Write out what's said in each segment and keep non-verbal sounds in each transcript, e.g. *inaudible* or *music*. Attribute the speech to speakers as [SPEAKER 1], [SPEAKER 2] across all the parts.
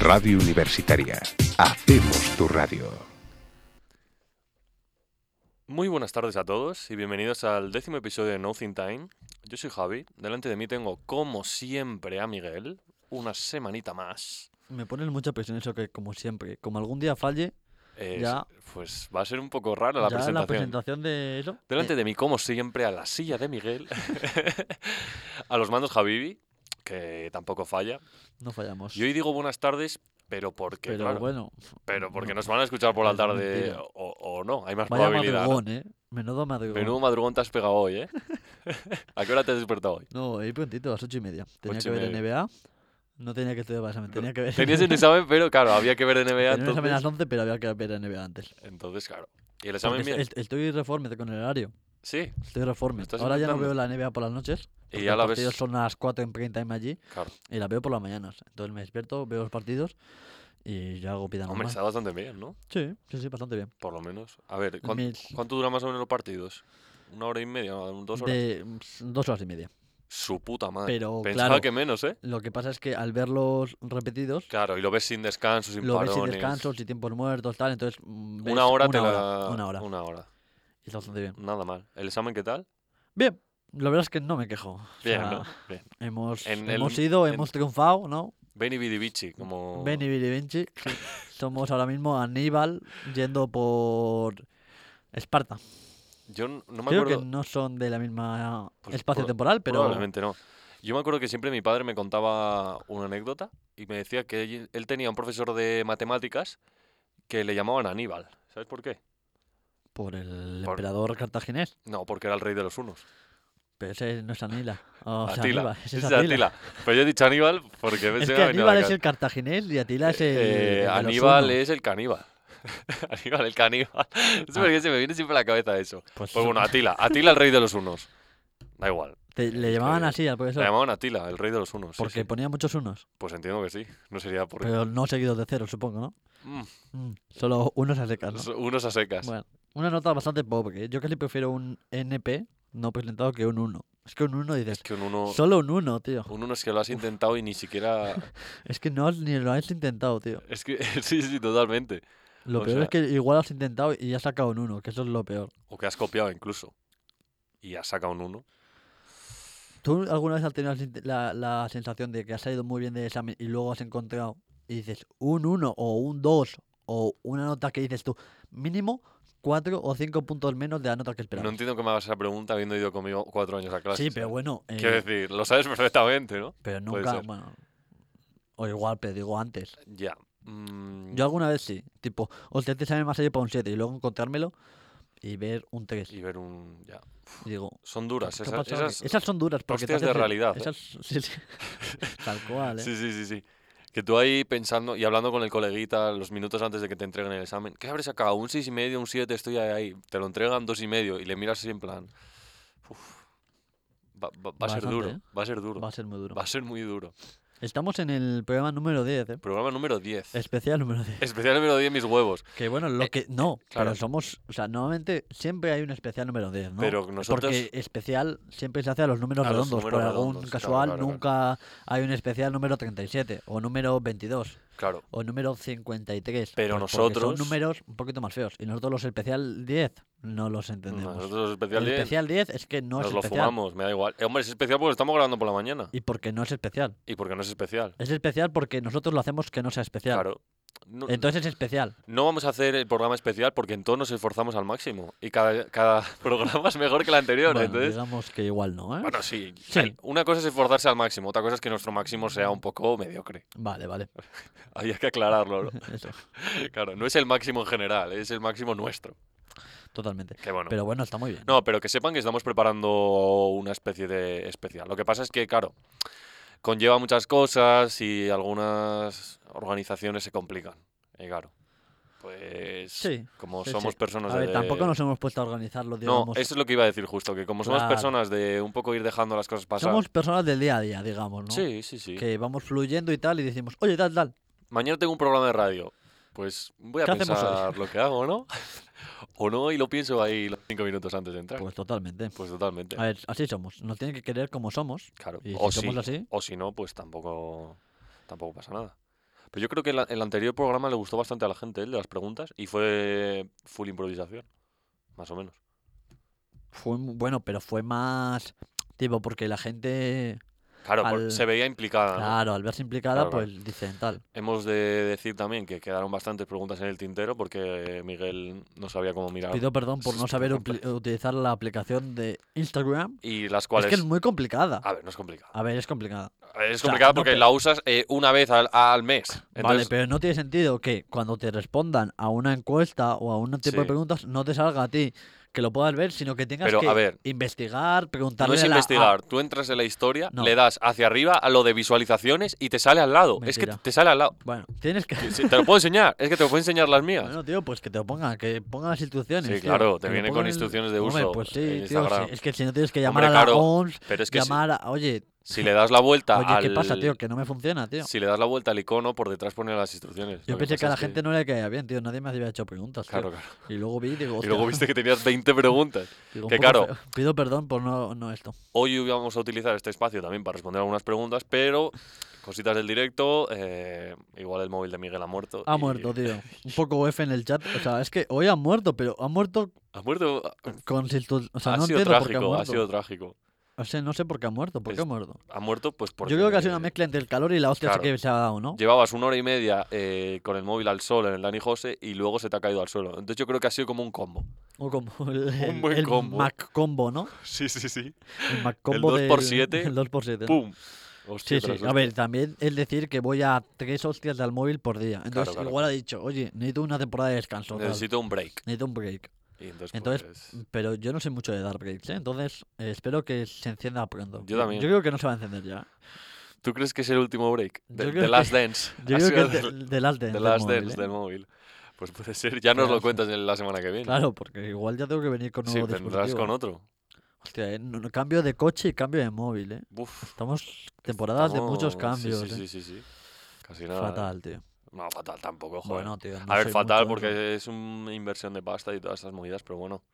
[SPEAKER 1] Radio Universitaria. Hacemos tu radio.
[SPEAKER 2] Muy buenas tardes a todos y bienvenidos al décimo episodio de Nothing Time. Yo soy Javi. Delante de mí tengo, como siempre, a Miguel. Una semanita más.
[SPEAKER 3] Me ponen mucha presión eso que, como siempre, como algún día falle,
[SPEAKER 2] Eh,
[SPEAKER 3] Ya.
[SPEAKER 2] Pues va a ser un poco rara la
[SPEAKER 3] ya
[SPEAKER 2] presentación.
[SPEAKER 3] la presentación de eso.
[SPEAKER 2] Delante
[SPEAKER 3] eh,
[SPEAKER 2] de mí, como siempre, a la silla de Miguel. *laughs* a los mandos Javibi, que tampoco falla.
[SPEAKER 3] no fallamos.
[SPEAKER 2] Y hoy digo buenas tardes, pero porque,
[SPEAKER 3] pero
[SPEAKER 2] claro,
[SPEAKER 3] bueno,
[SPEAKER 2] pero porque nos van a escuchar por la
[SPEAKER 3] es
[SPEAKER 2] tarde
[SPEAKER 3] mentira.
[SPEAKER 2] o, o no. Hay más
[SPEAKER 3] vaya
[SPEAKER 2] probabilidad. ¿no?
[SPEAKER 3] madrugón, ¿eh? Menudo madrugón.
[SPEAKER 2] Menudo madrugón te has pegado hoy,
[SPEAKER 3] *laughs*
[SPEAKER 2] ¿eh? ¿A qué hora te has despertado hoy?
[SPEAKER 3] No, ahí prontito, a las ocho y media. Tenía
[SPEAKER 2] Ocho
[SPEAKER 3] que
[SPEAKER 2] y
[SPEAKER 3] ver
[SPEAKER 2] media.
[SPEAKER 3] NBA, no tenía que estudiar para examen, tenía que ver...
[SPEAKER 2] Tenías un examen, pero claro, había que ver NBA.
[SPEAKER 3] *laughs* tenía un examen a las
[SPEAKER 2] Entonces,
[SPEAKER 3] 11, pero había que ver NBA antes.
[SPEAKER 2] entonces claro. ¿Y el
[SPEAKER 3] Porque
[SPEAKER 2] examen bien?
[SPEAKER 3] est- est- estoy reforme con el horario,
[SPEAKER 2] Sí,
[SPEAKER 3] estoy reforme.
[SPEAKER 2] estás
[SPEAKER 3] Ahora ya no veo
[SPEAKER 2] intentando?
[SPEAKER 3] la NBA por las noches.
[SPEAKER 2] y
[SPEAKER 3] porque
[SPEAKER 2] ya
[SPEAKER 3] los
[SPEAKER 2] la
[SPEAKER 3] partidos
[SPEAKER 2] ves.
[SPEAKER 3] son a las 4 en prime time allí
[SPEAKER 2] Claro.
[SPEAKER 3] y la veo por las mañanas. Entonces me despierto, veo los partidos y ya hago pida
[SPEAKER 2] Hombre,
[SPEAKER 3] normal.
[SPEAKER 2] está bastante bien, ¿no?
[SPEAKER 3] Sí, sí, sí, bastante bien.
[SPEAKER 2] Por lo menos. A ver, ¿cuán-
[SPEAKER 3] Mis-
[SPEAKER 2] ¿cuánto dura más o menos los partidos? ¿Una hora y media? ¿Dos horas?
[SPEAKER 3] De mm, dos horas y media.
[SPEAKER 2] Su puta madre.
[SPEAKER 3] Pero
[SPEAKER 2] Pensaba
[SPEAKER 3] claro,
[SPEAKER 2] que menos, ¿eh?
[SPEAKER 3] lo que pasa es que al verlos repetidos,
[SPEAKER 2] Claro, y lo ves sin descanso, sin
[SPEAKER 3] lo ves
[SPEAKER 2] parones.
[SPEAKER 3] sin descansos y tiempos muertos, tal, entonces mm, ves
[SPEAKER 2] Una hora te la...
[SPEAKER 3] una hora.
[SPEAKER 2] Una hora.
[SPEAKER 3] Y está bastante bien.
[SPEAKER 2] Nada mal. ¿El examen qué tal?
[SPEAKER 3] Bien, la verdad es que no me quejo. O
[SPEAKER 2] Bien,
[SPEAKER 3] sea,
[SPEAKER 2] ¿no? Bien.
[SPEAKER 3] Hemos,
[SPEAKER 2] En el-
[SPEAKER 3] hemos ido,
[SPEAKER 2] en- Oh.
[SPEAKER 3] hemos triunfado, ¿no?
[SPEAKER 2] Beni Bidi Bici, como...
[SPEAKER 3] Beni Bili
[SPEAKER 2] *laughs*
[SPEAKER 3] Vinci. Somos ahora mismo Aníbal yendo por Esparta.
[SPEAKER 2] Yo n- no me
[SPEAKER 3] Creo
[SPEAKER 2] acuerdo...
[SPEAKER 3] que no son de la misma
[SPEAKER 2] Pues
[SPEAKER 3] espacio
[SPEAKER 2] proba-
[SPEAKER 3] temporal, pero
[SPEAKER 2] Probablemente no. Yo me acuerdo que siempre mi padre me contaba una anécdota y me decía que ell- él tenía un profesor de matemáticas que le llamaban Aníbal. ¿Sabes por qué?
[SPEAKER 3] por el
[SPEAKER 2] Por-
[SPEAKER 3] emperador cartaginés.
[SPEAKER 2] No, porque era el rey de los unos.
[SPEAKER 3] Pero ese no es Anila. o sea,
[SPEAKER 2] Atila.
[SPEAKER 3] Aníbal, ese es
[SPEAKER 2] Ese es
[SPEAKER 3] Atila.
[SPEAKER 2] Atila. Pero yo he dicho Aníbal porque me
[SPEAKER 3] Es
[SPEAKER 2] se me
[SPEAKER 3] que
[SPEAKER 2] Pues ha venido a
[SPEAKER 3] Aníbal
[SPEAKER 2] la
[SPEAKER 3] es
[SPEAKER 2] cabeza.
[SPEAKER 3] el cartaginés y Atila es el.
[SPEAKER 2] Eh,
[SPEAKER 3] el de los
[SPEAKER 2] Aníbal
[SPEAKER 3] unos.
[SPEAKER 2] es el caníbal. *laughs* Aníbal, el caníbal. *laughs* No sé por qué se me viene siempre a la cabeza eso.
[SPEAKER 3] Pues,
[SPEAKER 2] Pues bueno, Atila. Atila, el rey de los unos. Da igual.
[SPEAKER 3] te-
[SPEAKER 2] es
[SPEAKER 3] le llamaban
[SPEAKER 2] que-
[SPEAKER 3] así
[SPEAKER 2] eh,
[SPEAKER 3] al
[SPEAKER 2] Le
[SPEAKER 3] profesor.
[SPEAKER 2] llamaban Atila, el rey de los unos. sí,
[SPEAKER 3] Porque
[SPEAKER 2] sí.
[SPEAKER 3] ponía muchos unos.
[SPEAKER 2] Pues entiendo que sí. No sería por...
[SPEAKER 3] Pero no seguidos de cero, supongo, ¿no?
[SPEAKER 2] Mm,
[SPEAKER 3] Mm, Solo unos a secas, ¿no?
[SPEAKER 2] Unos a secas.
[SPEAKER 3] Bueno, una nota bastante pobre. Yo casi prefiero un NP no presentado que un 1. Es que un 1 dices.
[SPEAKER 2] Es que un uno...
[SPEAKER 3] Solo un 1, tío.
[SPEAKER 2] Un uno es que lo has intentado y ni
[SPEAKER 3] *laughs*
[SPEAKER 2] siquiera...
[SPEAKER 3] Es que no has- ni lo has intentado, tío.
[SPEAKER 2] Es que... *laughs* Sí, sí, totalmente.
[SPEAKER 3] Lo
[SPEAKER 2] O
[SPEAKER 3] peor
[SPEAKER 2] sea-
[SPEAKER 3] es que igual has intentado y has sacado un 1, que eso es lo peor.
[SPEAKER 2] O que has copiado incluso. Y has sacado un uno.
[SPEAKER 3] ¿Tú alguna vez has tenido la sen- la, la sensación de que has salido muy bien del examen y luego has encontrado y dices un 1 o un 2 o una nota que dices tú mínimo 4 o 5 puntos menos de la nota que
[SPEAKER 2] No
[SPEAKER 3] esperabas?
[SPEAKER 2] entiendo que me hagas esa pregunta habiendo ido conmigo cuatro años a clase.
[SPEAKER 3] sí, pero bueno, eh,
[SPEAKER 2] Quiero decir, lo sabes perfectamente, ¿no?
[SPEAKER 3] pero
[SPEAKER 2] puede
[SPEAKER 3] nunca,
[SPEAKER 2] ser.
[SPEAKER 3] bueno, o igual, pero digo antes.
[SPEAKER 2] Ya. Mm,
[SPEAKER 3] Yo alguna vez sí, tipo, hostia, este examen me ha salido para un 7 y luego encontrármelo y ver un 3.
[SPEAKER 2] Y ver un... Ya.
[SPEAKER 3] Y digo,
[SPEAKER 2] Son duras.
[SPEAKER 3] ¿qué ha
[SPEAKER 2] Esas,
[SPEAKER 3] pasado aquí?
[SPEAKER 2] esas-
[SPEAKER 3] Esas son duras porque te
[SPEAKER 2] hostias de
[SPEAKER 3] haces el-
[SPEAKER 2] realidad, ¿eh?
[SPEAKER 3] Esas, *laughs*
[SPEAKER 2] *laughs*
[SPEAKER 3] sí, sí. Tal cual, ¿eh?
[SPEAKER 2] Sí, sí, sí, sí. Que tú ahí pensando y hablando con el coleguita los minutos antes de que te entreguen el examen. ¿Qué habré sacado? ¿Un seis y medio? ¿Un 7? Estoy ahí. Te lo entregan dos y medio y le miras así en plan... "Uf, va, va- va a ser
[SPEAKER 3] Bastante,
[SPEAKER 2] duro.
[SPEAKER 3] ¿eh?
[SPEAKER 2] Va a ser duro.
[SPEAKER 3] Va a ser muy duro.
[SPEAKER 2] Va a ser muy duro.
[SPEAKER 3] Estamos en el programa número 10, ¿eh?
[SPEAKER 2] Programa número 10.
[SPEAKER 3] Especial número 10.
[SPEAKER 2] Especial número 10, mis huevos.
[SPEAKER 3] Que bueno, lo
[SPEAKER 2] Eh,
[SPEAKER 3] que. No,
[SPEAKER 2] claro.
[SPEAKER 3] pero somos. O sea, normalmente siempre hay un especial número 10, ¿no?
[SPEAKER 2] Pero nosotros-
[SPEAKER 3] Porque especial siempre se hace a los números
[SPEAKER 2] A los
[SPEAKER 3] redondos.
[SPEAKER 2] números
[SPEAKER 3] por algún
[SPEAKER 2] redondos, claro,
[SPEAKER 3] casual
[SPEAKER 2] claro, claro.
[SPEAKER 3] nunca hay un especial número 37, o número 22,
[SPEAKER 2] Claro.
[SPEAKER 3] o número 53.
[SPEAKER 2] Pero
[SPEAKER 3] pues porque
[SPEAKER 2] nosotros-
[SPEAKER 3] Son números un poquito más feos. Y nosotros los especial 10 no los entendemos.
[SPEAKER 2] Nosotros especial
[SPEAKER 3] el
[SPEAKER 2] 10
[SPEAKER 3] especial 10 es que no
[SPEAKER 2] nos
[SPEAKER 3] es
[SPEAKER 2] lo
[SPEAKER 3] especial.
[SPEAKER 2] fumamos, me da igual. Eh, hombre, es especial porque estamos grabando por la mañana.
[SPEAKER 3] Y porque no es especial.
[SPEAKER 2] Y porque no es especial.
[SPEAKER 3] Es especial porque nosotros lo hacemos que no sea especial.
[SPEAKER 2] Claro. No,
[SPEAKER 3] Entonces es especial.
[SPEAKER 2] no vamos a hacer el programa especial porque en todo nos esforzamos al máximo. Y cada, cada *laughs* programa es mejor que el anterior.
[SPEAKER 3] Bueno,
[SPEAKER 2] entonces,
[SPEAKER 3] digamos que igual no, ¿eh?
[SPEAKER 2] bueno, sí.
[SPEAKER 3] Sí.
[SPEAKER 2] el- Una cosa es esforzarse al máximo, otra cosa es que nuestro máximo sea un poco mediocre. *laughs*
[SPEAKER 3] Vale, vale.
[SPEAKER 2] Había que aclararlo. ¿no?
[SPEAKER 3] Eso,
[SPEAKER 2] claro, no es el máximo en general, es el máximo nuestro.
[SPEAKER 3] totalmente.
[SPEAKER 2] Que bueno.
[SPEAKER 3] Pero bueno, está muy bien.
[SPEAKER 2] No, pero que sepan que estamos preparando una especie de especial. Lo que pasa es que, claro, conlleva muchas cosas y algunas organizaciones se complican. Y claro, pues
[SPEAKER 3] Sí,
[SPEAKER 2] como
[SPEAKER 3] sí,
[SPEAKER 2] somos
[SPEAKER 3] sí.
[SPEAKER 2] personas
[SPEAKER 3] A ver,
[SPEAKER 2] de...
[SPEAKER 3] tampoco nos hemos puesto a organizarlo,
[SPEAKER 2] eh, No,
[SPEAKER 3] digamos.
[SPEAKER 2] eso es lo que iba a decir justo, que como somos
[SPEAKER 3] Claro.
[SPEAKER 2] personas de un poco ir dejando las cosas pasar...
[SPEAKER 3] Somos personas del día a día, digamos, ¿no?
[SPEAKER 2] Sí, sí, sí.
[SPEAKER 3] Que vamos fluyendo y tal, y decimos, oye, tal, tal.
[SPEAKER 2] Mañana tengo un programa de radio. Pues voy a
[SPEAKER 3] ¿Qué hacemos hoy?
[SPEAKER 2] pensar lo que hago, ¿no? *laughs* o no, y lo pienso ahí los cinco minutos antes de entrar. Pues,
[SPEAKER 3] Pues totalmente.
[SPEAKER 2] totalmente.
[SPEAKER 3] A ver, así somos. Nos tienen que querer como somos.
[SPEAKER 2] Claro.
[SPEAKER 3] Y
[SPEAKER 2] O
[SPEAKER 3] si
[SPEAKER 2] sí,
[SPEAKER 3] somos así,
[SPEAKER 2] O si no, pues tampoco, tampoco pasa nada. Pero yo creo que la- el anterior programa le gustó bastante a la gente, ¿eh? el de las preguntas, y fue full improvisación, más o menos.
[SPEAKER 3] Fue, mu- bueno, pero fue más. Tipo, porque la gente.
[SPEAKER 2] Claro, por-
[SPEAKER 3] Al-
[SPEAKER 2] se veía implicada. ¿no?
[SPEAKER 3] Claro, al verse implicada,
[SPEAKER 2] Claro, claro.
[SPEAKER 3] pues dicen tal.
[SPEAKER 2] Hemos de decir también que quedaron bastantes preguntas en el tintero porque Miguel no sabía cómo mirar.
[SPEAKER 3] Pido perdón por no
[SPEAKER 2] sus
[SPEAKER 3] saber
[SPEAKER 2] preguntas.
[SPEAKER 3] upli- utilizar la aplicación de Instagram.
[SPEAKER 2] Y las
[SPEAKER 3] Es
[SPEAKER 2] cuales...
[SPEAKER 3] que es muy complicada.
[SPEAKER 2] A ver, no es complicado.
[SPEAKER 3] A ver, es complicada.
[SPEAKER 2] A ver, Es
[SPEAKER 3] sea,
[SPEAKER 2] complicado
[SPEAKER 3] no,
[SPEAKER 2] porque
[SPEAKER 3] pero-
[SPEAKER 2] la usas eh, una vez al, al mes.
[SPEAKER 3] vale,
[SPEAKER 2] Entonces,
[SPEAKER 3] pero no tiene sentido que cuando te respondan a una encuesta o a un tipo de
[SPEAKER 2] Sí.
[SPEAKER 3] preguntas no te salga a ti que lo puedas ver, sino que tengas
[SPEAKER 2] Pero,
[SPEAKER 3] que
[SPEAKER 2] a ver,
[SPEAKER 3] investigar, preguntarle
[SPEAKER 2] no es
[SPEAKER 3] a la- a-
[SPEAKER 2] investigar. Tú entras en la historia,
[SPEAKER 3] No.
[SPEAKER 2] le das hacia arriba a lo de visualizaciones y te sale al lado. Es
[SPEAKER 3] Mentira.
[SPEAKER 2] que te sale al lado.
[SPEAKER 3] Bueno, tienes que...
[SPEAKER 2] Sí, te lo puedo enseñar. Es que te lo puedo enseñar las mías.
[SPEAKER 3] *laughs* Bueno, tío, pues que te lo pongan, que pongan las instrucciones.
[SPEAKER 2] Sí,
[SPEAKER 3] tío,
[SPEAKER 2] claro, te
[SPEAKER 3] que lo
[SPEAKER 2] viene con
[SPEAKER 3] pongan en-
[SPEAKER 2] instrucciones de
[SPEAKER 3] Hombre,
[SPEAKER 2] uso
[SPEAKER 3] Pues sí,
[SPEAKER 2] en
[SPEAKER 3] tío,
[SPEAKER 2] Instagram.
[SPEAKER 3] sí, es que si no tienes que
[SPEAKER 2] Hombre,
[SPEAKER 3] llamar a la
[SPEAKER 2] claro,
[SPEAKER 3] OMS,
[SPEAKER 2] pero es que si-
[SPEAKER 3] llamar a... Oye,
[SPEAKER 2] si, le das la vuelta
[SPEAKER 3] oye,
[SPEAKER 2] al...
[SPEAKER 3] ¿qué pasa, tío? Que no me funciona, tío.
[SPEAKER 2] Si le das la vuelta al icono, por detrás pone las instrucciones.
[SPEAKER 3] Yo
[SPEAKER 2] Lo
[SPEAKER 3] pensé que
[SPEAKER 2] pasa
[SPEAKER 3] a la
[SPEAKER 2] es
[SPEAKER 3] gente no le caía bien, tío. Nadie me había hecho preguntas. tío.
[SPEAKER 2] Claro, claro.
[SPEAKER 3] Y luego vi y digo,
[SPEAKER 2] Y luego
[SPEAKER 3] "Hostia".
[SPEAKER 2] viste que tenías 20 preguntas.
[SPEAKER 3] Digo, un
[SPEAKER 2] que
[SPEAKER 3] poco
[SPEAKER 2] claro.
[SPEAKER 3] feo. Pido perdón por no, no esto.
[SPEAKER 2] Hoy vamos a utilizar este espacio también para responder algunas preguntas, pero cositas del directo, eh, igual el móvil de Miguel ha muerto.
[SPEAKER 3] Ha
[SPEAKER 2] y-
[SPEAKER 3] muerto,
[SPEAKER 2] *laughs*
[SPEAKER 3] tío. Un poco F en el chat. O sea, es que hoy han muerto, pero han muerto
[SPEAKER 2] Ha muerto.
[SPEAKER 3] con situ- O sea,
[SPEAKER 2] ha
[SPEAKER 3] no
[SPEAKER 2] sido
[SPEAKER 3] entiendo por qué han
[SPEAKER 2] trágico, ha
[SPEAKER 3] muerto.
[SPEAKER 2] sido trágico.
[SPEAKER 3] O sea, no sé por qué han muerto. ¿Por qué
[SPEAKER 2] Es-
[SPEAKER 3] han muerto?
[SPEAKER 2] Ha muerto pues porque...
[SPEAKER 3] Yo creo que ha sido una mezcla entre el calor y la hostia esa
[SPEAKER 2] Claro.
[SPEAKER 3] que se ha dado, ¿no?
[SPEAKER 2] Llevabas una hora y media eh, con el móvil al sol en el Dani José y luego se te ha caído al suelo. Entonces yo creo que ha sido como un combo.
[SPEAKER 3] O como el, el-
[SPEAKER 2] buen
[SPEAKER 3] el
[SPEAKER 2] combo.
[SPEAKER 3] Mac combo, ¿no?
[SPEAKER 2] Sí, sí, sí.
[SPEAKER 3] El Mac combo del-
[SPEAKER 2] 2x7,
[SPEAKER 3] *laughs* El 2x7.
[SPEAKER 2] ¡Pum!
[SPEAKER 3] Sí,
[SPEAKER 2] Hostia,
[SPEAKER 3] sí.
[SPEAKER 2] tras
[SPEAKER 3] A
[SPEAKER 2] hostia.
[SPEAKER 3] ver, también es decir que voy a tres hostias al móvil por día. Entonces,
[SPEAKER 2] claro.
[SPEAKER 3] igual ha dicho, oye, necesito una temporada de descanso. tal.
[SPEAKER 2] Necesito un break.
[SPEAKER 3] Necesito un break.
[SPEAKER 2] Y entonces,
[SPEAKER 3] Entonces,
[SPEAKER 2] pues,
[SPEAKER 3] Pero yo no soy mucho de dar breaks, ¿eh? Entonces, eh, espero que se encienda pronto.
[SPEAKER 2] Yo también.
[SPEAKER 3] Yo creo que no se va a encender ya.
[SPEAKER 2] ¿Tú crees que es el último break? De,
[SPEAKER 3] Yo
[SPEAKER 2] The
[SPEAKER 3] creo
[SPEAKER 2] Last Dance.
[SPEAKER 3] Yo
[SPEAKER 2] Ha
[SPEAKER 3] creo que
[SPEAKER 2] sido
[SPEAKER 3] es de,
[SPEAKER 2] The-
[SPEAKER 3] de Last Dance.
[SPEAKER 2] The
[SPEAKER 3] del
[SPEAKER 2] Last
[SPEAKER 3] móvil,
[SPEAKER 2] Dance
[SPEAKER 3] ¿eh?
[SPEAKER 2] del móvil. Pues puede ser, ya nos
[SPEAKER 3] Claro,
[SPEAKER 2] lo
[SPEAKER 3] sí.
[SPEAKER 2] cuentas en la semana que viene.
[SPEAKER 3] Claro, porque igual ya tengo que venir con un
[SPEAKER 2] Sí,
[SPEAKER 3] nuevo
[SPEAKER 2] vendrás
[SPEAKER 3] dispositivo.
[SPEAKER 2] con otro.
[SPEAKER 3] Hostia, eh, no- no- cambio de coche y cambio de móvil, ¿eh?
[SPEAKER 2] Uf,
[SPEAKER 3] Estamos temporadas de muchos
[SPEAKER 2] estamos-
[SPEAKER 3] cambios,
[SPEAKER 2] Sí, sí,
[SPEAKER 3] ¿eh?
[SPEAKER 2] sí, sí, sí. Casi nada. ¿eh?
[SPEAKER 3] Fatal, tío.
[SPEAKER 2] No, fatal tampoco, joder.
[SPEAKER 3] Bueno, tío. no
[SPEAKER 2] a ver,
[SPEAKER 3] soy
[SPEAKER 2] fatal
[SPEAKER 3] mucho de eso.
[SPEAKER 2] porque es una inversión de pasta y todas estas movidas, pero bueno.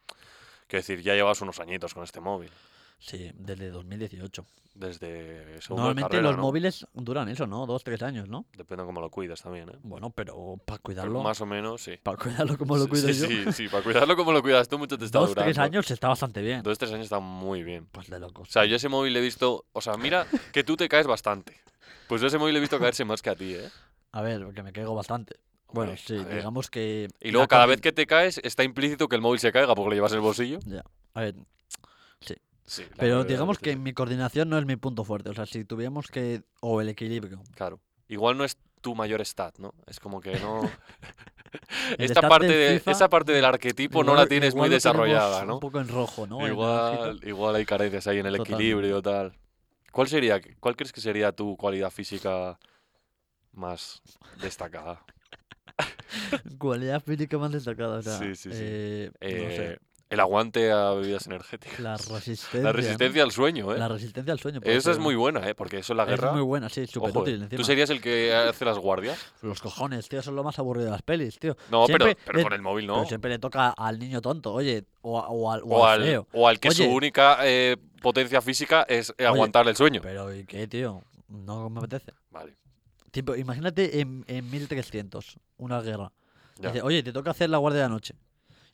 [SPEAKER 2] Quiero decir, ya llevas unos añitos con este móvil.
[SPEAKER 3] Sí, desde 2018.
[SPEAKER 2] Desde segundo de
[SPEAKER 3] Normalmente
[SPEAKER 2] carrera,
[SPEAKER 3] los
[SPEAKER 2] ¿no?
[SPEAKER 3] móviles duran eso, ¿no? Dos, tres años, ¿no?
[SPEAKER 2] Depende cómo lo cuidas también, ¿eh?
[SPEAKER 3] Bueno, pero para
[SPEAKER 2] Pero
[SPEAKER 3] cuidarlo.
[SPEAKER 2] más o menos, sí.
[SPEAKER 3] Para cuidarlo como lo
[SPEAKER 2] Sí,
[SPEAKER 3] cuido
[SPEAKER 2] sí,
[SPEAKER 3] yo.
[SPEAKER 2] Sí, sí, para cuidarlo como lo cuidas tú, mucho te está
[SPEAKER 3] *laughs* dos,
[SPEAKER 2] durando.
[SPEAKER 3] tres años está bastante bien.
[SPEAKER 2] Dos, tres años está muy bien.
[SPEAKER 3] Pues de locos.
[SPEAKER 2] O sea, yo ese móvil le he visto. O sea, mira que tú te caes bastante. Pues yo ese móvil le he visto caerse más que a ti, ¿eh?
[SPEAKER 3] A ver, porque me caigo bastante. Bueno,
[SPEAKER 2] Hombre,
[SPEAKER 3] sí,
[SPEAKER 2] a ver.
[SPEAKER 3] digamos que.
[SPEAKER 2] Y
[SPEAKER 3] la
[SPEAKER 2] luego cada
[SPEAKER 3] confi-
[SPEAKER 2] vez que te caes está implícito que el móvil se caiga porque lo llevas en el bolsillo.
[SPEAKER 3] A ver,
[SPEAKER 2] Sí. la
[SPEAKER 3] pero
[SPEAKER 2] mayoría de
[SPEAKER 3] digamos
[SPEAKER 2] veces
[SPEAKER 3] que
[SPEAKER 2] sí.
[SPEAKER 3] mi coordinación no es mi punto fuerte. O sea, si tuviéramos que. O el equilibrio.
[SPEAKER 2] Claro. Igual no es tu mayor stat, ¿no? Es como que no.
[SPEAKER 3] *laughs* El
[SPEAKER 2] Esta
[SPEAKER 3] stat
[SPEAKER 2] parte
[SPEAKER 3] del
[SPEAKER 2] de,
[SPEAKER 3] FIFA,
[SPEAKER 2] esa parte del arquetipo no la
[SPEAKER 3] igual-
[SPEAKER 2] tienes muy
[SPEAKER 3] igual lo tenemos
[SPEAKER 2] desarrollada,
[SPEAKER 3] Un
[SPEAKER 2] ¿no?
[SPEAKER 3] poco en rojo, ¿no? En naranjito.
[SPEAKER 2] Igual, igual hay carencias ahí en el
[SPEAKER 3] Totalmente.
[SPEAKER 2] equilibrio tal. ¿Cuál sería, cuál crees que sería tu cualidad física más destacada?
[SPEAKER 3] *laughs* Cualidad física más destacada. o sea,
[SPEAKER 2] Sí, sí, sí.
[SPEAKER 3] eh, no sé,
[SPEAKER 2] Eh, El aguante a bebidas energéticas.
[SPEAKER 3] la
[SPEAKER 2] *laughs*
[SPEAKER 3] resistencia.
[SPEAKER 2] La
[SPEAKER 3] ¿no?
[SPEAKER 2] resistencia al sueño, ¿eh?
[SPEAKER 3] La resistencia al sueño. puede
[SPEAKER 2] Eso es
[SPEAKER 3] ser,
[SPEAKER 2] muy buena, ¿eh? Porque eso en la
[SPEAKER 3] Es
[SPEAKER 2] guerra...
[SPEAKER 3] muy buena, sí, súper
[SPEAKER 2] ojo, ¿eh?
[SPEAKER 3] útil.
[SPEAKER 2] ¿Tú serías el
[SPEAKER 3] *laughs*
[SPEAKER 2] que hace las guardias?
[SPEAKER 3] Los cojones, tío, son lo más aburrido de las pelis, tío.
[SPEAKER 2] No, pero-
[SPEAKER 3] Siempre-
[SPEAKER 2] pero,
[SPEAKER 3] eh,
[SPEAKER 2] con el móvil no.
[SPEAKER 3] Pero siempre le toca al niño tonto, oye, o, a- o al, o
[SPEAKER 2] o,
[SPEAKER 3] al
[SPEAKER 2] al,
[SPEAKER 3] feo.
[SPEAKER 2] o al que su
[SPEAKER 3] Oye.
[SPEAKER 2] única eh, potencia física es eh, aguantar el sueño.
[SPEAKER 3] Pero, ¿y qué, tío? No me apetece.
[SPEAKER 2] Vale.
[SPEAKER 3] Tipo, imagínate en, en 1300, una guerra.
[SPEAKER 2] Ya,
[SPEAKER 3] Dice, oye, te toca hacer la guardia de la noche.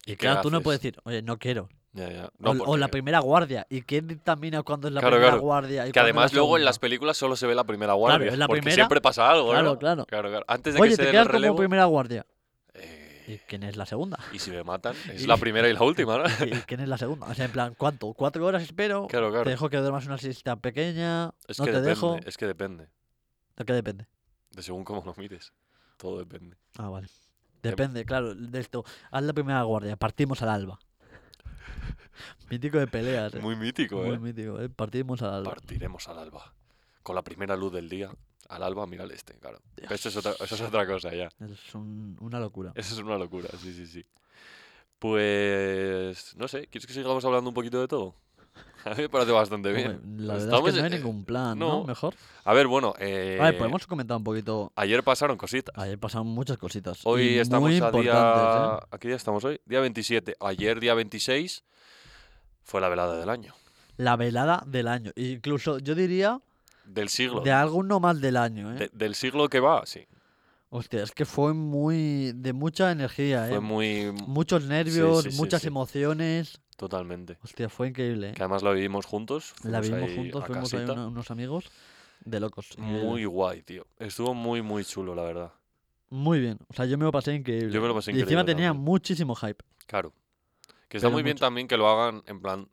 [SPEAKER 3] Y
[SPEAKER 2] qué
[SPEAKER 3] claro, tú no
[SPEAKER 2] haces?
[SPEAKER 3] puedes decir, oye, no quiero.
[SPEAKER 2] ya, ya.
[SPEAKER 3] O-
[SPEAKER 2] No,
[SPEAKER 3] o, la
[SPEAKER 2] porque-
[SPEAKER 3] primera guardia. ¿Y quién dictamina cuándo es la
[SPEAKER 2] Claro,
[SPEAKER 3] primera
[SPEAKER 2] claro.
[SPEAKER 3] guardia? y
[SPEAKER 2] que
[SPEAKER 3] cuándo es la
[SPEAKER 2] además luego en las
[SPEAKER 3] segunda?
[SPEAKER 2] películas solo se ve la primera guardia.
[SPEAKER 3] es la
[SPEAKER 2] porque
[SPEAKER 3] primera.
[SPEAKER 2] siempre pasa algo,
[SPEAKER 3] Claro,
[SPEAKER 2] ¿no?
[SPEAKER 3] claro.
[SPEAKER 2] Claro, claro. Antes de
[SPEAKER 3] Oye,
[SPEAKER 2] que se
[SPEAKER 3] te
[SPEAKER 2] dé el
[SPEAKER 3] quedas como
[SPEAKER 2] relevo...
[SPEAKER 3] primera guardia. ¿Y
[SPEAKER 2] eh,
[SPEAKER 3] quién es la segunda?
[SPEAKER 2] y si me matan, es
[SPEAKER 3] *laughs* Y-
[SPEAKER 2] la primera y la última, ¿no?
[SPEAKER 3] ¿Y quién es la segunda? O sea, en plan, ¿cuánto? ¿Cuatro horas espero?
[SPEAKER 2] Claro,
[SPEAKER 3] Te
[SPEAKER 2] claro.
[SPEAKER 3] dejo que duermas una siesta pequeña.
[SPEAKER 2] Es
[SPEAKER 3] no
[SPEAKER 2] que
[SPEAKER 3] te
[SPEAKER 2] depende,
[SPEAKER 3] dejo.
[SPEAKER 2] es que depende.
[SPEAKER 3] ¿De qué depende?
[SPEAKER 2] De según cómo lo mires. Todo depende.
[SPEAKER 3] Ah, vale.
[SPEAKER 2] Dep-
[SPEAKER 3] Depende, claro, de esto. Haz la primera guardia, partimos al alba. *laughs* Mítico de peleas, eh.
[SPEAKER 2] Muy mítico,
[SPEAKER 3] Muy
[SPEAKER 2] ¿eh?
[SPEAKER 3] mítico, eh. Partimos al alba.
[SPEAKER 2] Partiremos al alba. Con la primera luz del día, al alba mira al este, claro.
[SPEAKER 3] Dios.
[SPEAKER 2] Pero Eso es otra, eso es otra cosa ya.
[SPEAKER 3] Es un- una locura.
[SPEAKER 2] Eso es una locura, sí, sí, sí. Pues no sé, ¿quieres que sigamos hablando un poquito de todo? *laughs* A mí me parece bastante bien.
[SPEAKER 3] Hombre, la
[SPEAKER 2] Pues
[SPEAKER 3] verdad es
[SPEAKER 2] estamos,
[SPEAKER 3] que no hay
[SPEAKER 2] eh,
[SPEAKER 3] ningún plan, ¿no?
[SPEAKER 2] no.
[SPEAKER 3] Mejor.
[SPEAKER 2] A ver, bueno, eh,
[SPEAKER 3] A ver, podemos comentar un poquito.
[SPEAKER 2] ayer pasaron cositas.
[SPEAKER 3] Ayer pasaron muchas cositas. y
[SPEAKER 2] Hoy estamos
[SPEAKER 3] muy
[SPEAKER 2] a
[SPEAKER 3] importantes,
[SPEAKER 2] día...
[SPEAKER 3] ¿eh?
[SPEAKER 2] ¿A qué día estamos hoy? Día 27. Ayer, día 26, fue la velada del año.
[SPEAKER 3] La velada del año. Incluso yo diría
[SPEAKER 2] Del siglo.
[SPEAKER 3] de alguno más del año, ¿eh?
[SPEAKER 2] De- del siglo que va, sí.
[SPEAKER 3] Hostia, es que fue muy. de mucha energía,
[SPEAKER 2] Fue
[SPEAKER 3] ¿eh?
[SPEAKER 2] muy...
[SPEAKER 3] Muchos nervios,
[SPEAKER 2] sí, sí,
[SPEAKER 3] muchas
[SPEAKER 2] sí.
[SPEAKER 3] emociones.
[SPEAKER 2] Totalmente.
[SPEAKER 3] Hostia, fue increíble. ¿eh?
[SPEAKER 2] Que además la vivimos juntos.
[SPEAKER 3] La
[SPEAKER 2] fuimos
[SPEAKER 3] vivimos
[SPEAKER 2] ahí
[SPEAKER 3] juntos,
[SPEAKER 2] a
[SPEAKER 3] fuimos ahí
[SPEAKER 2] casita.
[SPEAKER 3] una- unos amigos de locos. increíble.
[SPEAKER 2] Muy guay, tío. Estuvo muy, muy chulo, la verdad.
[SPEAKER 3] Muy bien. O sea, yo me lo pasé increíble.
[SPEAKER 2] Yo me lo pasé
[SPEAKER 3] Y encima
[SPEAKER 2] increíble
[SPEAKER 3] tenía
[SPEAKER 2] también.
[SPEAKER 3] muchísimo hype.
[SPEAKER 2] Claro. Que está
[SPEAKER 3] Pero
[SPEAKER 2] muy bien
[SPEAKER 3] mucho.
[SPEAKER 2] también que lo hagan en plan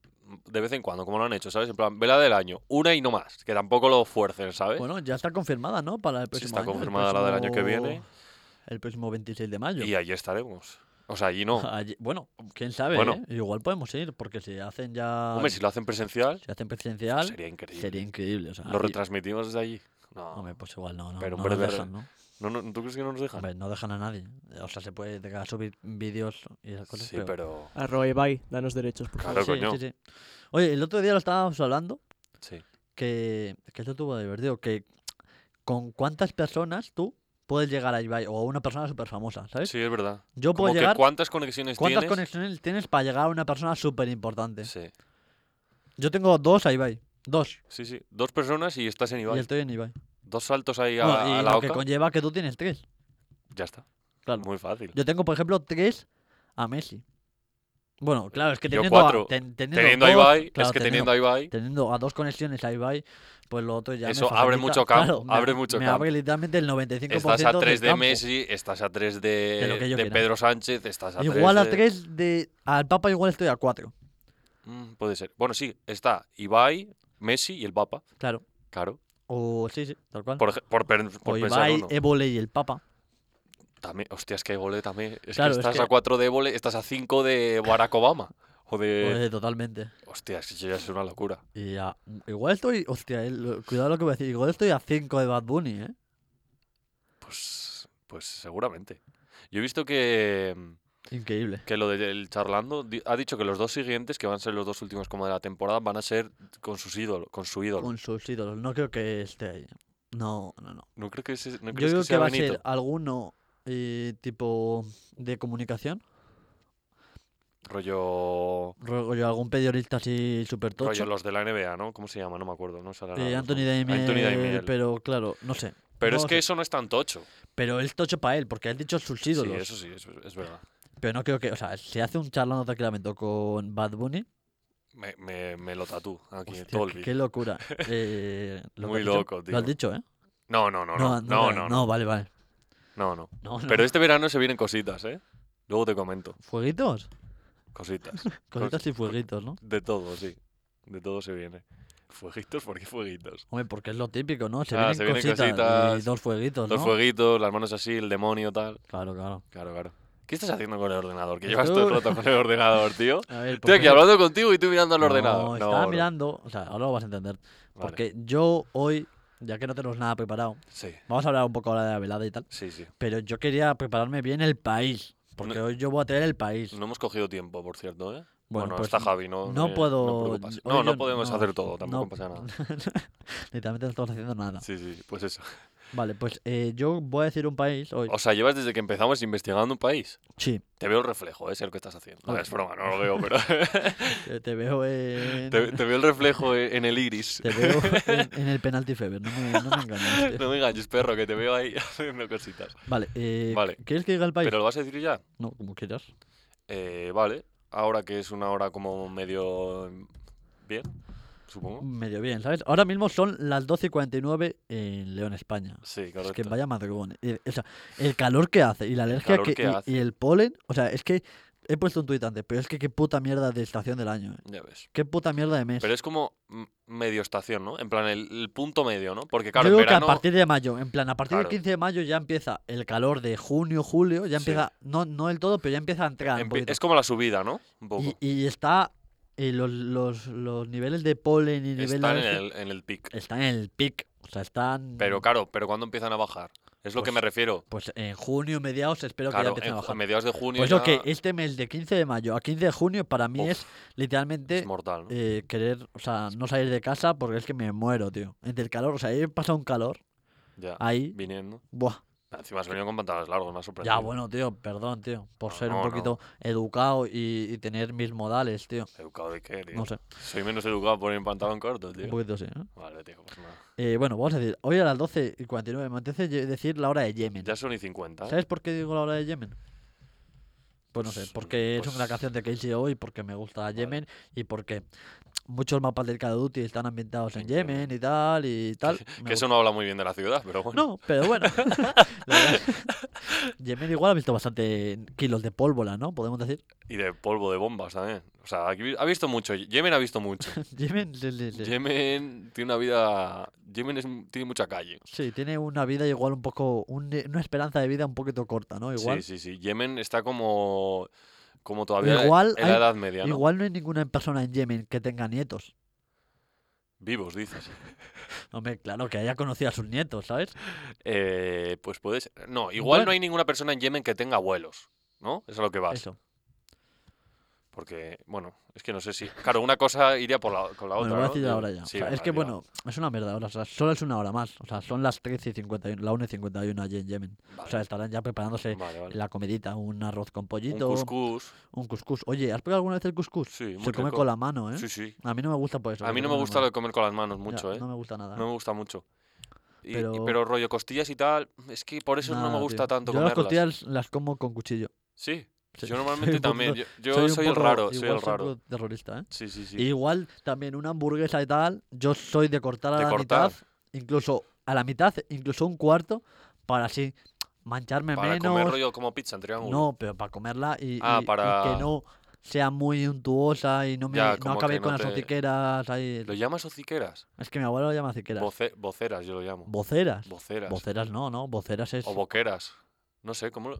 [SPEAKER 2] de vez en cuando, como lo han hecho, ¿sabes? En plan, vela del año, una y no más, que tampoco lo fuercen, ¿sabes?
[SPEAKER 3] Bueno, ya está confirmada, ¿no? Para el
[SPEAKER 2] ¿Eh? Sí,
[SPEAKER 3] próximo
[SPEAKER 2] está
[SPEAKER 3] año, el
[SPEAKER 2] confirmada la del año que
[SPEAKER 3] próximo-
[SPEAKER 2] viene.
[SPEAKER 3] El próximo 26 de mayo.
[SPEAKER 2] y allí estaremos. O sea, allí no.
[SPEAKER 3] *laughs* Allí- bueno, quién sabe,
[SPEAKER 2] Bueno.
[SPEAKER 3] ¿eh? Igual podemos ir, porque si hacen ya...
[SPEAKER 2] Hombre, si lo hacen presencial,
[SPEAKER 3] si hacen presencial, sería
[SPEAKER 2] sería increíble.
[SPEAKER 3] increíble. o sea,
[SPEAKER 2] ¿Lo
[SPEAKER 3] y-
[SPEAKER 2] retransmitimos desde allí? No.
[SPEAKER 3] Hombre, pues igual no, no,
[SPEAKER 2] Pero un
[SPEAKER 3] no nos
[SPEAKER 2] verdadero-
[SPEAKER 3] dejan, ¿no?
[SPEAKER 2] No, no, ¿Tú crees que no nos dejan?
[SPEAKER 3] Hombre, no dejan a nadie. O sea, se puede llegar a subir vídeos y esas cosas,
[SPEAKER 2] sí, pero...
[SPEAKER 4] Arroba Ibai, danos derechos, por favor.
[SPEAKER 2] Claro,
[SPEAKER 3] Sí,
[SPEAKER 2] coño.
[SPEAKER 3] sí, sí. Oye, el otro día lo estábamos hablando,
[SPEAKER 2] Sí.
[SPEAKER 3] que, que esto estuvo divertido, que con cuántas personas tú puedes llegar a Ibai, o a una persona súper famosa, ¿sabes?
[SPEAKER 2] Sí, es verdad.
[SPEAKER 3] Yo
[SPEAKER 2] Como
[SPEAKER 3] puedo
[SPEAKER 2] que
[SPEAKER 3] llegar...
[SPEAKER 2] ¿Cuántas conexiones
[SPEAKER 3] ¿Cuántas
[SPEAKER 2] tienes?
[SPEAKER 3] conexiones tienes para llegar a una persona súper importante?
[SPEAKER 2] Sí.
[SPEAKER 3] Yo tengo dos a Ibai. Dos.
[SPEAKER 2] sí, sí. Dos personas y estás en
[SPEAKER 3] Y
[SPEAKER 2] Ibai.
[SPEAKER 3] estoy en Ibai.
[SPEAKER 2] Dos saltos ahí a,
[SPEAKER 3] Bueno,
[SPEAKER 2] a
[SPEAKER 3] y
[SPEAKER 2] la
[SPEAKER 3] lo que
[SPEAKER 2] oca.
[SPEAKER 3] conlleva que tú tienes tres.
[SPEAKER 2] Ya está.
[SPEAKER 3] Claro.
[SPEAKER 2] Muy fácil.
[SPEAKER 3] Yo tengo, por ejemplo, tres a Messi. Bueno, claro, es que
[SPEAKER 2] Yo
[SPEAKER 3] teniendo,
[SPEAKER 2] cuatro.
[SPEAKER 3] A, ten- teniendo,
[SPEAKER 2] Teniendo a
[SPEAKER 3] dos-
[SPEAKER 2] Ibai,
[SPEAKER 3] claro,
[SPEAKER 2] es que teniendo a Ibai...
[SPEAKER 3] teniendo a dos conexiones a Ibai, pues lo otro ya me
[SPEAKER 2] Eso abre
[SPEAKER 3] facilita-
[SPEAKER 2] mucho campo,
[SPEAKER 3] claro, me-
[SPEAKER 2] abre mucho
[SPEAKER 3] me
[SPEAKER 2] campo.
[SPEAKER 3] abre literalmente el 95%
[SPEAKER 2] Estás a 3
[SPEAKER 3] del
[SPEAKER 2] de
[SPEAKER 3] campo.
[SPEAKER 2] Messi, estás a 3 de,
[SPEAKER 3] De lo que yo
[SPEAKER 2] de
[SPEAKER 3] quiera.
[SPEAKER 2] Pedro Sánchez, estás a 3
[SPEAKER 3] Igual a
[SPEAKER 2] de-
[SPEAKER 3] tres de... Al Papa igual estoy a cuatro.
[SPEAKER 2] Mm, puede ser. Bueno, sí, está Ibai, Messi y el Papa,
[SPEAKER 3] Claro.
[SPEAKER 2] claro.
[SPEAKER 3] O sí, sí, tal cual.
[SPEAKER 2] Por, ej- por, per- por
[SPEAKER 3] o
[SPEAKER 2] pensar
[SPEAKER 3] Ibai,
[SPEAKER 2] uno.
[SPEAKER 3] Évole y el Papa.
[SPEAKER 2] También, hostia, es que Évole también. Es
[SPEAKER 3] Claro,
[SPEAKER 2] que
[SPEAKER 3] es
[SPEAKER 2] estás
[SPEAKER 3] que-
[SPEAKER 2] a 4 de Évole, estás a 5 de
[SPEAKER 3] *laughs*
[SPEAKER 2] Barack Obama. O de...
[SPEAKER 3] Pues, totalmente.
[SPEAKER 2] Hostia, es que eso ya es una locura.
[SPEAKER 3] Y a- igual estoy. Hostia, eh, lo- cuidado lo que voy a decir. Igual estoy a 5 de Bad Bunny, ¿eh?
[SPEAKER 2] Pues, pues seguramente. Yo he visto que, mm,
[SPEAKER 3] Increíble.
[SPEAKER 2] que lo del charlando di- ha dicho que los dos siguientes, que van a ser los dos últimos como de la temporada, van a ser con sus ídolos, con su ídolo.
[SPEAKER 3] Con sus ídolos. No creo que esté ahí. No, no, no.
[SPEAKER 2] No creo que ese- no
[SPEAKER 3] Yo
[SPEAKER 2] crees
[SPEAKER 3] creo que,
[SPEAKER 2] sea
[SPEAKER 3] va a
[SPEAKER 2] Benito.
[SPEAKER 3] ser alguno eh, tipo de comunicación.
[SPEAKER 2] Rollo.
[SPEAKER 3] Rollo, algún periodista así súper
[SPEAKER 2] Rollo
[SPEAKER 3] tocho.
[SPEAKER 2] los de la NBA, ¿no? ¿Cómo se llama? No me acuerdo. No sale
[SPEAKER 3] Eh,
[SPEAKER 2] ahora
[SPEAKER 3] Anthony
[SPEAKER 2] mismo.
[SPEAKER 3] Daimiel.
[SPEAKER 2] Anthony Daimiel.
[SPEAKER 3] Pero claro, no sé.
[SPEAKER 2] Pero
[SPEAKER 3] no
[SPEAKER 2] es
[SPEAKER 3] lo
[SPEAKER 2] que
[SPEAKER 3] sé.
[SPEAKER 2] eso no es tan tocho.
[SPEAKER 3] Pero él tocho para él, porque él ha dicho sus
[SPEAKER 2] Sí,
[SPEAKER 3] ídolos.
[SPEAKER 2] eso sí, eso es, es verdad.
[SPEAKER 3] Pero no creo que. O sea, si hace un charlando tranquilamente con Bad Bunny.
[SPEAKER 2] Me, me, me lo tatú aquí,
[SPEAKER 3] hostia,
[SPEAKER 2] todo el
[SPEAKER 3] qué,
[SPEAKER 2] vídeo. *laughs*
[SPEAKER 3] qué locura. Eh, ¿lo que
[SPEAKER 2] Muy
[SPEAKER 3] has dicho?
[SPEAKER 2] loco,
[SPEAKER 3] Lo has
[SPEAKER 2] tío.
[SPEAKER 3] dicho, ¿eh?
[SPEAKER 2] No, no, no, no, no,
[SPEAKER 3] no,
[SPEAKER 2] no, no,
[SPEAKER 3] vale, vale.
[SPEAKER 2] no, no.
[SPEAKER 3] No, no.
[SPEAKER 2] Pero este verano se vienen cositas, ¿eh? Luego te comento.
[SPEAKER 3] ¿Fueguitos?
[SPEAKER 2] Cositas.
[SPEAKER 3] *laughs* Cositas y fueguitos, ¿no?
[SPEAKER 2] De todo, sí. De todo se viene. ¿Fueguitos? ¿Por qué fueguitos?
[SPEAKER 3] Hombre, porque es lo típico, ¿no? Se
[SPEAKER 2] Ah,
[SPEAKER 3] vienen,
[SPEAKER 2] se vienen
[SPEAKER 3] cositas, y
[SPEAKER 2] cositas,
[SPEAKER 3] dos fueguitos, ¿no?
[SPEAKER 2] Los fueguitos, las manos así, el demonio, tal.
[SPEAKER 3] Claro, claro.
[SPEAKER 2] Claro, claro. ¿Qué estás haciendo con el ordenador? Que
[SPEAKER 3] Yo
[SPEAKER 2] llevas todo el
[SPEAKER 3] estoy-
[SPEAKER 2] rato con el ordenador,
[SPEAKER 3] *laughs*
[SPEAKER 2] tío.
[SPEAKER 3] A ver,
[SPEAKER 2] Estoy aquí
[SPEAKER 3] porque-
[SPEAKER 2] hablando contigo y tú mirando al
[SPEAKER 3] No,
[SPEAKER 2] ordenador. No,
[SPEAKER 3] estaba
[SPEAKER 2] no.
[SPEAKER 3] mirando, o sea, ahora lo vas a entender.
[SPEAKER 2] Vale.
[SPEAKER 3] Porque yo hoy, ya que no tenemos nada preparado,
[SPEAKER 2] Sí,
[SPEAKER 3] vamos a hablar un poco ahora de la velada y tal,
[SPEAKER 2] sí, sí.
[SPEAKER 3] pero yo quería prepararme bien el país, porque
[SPEAKER 2] No-
[SPEAKER 3] hoy yo voy a tener el país.
[SPEAKER 2] No hemos cogido tiempo, por cierto, ¿eh?
[SPEAKER 3] Bueno,
[SPEAKER 2] Bueno,
[SPEAKER 3] pues
[SPEAKER 2] está Javi, no.
[SPEAKER 3] no
[SPEAKER 2] eh,
[SPEAKER 3] puedo-
[SPEAKER 2] No, preocupas.
[SPEAKER 3] hoy
[SPEAKER 2] no, no
[SPEAKER 3] yo
[SPEAKER 2] podemos
[SPEAKER 3] no-
[SPEAKER 2] hacer todo, tampoco
[SPEAKER 3] no.
[SPEAKER 2] pasa nada.
[SPEAKER 3] *laughs* Literalmente no estamos haciendo nada.
[SPEAKER 2] Sí, sí, pues eso.
[SPEAKER 3] Vale, pues eh, yo voy a decir un país hoy.
[SPEAKER 2] O sea, llevas desde que empezamos investigando un país.
[SPEAKER 3] Sí,
[SPEAKER 2] Te veo el reflejo, ¿eh? sé lo que estás haciendo. No,
[SPEAKER 3] Ok.
[SPEAKER 2] es broma, no lo veo,
[SPEAKER 3] *laughs*
[SPEAKER 2] pero.
[SPEAKER 3] te, te veo en...
[SPEAKER 2] te, te veo el reflejo e- en el iris.
[SPEAKER 3] te veo en, en el penalti fever, no me, no me engañes. tío.
[SPEAKER 2] *laughs* No me engañes, perro, que te veo ahí *laughs* haciendo cositas.
[SPEAKER 3] Vale, eh,
[SPEAKER 2] Vale.
[SPEAKER 3] ¿quieres que diga el país?
[SPEAKER 2] ¿Pero lo vas a decir ya?
[SPEAKER 3] No, como quieras.
[SPEAKER 2] Eh, vale. Ahora que es una hora como medio. Bien, supongo.
[SPEAKER 3] Medio bien, ¿sabes? Ahora mismo son las 12 y 49 en León, España.
[SPEAKER 2] Sí,
[SPEAKER 3] Es
[SPEAKER 2] correcto.
[SPEAKER 3] que vaya madrugón. eh. O sea, el calor que hace y la alergia
[SPEAKER 2] calor
[SPEAKER 3] que,
[SPEAKER 2] que
[SPEAKER 3] y-
[SPEAKER 2] hace.
[SPEAKER 3] y, el polen. O sea, es que he puesto un tuit antes, pero es que qué puta mierda de estación del año. eh.
[SPEAKER 2] Ya ves.
[SPEAKER 3] Qué puta mierda de mes.
[SPEAKER 2] Pero es como m- medio estación, ¿no? En plan, el, el punto medio, ¿no? Porque,
[SPEAKER 3] Yo
[SPEAKER 2] claro, en
[SPEAKER 3] digo
[SPEAKER 2] verano.
[SPEAKER 3] que a partir de mayo, en plan, a partir
[SPEAKER 2] Claro.
[SPEAKER 3] del 15 de mayo ya empieza el calor de junio, julio, ya
[SPEAKER 2] Sí.
[SPEAKER 3] empieza, no, no del todo, pero ya empieza a entrar. un
[SPEAKER 2] empie-
[SPEAKER 3] poquito.
[SPEAKER 2] es como la subida, ¿no? Un poco.
[SPEAKER 3] y, y está eh, los, los, los niveles de polen y nivel de Eh,
[SPEAKER 2] Están en
[SPEAKER 3] alergia
[SPEAKER 2] el, en el pic.
[SPEAKER 3] están en el pic. O sea, están.
[SPEAKER 2] Pero claro, pero ¿cuándo empiezan a bajar? Es lo que
[SPEAKER 3] Pues,
[SPEAKER 2] me refiero.
[SPEAKER 3] Pues en junio, mediados, espero que ya
[SPEAKER 2] Claro,
[SPEAKER 3] empiecen
[SPEAKER 2] en
[SPEAKER 3] a
[SPEAKER 2] ju- a
[SPEAKER 3] bajar.
[SPEAKER 2] mediados de junio
[SPEAKER 3] Pues
[SPEAKER 2] ya
[SPEAKER 3] lo que este mes de 15 de mayo a 15 de junio para mí
[SPEAKER 2] Uf,
[SPEAKER 3] es literalmente
[SPEAKER 2] es mortal, ¿no?
[SPEAKER 3] eh, querer, o sea, no salir de casa porque es que me muero, tío. Entre el calor, o sea, he pasado un calor
[SPEAKER 2] ya,
[SPEAKER 3] ahí,
[SPEAKER 2] viniendo.
[SPEAKER 3] buah.
[SPEAKER 2] Encima has venido con pantalones largos, me ha sorprendido.
[SPEAKER 3] Ya, bueno, tío, perdón, tío. Por
[SPEAKER 2] No,
[SPEAKER 3] ser
[SPEAKER 2] no,
[SPEAKER 3] un poquito educado y, y tener mis modales, tío.
[SPEAKER 2] ¿Educado de qué, tío?
[SPEAKER 3] No sé,
[SPEAKER 2] Soy menos educado por ir en pantalón corto,
[SPEAKER 3] un
[SPEAKER 2] tío.
[SPEAKER 3] poquito sí. ¿eh?
[SPEAKER 2] Vale, tío, pues nada.
[SPEAKER 3] Eh, bueno, vamos a decir, hoy a las 12 y 49 me apetece ye- decir la hora de Yemen.
[SPEAKER 2] Ya son y 50. ¿eh?
[SPEAKER 3] ¿Sabes por qué digo la hora de Yemen? Pues no sé,
[SPEAKER 2] Pues,
[SPEAKER 3] porque es una
[SPEAKER 2] pues-
[SPEAKER 3] canción de Casey hoy, porque me gusta Yemen y porque muchos mapas del Call of Duty están ambientados en
[SPEAKER 2] En
[SPEAKER 3] Yemen y
[SPEAKER 2] *laughs*
[SPEAKER 3] tal y tal. me
[SPEAKER 2] Que eso no habla muy bien de la ciudad, pero bueno.
[SPEAKER 3] No, pero
[SPEAKER 2] *laughs*
[SPEAKER 3] bueno. *laughs* La verdad- Yemen igual ha visto bastante kilos de pólvora, ¿no? Podemos decir. *laughs*
[SPEAKER 2] Y de polvo de bombas también. O sea, aquí ha visto mucho. Yemen ha visto mucho.
[SPEAKER 3] Yemen, sí, *laughs* sí, sí.
[SPEAKER 2] Yemen tiene una vida. Yemen es- tiene mucha calle.
[SPEAKER 3] Sí, tiene una vida igual un poco, un- una esperanza de vida un poquito corta, ¿no? Igual.
[SPEAKER 2] Sí, sí, sí. Yemen está como. Como todavía
[SPEAKER 3] Igual
[SPEAKER 2] en la
[SPEAKER 3] hay-
[SPEAKER 2] Edad Media, ¿no?
[SPEAKER 3] Igual no hay ninguna persona en Yemen que tenga nietos.
[SPEAKER 2] Vivos, dices.
[SPEAKER 3] Hombre, claro, que haya conocido a sus nietos, ¿sabes?
[SPEAKER 2] Eh, pues puedes. No, igual no
[SPEAKER 3] Bueno.
[SPEAKER 2] hay ninguna persona en Yemen que tenga abuelos, ¿no? Eso es a lo que vas.
[SPEAKER 3] Eso.
[SPEAKER 2] Porque, bueno, es que no sé si. Claro, una cosa iría por la, con la
[SPEAKER 3] Bueno,
[SPEAKER 2] otra.
[SPEAKER 3] lo voy a
[SPEAKER 2] ¿no?
[SPEAKER 3] decir
[SPEAKER 2] Digo,
[SPEAKER 3] ahora ya.
[SPEAKER 2] sí,
[SPEAKER 3] O sea, es
[SPEAKER 2] venga,
[SPEAKER 3] que,
[SPEAKER 2] tira.
[SPEAKER 3] bueno, es una mierda. O sea, solo es una hora más. O sea, son las 13 y 51, la 1 y 51 allí en Yemen. O
[SPEAKER 2] Vale,
[SPEAKER 3] sea, estarán ya preparándose
[SPEAKER 2] vale, vale.
[SPEAKER 3] la comidita, un arroz con
[SPEAKER 2] Un
[SPEAKER 3] pollito,
[SPEAKER 2] cuscús.
[SPEAKER 3] un cuscús. Oye, ¿has probado alguna vez el cuscús?
[SPEAKER 2] Sí, muy
[SPEAKER 3] Se come
[SPEAKER 2] rico.
[SPEAKER 3] con la mano, ¿eh?
[SPEAKER 2] Sí, sí.
[SPEAKER 3] A mí no me gusta por eso.
[SPEAKER 2] A
[SPEAKER 3] que
[SPEAKER 2] mí
[SPEAKER 3] se
[SPEAKER 2] no me
[SPEAKER 3] come con
[SPEAKER 2] gusta lo
[SPEAKER 3] la
[SPEAKER 2] de comer con las manos
[SPEAKER 3] mano. Ya,
[SPEAKER 2] mucho, ¿eh?
[SPEAKER 3] No me gusta nada.
[SPEAKER 2] No me gusta mucho. Y, y- pero...
[SPEAKER 3] Pero-
[SPEAKER 2] rollo costillas y tal, es que por eso no
[SPEAKER 3] Nada,
[SPEAKER 2] me
[SPEAKER 3] tío.
[SPEAKER 2] gusta tanto
[SPEAKER 3] Yo las
[SPEAKER 2] comerlas.
[SPEAKER 3] costillas las como con cuchillo.
[SPEAKER 2] Sí,
[SPEAKER 3] *laughs* Sí,
[SPEAKER 2] yo
[SPEAKER 3] soy
[SPEAKER 2] normalmente
[SPEAKER 3] un poquito-
[SPEAKER 2] también. Yo, yo
[SPEAKER 3] un
[SPEAKER 2] soy, el
[SPEAKER 3] poco-
[SPEAKER 2] raro, soy
[SPEAKER 3] igual
[SPEAKER 2] el raro.
[SPEAKER 3] un poco terrorista, ¿eh?
[SPEAKER 2] Sí, sí, sí.
[SPEAKER 3] Igual también una hamburguesa y tal, yo soy de cortar a
[SPEAKER 2] De
[SPEAKER 3] la
[SPEAKER 2] cortar.
[SPEAKER 3] mitad, incluso a la mitad, incluso un cuarto, para así mancharme
[SPEAKER 2] Para
[SPEAKER 3] menos.
[SPEAKER 2] comer rollo como pizza en triángulo.
[SPEAKER 3] No, pero para comerla y,
[SPEAKER 2] Ah,
[SPEAKER 3] y- y
[SPEAKER 2] para-
[SPEAKER 3] que no sea muy untuosa y no me
[SPEAKER 2] Ya,
[SPEAKER 3] no
[SPEAKER 2] como
[SPEAKER 3] acabe
[SPEAKER 2] que
[SPEAKER 3] con
[SPEAKER 2] no
[SPEAKER 3] las
[SPEAKER 2] te-
[SPEAKER 3] hociqueras ahí.
[SPEAKER 2] ¿Lo llamas hociqueras?
[SPEAKER 3] Es que mi abuelo lo llama hociqueras.
[SPEAKER 2] Voce- voceras, yo lo llamo.
[SPEAKER 3] Voceras.
[SPEAKER 2] Voceras.
[SPEAKER 3] Voceras no, no, voceras es.
[SPEAKER 2] O boqueras. No sé,
[SPEAKER 3] *laughs*
[SPEAKER 2] ¿cómo lo...?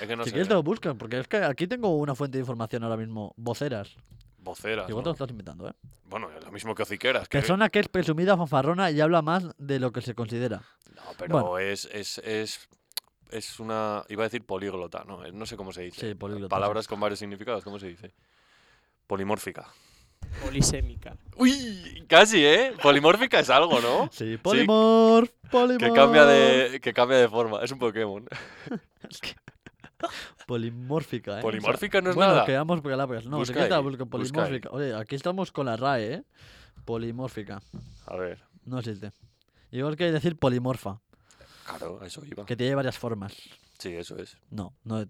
[SPEAKER 2] Es que no
[SPEAKER 3] si
[SPEAKER 2] sé.
[SPEAKER 3] quieres te lo buscan, porque es que aquí tengo una fuente de información ahora mismo. Voceras.
[SPEAKER 2] Voceras.
[SPEAKER 3] Igual te
[SPEAKER 2] Ah, ¿no?
[SPEAKER 3] lo estás inventando, ¿eh?
[SPEAKER 2] Bueno, es lo mismo que hociqueras. Que...
[SPEAKER 3] Persona que es presumida, fanfarrona y habla más de lo que se considera.
[SPEAKER 2] No, pero es, es, es, es una... Iba a decir políglota, ¿no? Eh, No sé cómo se dice.
[SPEAKER 3] Sí, políglota, sí.
[SPEAKER 2] Palabras con varios significados, ¿cómo se dice? Polimórfica.
[SPEAKER 4] Polisémica.
[SPEAKER 2] Uy, casi, ¿eh? Polimórfica es algo, ¿no?
[SPEAKER 3] *laughs* Sí, polimorf, polimorf.
[SPEAKER 2] Que cambia de, que cambia de forma. Es un Pokémon. *laughs*
[SPEAKER 3] Polimórfica, ¿eh? O sea,
[SPEAKER 2] Polimórfica no es
[SPEAKER 3] bueno,
[SPEAKER 2] nada.
[SPEAKER 3] quedamos palabras. No,
[SPEAKER 2] Busca
[SPEAKER 3] ¿de qué está
[SPEAKER 2] ahí,
[SPEAKER 3] busca-
[SPEAKER 2] busca ahí.
[SPEAKER 3] polimórfica? Oye, aquí estamos con la RAE, ¿eh? Polimórfica.
[SPEAKER 2] A ver,
[SPEAKER 3] No existe. Igual que decir polimorfa,
[SPEAKER 2] claro, a eso iba.
[SPEAKER 3] que tiene varias formas.
[SPEAKER 2] Sí, eso es.
[SPEAKER 3] No, no.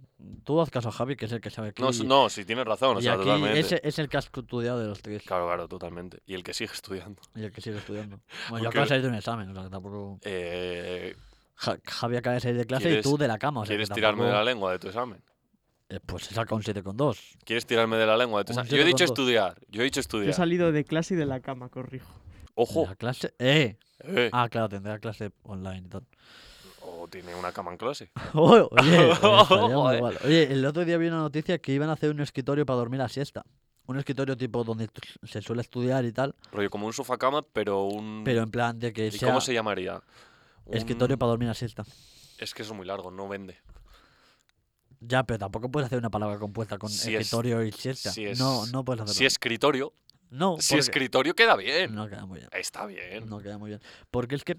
[SPEAKER 3] Tú haz caso a Javi, que es el que sabe aquí.
[SPEAKER 2] No, s- no, sí, tienes razón, o
[SPEAKER 3] y
[SPEAKER 2] sea,
[SPEAKER 3] aquí
[SPEAKER 2] totalmente.
[SPEAKER 3] ese es el que has estudiado de los tres
[SPEAKER 2] Claro, claro, totalmente. Y el que sigue *laughs* estudiando.
[SPEAKER 3] y el que sigue estudiando. Bueno, yo
[SPEAKER 2] Aunque-
[SPEAKER 3] acabo de salir de un examen, o sea, que tampoco...
[SPEAKER 2] Eh,
[SPEAKER 3] Ja- Javi acaba de salir de clase y
[SPEAKER 2] ¿Quieres-
[SPEAKER 3] tú de la cama, o sea, que
[SPEAKER 2] ¿Quieres tirarme de la
[SPEAKER 3] tampoco-
[SPEAKER 2] lengua de tu examen?
[SPEAKER 3] Eh, Pues se saca un 7,2.
[SPEAKER 2] ¿Quieres tirarme de la lengua de tu
[SPEAKER 3] Un
[SPEAKER 2] examen? Yo he dicho
[SPEAKER 3] 7,2.
[SPEAKER 2] estudiar, yo he dicho
[SPEAKER 4] Yo he
[SPEAKER 2] estudiar.
[SPEAKER 4] salido de clase y de la cama, corrijo.
[SPEAKER 2] Ojo,
[SPEAKER 3] La clase... ¡Eh!
[SPEAKER 2] eh,
[SPEAKER 3] Ah, claro, tendrá clase online y
[SPEAKER 2] *laughs*
[SPEAKER 3] todo.
[SPEAKER 2] o tiene una cama en clase.
[SPEAKER 3] *laughs* Oye,
[SPEAKER 2] *laughs*
[SPEAKER 3] oye, estaría muy
[SPEAKER 2] Joder.
[SPEAKER 3] guay. Oye, el otro día vi una noticia que iban a hacer un escritorio para dormir la siesta. Un escritorio tipo donde t- se suele estudiar y tal,
[SPEAKER 2] Rollo como un sofá cama, pero un...
[SPEAKER 3] pero en plan de que
[SPEAKER 2] Mm. ¿Y
[SPEAKER 3] sea
[SPEAKER 2] cómo se llamaría?
[SPEAKER 3] escritorio
[SPEAKER 2] Un-
[SPEAKER 3] para dormir la siesta.
[SPEAKER 2] Es que eso es muy largo, no vende.
[SPEAKER 3] Ya, pero tampoco puedes hacer una palabra compuesta con
[SPEAKER 2] Si es-
[SPEAKER 3] escritorio y siesta.
[SPEAKER 2] si es-
[SPEAKER 3] no, no puedes hacerlo.
[SPEAKER 2] Si escritorio,
[SPEAKER 3] no,
[SPEAKER 2] si
[SPEAKER 3] porque-
[SPEAKER 2] escritorio queda bien.
[SPEAKER 3] no queda muy bien.
[SPEAKER 2] Está bien.
[SPEAKER 3] No queda muy bien. Porque es que,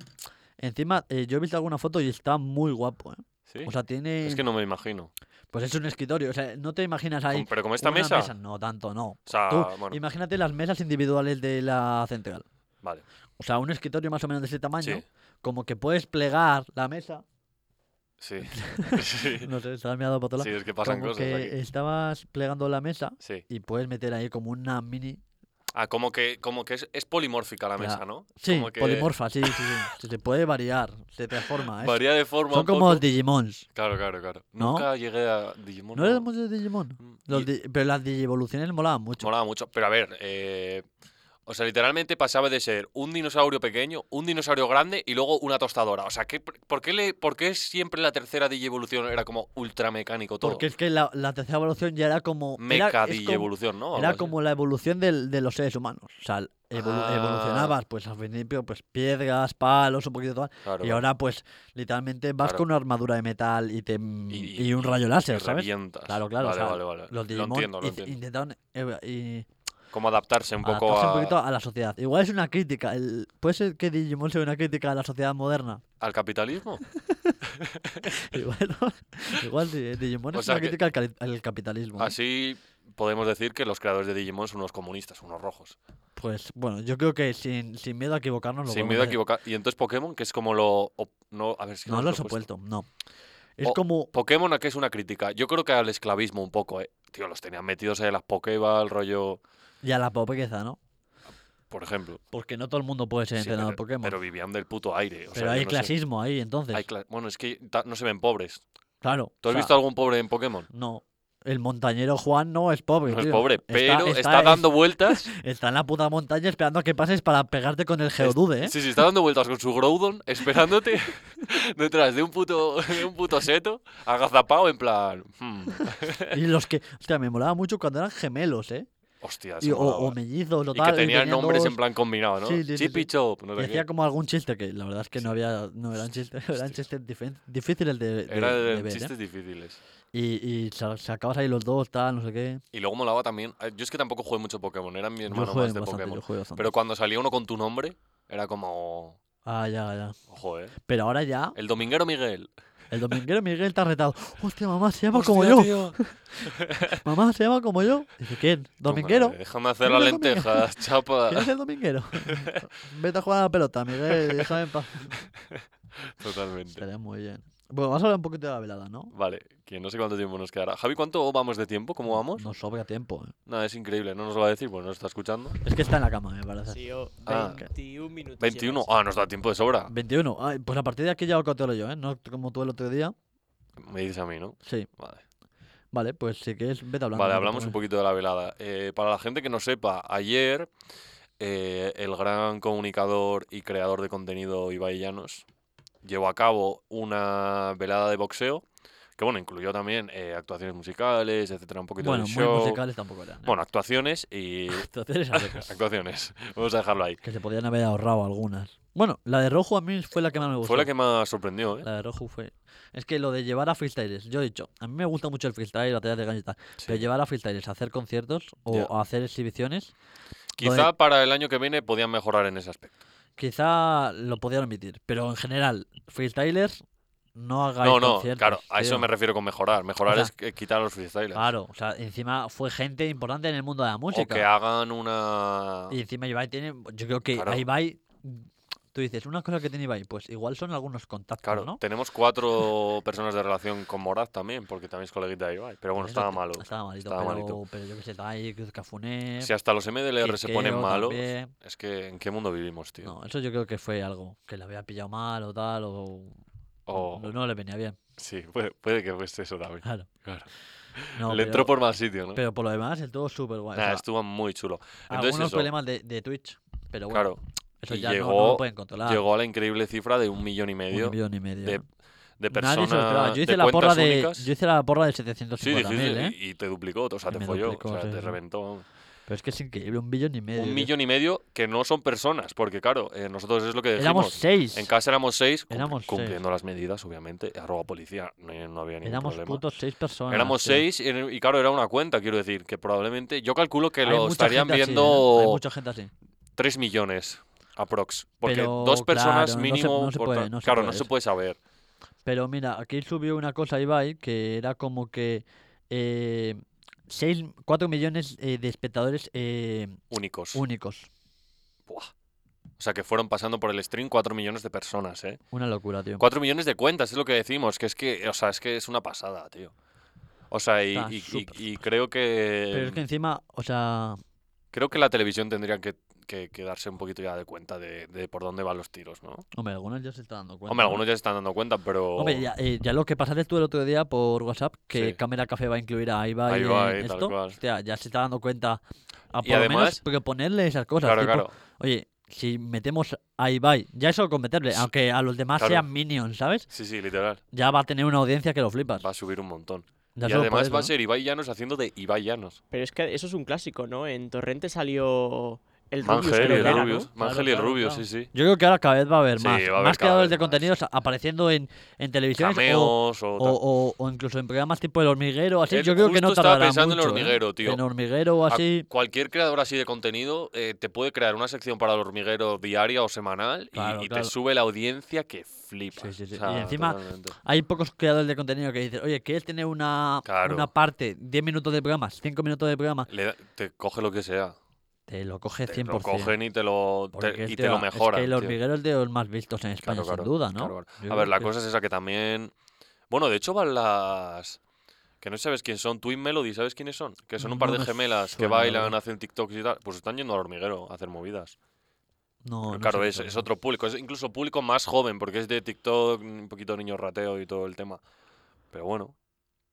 [SPEAKER 3] encima, eh, yo he visto alguna foto y está muy guapo, ¿eh?
[SPEAKER 2] ¿Sí?
[SPEAKER 3] O sea, tiene...
[SPEAKER 2] es que no me imagino.
[SPEAKER 3] Pues es un escritorio, o sea, no te imaginas ahí...
[SPEAKER 2] Con- pero como esta
[SPEAKER 3] una
[SPEAKER 2] mesa,
[SPEAKER 3] No, tanto, no.
[SPEAKER 2] o sea,
[SPEAKER 3] Tú
[SPEAKER 2] Ah, bueno,
[SPEAKER 3] Imagínate las mesas individuales de la central.
[SPEAKER 2] vale.
[SPEAKER 3] O sea, un escritorio más o menos de ese tamaño,
[SPEAKER 2] Sí,
[SPEAKER 3] como que puedes plegar la mesa.
[SPEAKER 2] sí. *laughs* sí.
[SPEAKER 3] No sé, estabas mirando para otro
[SPEAKER 2] Sí,
[SPEAKER 3] lado.
[SPEAKER 2] es que pasan
[SPEAKER 3] como
[SPEAKER 2] cosas
[SPEAKER 3] que eh,
[SPEAKER 2] aquí.
[SPEAKER 3] estabas plegando la mesa
[SPEAKER 2] Sí.
[SPEAKER 3] y puedes meter ahí como una mini.
[SPEAKER 2] Ah, como que, como que es, es polimórfica la
[SPEAKER 3] Ya.
[SPEAKER 2] mesa, ¿no?
[SPEAKER 3] Sí,
[SPEAKER 2] Como que
[SPEAKER 3] polimorfa, sí, sí, sí. Se te puede variar, se transforma. ¿eh?
[SPEAKER 2] Varía de forma.
[SPEAKER 3] Son
[SPEAKER 2] un
[SPEAKER 3] como los
[SPEAKER 2] poco.
[SPEAKER 3] Digimons.
[SPEAKER 2] Claro, claro, claro.
[SPEAKER 3] ¿No?
[SPEAKER 2] Nunca llegué a Digimon.
[SPEAKER 3] ¿No eres mucho de Digimon?
[SPEAKER 2] Mm,
[SPEAKER 3] Los
[SPEAKER 2] y-
[SPEAKER 3] di- Pero las Digievoluciones molaban mucho.
[SPEAKER 2] Molaba mucho. Pero a ver, eh, o sea, literalmente pasaba de ser un dinosaurio pequeño, un dinosaurio grande y luego una tostadora. O sea, ¿qué, por, qué le, ¿por qué siempre la tercera digievolución era como ultramecánico todo?
[SPEAKER 3] Porque es que la, la tercera evolución ya era como. era-
[SPEAKER 2] Meca
[SPEAKER 3] es como-
[SPEAKER 2] digievolución, ¿no?
[SPEAKER 3] Era
[SPEAKER 2] Algo así.
[SPEAKER 3] como la evolución del- de los seres humanos. O sea, evolu-
[SPEAKER 2] Ah.
[SPEAKER 3] evolucionabas, pues al principio, pues piedras, palos, un poquito de todo.
[SPEAKER 2] Claro,
[SPEAKER 3] Y ahora, pues, literalmente vas
[SPEAKER 2] Claro.
[SPEAKER 3] con una armadura de metal y te
[SPEAKER 2] Y-
[SPEAKER 3] y, un rayo
[SPEAKER 2] te
[SPEAKER 3] láser, ¿sabes?
[SPEAKER 2] revientas.
[SPEAKER 3] Claro, claro, o
[SPEAKER 2] Vale,
[SPEAKER 3] sea,
[SPEAKER 2] vale, vale.
[SPEAKER 3] Los
[SPEAKER 2] lo
[SPEAKER 3] Digimon
[SPEAKER 2] entiendo, lo
[SPEAKER 3] hic-
[SPEAKER 2] entiendo.
[SPEAKER 3] intentaron eva- y
[SPEAKER 2] Cómo adaptarse un poco
[SPEAKER 3] adaptarse
[SPEAKER 2] a-
[SPEAKER 3] un poquito a la sociedad. Igual es una crítica. el- ¿Puede ser que Digimon sea una crítica a la sociedad moderna? *laughs*
[SPEAKER 2] al capitalismo.
[SPEAKER 3] Igual, ¿no? *laughs* Igual Di- Digimon
[SPEAKER 2] O
[SPEAKER 3] es
[SPEAKER 2] sea
[SPEAKER 3] una
[SPEAKER 2] que- Ah,
[SPEAKER 3] crítica al cali- al, capitalismo. ¿eh?
[SPEAKER 2] Así podemos decir que los creadores de Digimon son unos comunistas, unos rojos.
[SPEAKER 3] Pues bueno, yo creo que sin, sin miedo a equivocarnos lo
[SPEAKER 2] sin
[SPEAKER 3] podemos
[SPEAKER 2] miedo a
[SPEAKER 3] hacer.
[SPEAKER 2] equivocar. Y entonces Pokémon, que es como lo... op- No, a ver si
[SPEAKER 3] No
[SPEAKER 2] es
[SPEAKER 3] lo
[SPEAKER 2] lo opuesto.
[SPEAKER 3] opuesto, no. Es
[SPEAKER 2] O-
[SPEAKER 3] como.
[SPEAKER 2] Pokémon a que es una crítica. Yo creo que al esclavismo un poco, eh. Tío, los tenían metidos en las Pokéball, rollo,
[SPEAKER 3] Y a la pobreza, ¿no?
[SPEAKER 2] por ejemplo.
[SPEAKER 3] Porque no todo el mundo puede ser
[SPEAKER 2] Sí,
[SPEAKER 3] entrenador
[SPEAKER 2] pero,
[SPEAKER 3] Pokémon.
[SPEAKER 2] pero
[SPEAKER 3] Pero,
[SPEAKER 2] vivían del puto aire. o sea, yo
[SPEAKER 3] hay
[SPEAKER 2] no sé.
[SPEAKER 3] clasismo ahí, entonces.
[SPEAKER 2] Hay cla- Bueno, es que ta- no se ven pobres.
[SPEAKER 3] Claro.
[SPEAKER 2] ¿Tú has
[SPEAKER 3] o sea,
[SPEAKER 2] visto algún pobre en Pokémon?
[SPEAKER 3] No. El montañero Juan no es pobre.
[SPEAKER 2] No es
[SPEAKER 3] pues, tío.
[SPEAKER 2] pobre,
[SPEAKER 3] Está-
[SPEAKER 2] pero está,
[SPEAKER 3] está- ¿eh?
[SPEAKER 2] dando vueltas.
[SPEAKER 3] Está en la puta montaña esperando a que pases para pegarte con el Geodude,
[SPEAKER 2] *laughs*
[SPEAKER 3] ¿eh?
[SPEAKER 2] Sí, sí, está dando vueltas con su Groudon, esperándote *laughs* detrás de un puto, de un puto seto, agazapado en plan. hmm,
[SPEAKER 3] Y los que. Hostia, me molaba mucho cuando eran gemelos, ¿eh?
[SPEAKER 2] hostia,
[SPEAKER 3] Y-
[SPEAKER 2] eso
[SPEAKER 3] o,
[SPEAKER 2] molaba.
[SPEAKER 3] o mellizos o
[SPEAKER 2] Y
[SPEAKER 3] tal.
[SPEAKER 2] que tenían nombres
[SPEAKER 3] dos,
[SPEAKER 2] en plan combinado, ¿no?
[SPEAKER 3] Sí, sí, sí,
[SPEAKER 2] Chip y
[SPEAKER 3] sí.
[SPEAKER 2] Chop, no
[SPEAKER 3] y
[SPEAKER 2] sé qué.
[SPEAKER 3] hacía como algún chiste que la verdad es que no había. No eran chistes. *laughs* Eran
[SPEAKER 2] Hostia.
[SPEAKER 3] chistes difen- difíciles de, de-
[SPEAKER 2] Era
[SPEAKER 3] de
[SPEAKER 2] de
[SPEAKER 3] ver, ¿eh?
[SPEAKER 2] chistes difíciles.
[SPEAKER 3] Y, y sa- sacabas ahí los dos, tal, no sé qué.
[SPEAKER 2] Y luego molaba también. eh, Yo es que tampoco jugué mucho Pokémon, eran mi
[SPEAKER 3] Yo
[SPEAKER 2] hermano
[SPEAKER 3] jugué
[SPEAKER 2] más de
[SPEAKER 3] bastante, yo
[SPEAKER 2] Pokémon.
[SPEAKER 3] jugué bastante.
[SPEAKER 2] Pero cuando salía uno con tu nombre, era como.
[SPEAKER 3] Ah, ya, ya.
[SPEAKER 2] Ojo, eh.
[SPEAKER 3] Pero ahora ya,
[SPEAKER 2] El dominguero Miguel.
[SPEAKER 3] el dominguero Miguel está retado. Hostia, mamá, se llama Eh, pues como
[SPEAKER 2] Hostia,
[SPEAKER 3] yo.
[SPEAKER 2] tío.
[SPEAKER 3] Mamá, se llama como yo. Dice, ¿quién?
[SPEAKER 2] Tu
[SPEAKER 3] *laughs* ¿Dominguero?
[SPEAKER 2] madre, Déjame hacer las
[SPEAKER 3] Mira, dominguero.
[SPEAKER 2] lentejas,
[SPEAKER 3] *laughs*
[SPEAKER 2] chapa.
[SPEAKER 3] ¿Quién es
[SPEAKER 2] *laughs*
[SPEAKER 3] el dominguero? Vete a jugar a la pelota, Miguel, déjame en paz.
[SPEAKER 2] Totalmente.
[SPEAKER 3] Estaría muy bien. Bueno, vamos a hablar un poquito de la velada, ¿no?
[SPEAKER 2] Vale, que no sé cuánto tiempo nos quedará. Javi, ¿cuánto vamos de tiempo? ¿Cómo vamos?
[SPEAKER 3] Nos sobra tiempo. ¿eh?
[SPEAKER 2] Nada, es increíble, no nos lo va a decir, bueno, no está escuchando.
[SPEAKER 3] Es que está en la cama, me parece.
[SPEAKER 4] Sí, yo,
[SPEAKER 2] Ah.
[SPEAKER 4] 21 minutos.
[SPEAKER 2] 21.
[SPEAKER 4] llevas.
[SPEAKER 2] Ah, nos da tiempo de sobra.
[SPEAKER 3] 21. Ay, pues a partir de aquí ya lo controlo yo, ¿eh? No como tú el otro día.
[SPEAKER 2] Me dices a mí, ¿no?
[SPEAKER 3] Sí.
[SPEAKER 2] Vale.
[SPEAKER 3] Vale, pues si quieres, vete hablando.
[SPEAKER 2] Vale,
[SPEAKER 3] no te
[SPEAKER 2] hablamos un
[SPEAKER 3] preocupes.
[SPEAKER 2] poquito de la velada. Eh, para la gente que no sepa, ayer eh, el gran comunicador y creador de contenido Ibai Llanos llevó a cabo una velada de boxeo que, bueno, incluyó también eh, actuaciones musicales, etcétera, un poquito
[SPEAKER 3] ¿eh? Bueno,
[SPEAKER 2] de
[SPEAKER 3] muy
[SPEAKER 2] show.
[SPEAKER 3] musicales tampoco eran. ¿eh?
[SPEAKER 2] Bueno, actuaciones y *laughs*
[SPEAKER 3] Actuaciones a secas.
[SPEAKER 2] actuaciones. Vamos a dejarlo ahí.
[SPEAKER 3] Que se podían haber ahorrado algunas. Bueno, la de rojo a mí fue la que más me gustó.
[SPEAKER 2] Fue la que más sorprendió, ¿eh?
[SPEAKER 3] La de rojo fue. Es que lo de llevar a freestylers, yo he dicho, a mí me gusta mucho el freestyle, la batalla de gallo y tal,
[SPEAKER 2] Sí.
[SPEAKER 3] pero llevar a freestylers a hacer conciertos o
[SPEAKER 2] Ya.
[SPEAKER 3] a hacer exhibiciones,
[SPEAKER 2] Quizá para el año que viene podían mejorar en ese aspecto.
[SPEAKER 3] quizá lo podían omitir, pero en general, freestylers no hagáis
[SPEAKER 2] No, no,
[SPEAKER 3] conciertos.
[SPEAKER 2] claro, a eso
[SPEAKER 3] tío.
[SPEAKER 2] me refiero con mejorar. Mejorar
[SPEAKER 3] O sea,
[SPEAKER 2] es que- quitar a los freestylers.
[SPEAKER 3] Claro, o sea, encima fue gente importante en el mundo de la
[SPEAKER 2] o que
[SPEAKER 3] música.
[SPEAKER 2] hagan una...
[SPEAKER 3] Y encima Ibai tiene, yo creo que
[SPEAKER 2] Claro.
[SPEAKER 3] a Ibai, tú dices, una cosa que tiene Ibai, pues igual son algunos contactos,
[SPEAKER 2] Claro,
[SPEAKER 3] ¿no?
[SPEAKER 2] tenemos cuatro personas de relación con Moraz también, porque también es coleguita de Ibai. Pero bueno,
[SPEAKER 3] Eso
[SPEAKER 2] estaba
[SPEAKER 3] te-
[SPEAKER 2] malo.
[SPEAKER 3] Estaba malito,
[SPEAKER 2] Estaba
[SPEAKER 3] pero,
[SPEAKER 2] malito.
[SPEAKER 3] pero yo que sé, estaba ahí Cruz Cafuné.
[SPEAKER 2] Si hasta los MDLR se ponen
[SPEAKER 3] Quintero
[SPEAKER 2] malos,
[SPEAKER 3] también.
[SPEAKER 2] es que ¿en qué mundo vivimos, tío?
[SPEAKER 3] No, eso yo creo que fue algo que le había pillado mal o tal, o
[SPEAKER 2] O-
[SPEAKER 3] no, no le venía bien, *laughs*
[SPEAKER 2] Sí, puede, puede que fuese eso también.
[SPEAKER 3] claro.
[SPEAKER 2] Claro.
[SPEAKER 3] *laughs* No,
[SPEAKER 2] Le
[SPEAKER 3] pero,
[SPEAKER 2] entró por mal sitio, ¿no?
[SPEAKER 3] pero por lo demás estuvo súper guay. o
[SPEAKER 2] Nah,
[SPEAKER 3] sea,
[SPEAKER 2] estuvo muy chulo. Entonces
[SPEAKER 3] algunos
[SPEAKER 2] eso,
[SPEAKER 3] problemas de, de Twitch, pero bueno,
[SPEAKER 2] claro,
[SPEAKER 3] eso
[SPEAKER 2] y
[SPEAKER 3] ya no- no,
[SPEAKER 2] llegó-
[SPEAKER 3] lo pueden controlar.
[SPEAKER 2] llegó a la increíble cifra de un millón y
[SPEAKER 3] Un
[SPEAKER 2] medio
[SPEAKER 3] millón y medio.
[SPEAKER 2] de,
[SPEAKER 3] ¿eh?
[SPEAKER 2] de
[SPEAKER 3] Nadie
[SPEAKER 2] personas.
[SPEAKER 3] se lo esperaba. Yo hice
[SPEAKER 2] de
[SPEAKER 3] la porra
[SPEAKER 2] cuentas
[SPEAKER 3] de
[SPEAKER 2] únicas.
[SPEAKER 3] yo hice la porra de
[SPEAKER 2] Sí,
[SPEAKER 3] 750.000,
[SPEAKER 2] difícil.
[SPEAKER 3] ¿eh?
[SPEAKER 2] Y, y te duplicó, o sea,
[SPEAKER 3] Y
[SPEAKER 2] te
[SPEAKER 3] me
[SPEAKER 2] folló,
[SPEAKER 3] duplicó,
[SPEAKER 2] o sea,
[SPEAKER 3] sí,
[SPEAKER 2] te
[SPEAKER 3] sí.
[SPEAKER 2] reventó. vamos.
[SPEAKER 3] Pero es que es increíble, un billón y medio.
[SPEAKER 2] Un
[SPEAKER 3] tío.
[SPEAKER 2] millón y medio que no son personas, porque claro, eh, nosotros es lo que decimos.
[SPEAKER 3] Éramos seis.
[SPEAKER 2] En casa éramos seis, cumpli-
[SPEAKER 3] Éramos seis.
[SPEAKER 2] cumpliendo las medidas, obviamente. Arroba policía, no, no había ningún
[SPEAKER 3] Éramos
[SPEAKER 2] problema.
[SPEAKER 3] putos seis personas.
[SPEAKER 2] Éramos
[SPEAKER 3] tío.
[SPEAKER 2] seis y, y claro, era una cuenta, quiero decir, que probablemente, yo calculo que
[SPEAKER 3] Hay
[SPEAKER 2] lo
[SPEAKER 3] mucha
[SPEAKER 2] estarían
[SPEAKER 3] gente así, ¿eh? Hay
[SPEAKER 2] viendo
[SPEAKER 3] mucha gente así.
[SPEAKER 2] tres millones aprox. Porque
[SPEAKER 3] Pero,
[SPEAKER 2] dos personas
[SPEAKER 3] claro, no se-
[SPEAKER 2] mínimo...
[SPEAKER 3] no se
[SPEAKER 2] por
[SPEAKER 3] puede,
[SPEAKER 2] ta-
[SPEAKER 3] no se
[SPEAKER 2] claro,
[SPEAKER 3] puede
[SPEAKER 2] no se
[SPEAKER 3] eso.
[SPEAKER 2] puede saber.
[SPEAKER 3] Pero mira, aquí subió una cosa Ibai que era como que eh, 4 millones eh, de espectadores eh,
[SPEAKER 2] Únicos.
[SPEAKER 3] únicos.
[SPEAKER 2] Buah. O sea, que fueron pasando por el stream cuatro millones de personas, ¿eh?
[SPEAKER 3] Una locura, tío.
[SPEAKER 2] Cuatro millones de cuentas, es lo que decimos, que es que, o sea, es que es una pasada, tío. O sea, y,
[SPEAKER 3] Está
[SPEAKER 2] y- y-
[SPEAKER 3] súper.
[SPEAKER 2] y creo que...
[SPEAKER 3] Pero es que encima, o sea,
[SPEAKER 2] Creo que la televisión tendría que, que, que darse un poquito ya de cuenta de, de por dónde van los tiros, ¿no?
[SPEAKER 3] hombre, algunos ya se están dando cuenta.
[SPEAKER 2] Hombre,
[SPEAKER 3] ¿no?
[SPEAKER 2] algunos ya se están dando cuenta, pero...
[SPEAKER 3] Hombre, ya, eh, ya lo que pasaste tú el otro día por WhatsApp, que
[SPEAKER 2] Sí.
[SPEAKER 3] Cámara Café va a incluir a Ibai
[SPEAKER 2] Ahí
[SPEAKER 3] en
[SPEAKER 2] va, eh, tal
[SPEAKER 3] esto,
[SPEAKER 2] cual.
[SPEAKER 3] hostia, ya se está dando cuenta. A
[SPEAKER 2] Y
[SPEAKER 3] por lo menos
[SPEAKER 2] además-
[SPEAKER 3] porque ponerle esas cosas.
[SPEAKER 2] claro,
[SPEAKER 3] tipo,
[SPEAKER 2] claro.
[SPEAKER 3] Oye, si metemos a Ibai, ya eso con meterle,
[SPEAKER 2] Sí,
[SPEAKER 3] aunque a los demás
[SPEAKER 2] claro.
[SPEAKER 3] sean minions, ¿sabes?
[SPEAKER 2] Sí, sí, literal.
[SPEAKER 3] Ya va a tener una audiencia que lo flipas.
[SPEAKER 2] Va a subir un montón.
[SPEAKER 3] Ya
[SPEAKER 2] y
[SPEAKER 3] solo por
[SPEAKER 2] además
[SPEAKER 3] eso,
[SPEAKER 2] va a
[SPEAKER 3] ¿no?
[SPEAKER 2] ser Ibai Llanos haciendo de Ibai Llanos.
[SPEAKER 4] Pero es que eso es un clásico, ¿no? En Torrente salió El Rubius
[SPEAKER 2] Mangel y
[SPEAKER 4] creo que
[SPEAKER 2] el
[SPEAKER 4] era,
[SPEAKER 2] Rubius.
[SPEAKER 4] ¿no?
[SPEAKER 2] Mangel y el
[SPEAKER 4] Claro,
[SPEAKER 2] Rubius,
[SPEAKER 4] claro.
[SPEAKER 2] sí, sí.
[SPEAKER 3] Yo creo que ahora cada vez va a haber
[SPEAKER 2] Sí,
[SPEAKER 3] más.
[SPEAKER 2] va a haber
[SPEAKER 3] más
[SPEAKER 2] cada
[SPEAKER 3] creadores de
[SPEAKER 2] vez más.
[SPEAKER 3] contenidos a- apareciendo en, en televisiones o,
[SPEAKER 2] Cameos o, tal.
[SPEAKER 3] o, o- o incluso en programas tipo El Hormiguero. Así,
[SPEAKER 2] El-
[SPEAKER 3] yo creo que no
[SPEAKER 2] justo estaba
[SPEAKER 3] tardará
[SPEAKER 2] pensando en El
[SPEAKER 3] mucho, ¿eh?
[SPEAKER 2] Hormiguero, tío.
[SPEAKER 3] En Hormiguero o
[SPEAKER 2] A
[SPEAKER 3] así.
[SPEAKER 2] cualquier creador así de contenido eh, te puede crear una sección para el hormiguero diaria o semanal y-
[SPEAKER 3] Claro,
[SPEAKER 2] y,
[SPEAKER 3] claro.
[SPEAKER 2] te sube la audiencia que flipa.
[SPEAKER 3] Sí, sí, sí. Y encima- Hay pocos creadores de contenido que dicen, oye, ¿quieres tener una,
[SPEAKER 2] Claro.
[SPEAKER 3] una parte, 10 minutos de programa, 5 minutos de programa?
[SPEAKER 2] te coge lo que sea.
[SPEAKER 3] Te lo coge
[SPEAKER 2] Te
[SPEAKER 3] 100%.
[SPEAKER 2] lo cogen y te lo, te-
[SPEAKER 3] porque es
[SPEAKER 2] y
[SPEAKER 3] de
[SPEAKER 2] te lo
[SPEAKER 3] la-
[SPEAKER 2] mejoran.
[SPEAKER 3] Es que el
[SPEAKER 2] tío.
[SPEAKER 3] hormiguero es de los más vistos en España,
[SPEAKER 2] Claro, claro,
[SPEAKER 3] sin duda, ¿no?
[SPEAKER 2] claro, claro.
[SPEAKER 3] Yo
[SPEAKER 2] A ver,
[SPEAKER 3] creo
[SPEAKER 2] la
[SPEAKER 3] que-
[SPEAKER 2] cosa es esa que también. Bueno, de hecho van las. Que no sabes quién son, Twin Melody, ¿sabes quiénes son? Que son un par
[SPEAKER 3] No
[SPEAKER 2] de
[SPEAKER 3] me
[SPEAKER 2] gemelas que
[SPEAKER 3] suena, la
[SPEAKER 2] bailan,
[SPEAKER 3] verdad.
[SPEAKER 2] hacen TikToks y tal. Pues están yendo al hormiguero a hacer movidas.
[SPEAKER 3] No, no sé
[SPEAKER 2] claro,
[SPEAKER 3] qué
[SPEAKER 2] es,
[SPEAKER 3] son.
[SPEAKER 2] es otro público, es incluso público más joven, porque es de TikTok, un poquito niño rateo y todo el tema. Pero bueno,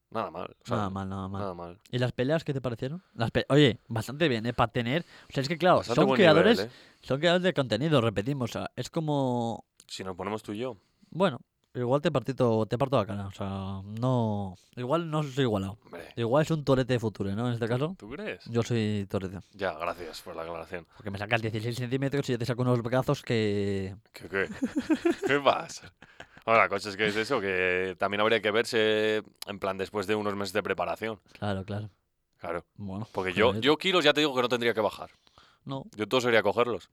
[SPEAKER 2] nada mal. o sea,
[SPEAKER 3] Nada mal, nada mal.
[SPEAKER 2] Nada mal.
[SPEAKER 3] ¿Y las peleas qué te parecieron? Las pe- Oye, bastante bien, ¿eh? Para tener. O sea, es que claro,
[SPEAKER 2] Bastante
[SPEAKER 3] son
[SPEAKER 2] buen
[SPEAKER 3] creadores,
[SPEAKER 2] nivel, ¿eh?
[SPEAKER 3] son creadores de contenido, repetimos. O sea, es como.
[SPEAKER 2] Si nos ponemos tú y yo.
[SPEAKER 3] Bueno, igual te partito, te parto la cara. O sea, no. Igual no soy igualado.
[SPEAKER 2] Hombre,
[SPEAKER 3] Igual es un torete de futuro, ¿no? En este caso,
[SPEAKER 2] ¿tú crees?
[SPEAKER 3] yo soy torete.
[SPEAKER 2] Ya, gracias por la aclaración.
[SPEAKER 3] Porque me sacas 16 centímetros y yo te saco unos brazos que.
[SPEAKER 2] ¿Qué, qué? *laughs* ¿Qué pasa? Ahora, la cosa es que es eso, que también habría que verse en plan después de unos meses de preparación.
[SPEAKER 3] Claro, claro.
[SPEAKER 2] Claro.
[SPEAKER 3] Bueno.
[SPEAKER 2] Porque yo,
[SPEAKER 3] joder,
[SPEAKER 2] yo kilos ya te digo que no tendría que bajar.
[SPEAKER 3] No,
[SPEAKER 2] Yo todo sería cogerlos.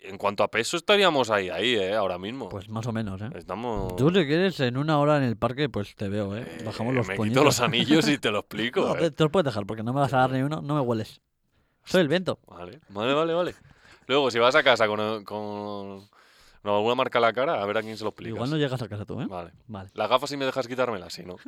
[SPEAKER 2] En cuanto a peso, estaríamos ahí, ahí, ¿eh? Ahora mismo.
[SPEAKER 3] pues más o menos, ¿eh?
[SPEAKER 2] Estamos.
[SPEAKER 3] Tú si quieres en una hora en el parque, pues te veo, ¿eh?
[SPEAKER 2] Eh,
[SPEAKER 3] Bajamos los
[SPEAKER 2] me quito
[SPEAKER 3] puñitos.
[SPEAKER 2] los anillos y te
[SPEAKER 3] *laughs*
[SPEAKER 2] lo explico.
[SPEAKER 3] No,
[SPEAKER 2] eh.
[SPEAKER 3] te, te los puedes dejar porque no me vas a dar ni uno, no me hueles. Soy el viento.
[SPEAKER 2] Vale, vale, vale, vale. Luego, si vas a casa con, con, con alguna marca en la cara, a ver a quién se lo explicas.
[SPEAKER 3] Igual no llegas a casa tú, ¿eh?
[SPEAKER 2] Vale.
[SPEAKER 3] Vale.
[SPEAKER 2] Las gafas si me dejas quitármelas, sí, ¿no?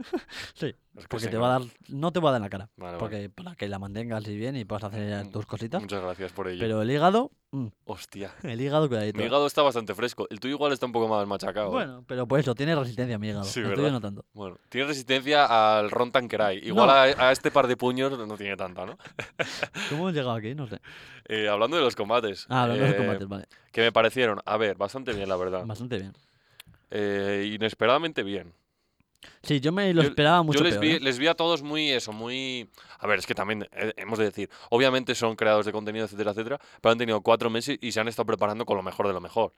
[SPEAKER 3] Sí,
[SPEAKER 2] Es que
[SPEAKER 3] porque
[SPEAKER 2] sí,
[SPEAKER 3] te
[SPEAKER 2] ¿no?
[SPEAKER 3] va a dar, no te va a dar en la cara.
[SPEAKER 2] Vale, vale.
[SPEAKER 3] Porque para que la mantengas y bien y puedas hacer
[SPEAKER 2] Mm,
[SPEAKER 3] tus cositas.
[SPEAKER 2] Muchas gracias por ello.
[SPEAKER 3] Pero el hígado, mm, *laughs*
[SPEAKER 2] Hostia.
[SPEAKER 3] el hígado cuidadito.
[SPEAKER 2] Mi hígado está bastante fresco. El tuyo igual está un poco más machacado. ¿eh?
[SPEAKER 3] Bueno, pero por eso, tiene resistencia mi hígado.
[SPEAKER 2] Sí,
[SPEAKER 3] el tuyo
[SPEAKER 2] ¿verdad?
[SPEAKER 3] no tanto.
[SPEAKER 2] Bueno, tiene resistencia al Ron Tanqueray. Igual
[SPEAKER 3] No.
[SPEAKER 2] a, a este par de puños no tiene tanta, ¿no?
[SPEAKER 3] ¿Cómo hemos llegado aquí? No sé.
[SPEAKER 2] Eh, hablando de los combates.
[SPEAKER 3] Ah, hablando de
[SPEAKER 2] eh, ah.
[SPEAKER 3] combates, vale.
[SPEAKER 2] Que me parecieron, a ver, bastante bien, la verdad.
[SPEAKER 3] Bastante bien.
[SPEAKER 2] Eh, inesperadamente bien.
[SPEAKER 3] Sí, yo me lo
[SPEAKER 2] Yo-
[SPEAKER 3] esperaba mucho
[SPEAKER 2] Yo les
[SPEAKER 3] peor,
[SPEAKER 2] vi,
[SPEAKER 3] ¿eh?
[SPEAKER 2] les vi a todos muy eso, muy... A ver, es que también eh, hemos de decir, obviamente son creadores de contenido, etcétera, etcétera, pero han tenido cuatro meses y se han estado preparando con lo mejor de lo mejor.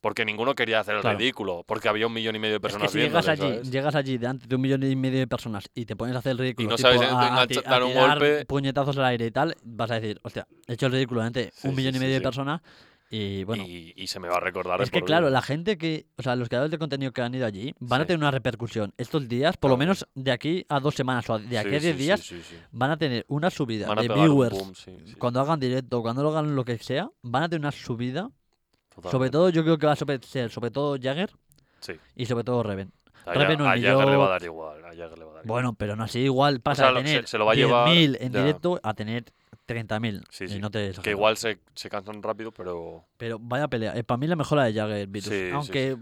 [SPEAKER 2] Porque ninguno quería hacer el
[SPEAKER 3] Claro.
[SPEAKER 2] ridículo, porque había un millón y medio de
[SPEAKER 3] Es que
[SPEAKER 2] personas
[SPEAKER 3] si llegas allí,
[SPEAKER 2] viéndole, ¿sabes?
[SPEAKER 3] llegas allí delante de un millón y medio de personas y te pones a hacer el ridículo,
[SPEAKER 2] no
[SPEAKER 3] tipo,
[SPEAKER 2] sabes
[SPEAKER 3] a- a,
[SPEAKER 2] enganchar-
[SPEAKER 3] ti- a
[SPEAKER 2] dar un
[SPEAKER 3] tirar
[SPEAKER 2] golpe.
[SPEAKER 3] puñetazos al aire y tal, vas a decir, hostia, he hecho el ridículo delante
[SPEAKER 2] Sí,
[SPEAKER 3] un
[SPEAKER 2] sí,
[SPEAKER 3] millón y
[SPEAKER 2] sí,
[SPEAKER 3] medio de
[SPEAKER 2] sí.
[SPEAKER 3] personas y bueno.
[SPEAKER 2] y, y se me va a recordar. de
[SPEAKER 3] Es que
[SPEAKER 2] por
[SPEAKER 3] claro,
[SPEAKER 2] vida.
[SPEAKER 3] la gente que, o sea, los creadores de contenido que han ido allí van a
[SPEAKER 2] Sí.
[SPEAKER 3] tener una repercusión estos días, por lo
[SPEAKER 2] Claro.
[SPEAKER 3] menos de aquí a dos semanas o a- de aquí
[SPEAKER 2] Sí,
[SPEAKER 3] a diez
[SPEAKER 2] sí, sí,
[SPEAKER 3] días,
[SPEAKER 2] sí, sí.
[SPEAKER 3] van a tener una subida
[SPEAKER 2] Van a
[SPEAKER 3] de
[SPEAKER 2] pegar un
[SPEAKER 3] viewers.
[SPEAKER 2] boom, sí, sí,
[SPEAKER 3] Cuando hagan directo, cuando lo hagan lo que sea, van a tener una subida. Sobre
[SPEAKER 2] totalmente.
[SPEAKER 3] todo, yo creo que va a sobre- ser sobre todo Jagger
[SPEAKER 2] Sí.
[SPEAKER 3] y sobre todo Reven.
[SPEAKER 2] A
[SPEAKER 3] Reven
[SPEAKER 2] Jagger-
[SPEAKER 3] o
[SPEAKER 2] a
[SPEAKER 3] el
[SPEAKER 2] Jagger le va
[SPEAKER 3] millón.
[SPEAKER 2] a dar igual. A Jagger le va a dar igual.
[SPEAKER 3] Bueno, pero no así igual pasa
[SPEAKER 2] sea, lo-
[SPEAKER 3] de
[SPEAKER 2] se-
[SPEAKER 3] tener
[SPEAKER 2] se lo va a llevar,
[SPEAKER 3] 10.000 en
[SPEAKER 2] ya.
[SPEAKER 3] directo a tener 30.000.
[SPEAKER 2] Sí,
[SPEAKER 3] y
[SPEAKER 2] sí,
[SPEAKER 3] no te
[SPEAKER 2] que
[SPEAKER 3] exagero.
[SPEAKER 2] igual se, se cansan rápido, pero...
[SPEAKER 3] Pero vaya pelea. eh, para mí la mejor la de Jagger Virus.
[SPEAKER 2] Sí, sí,
[SPEAKER 3] aunque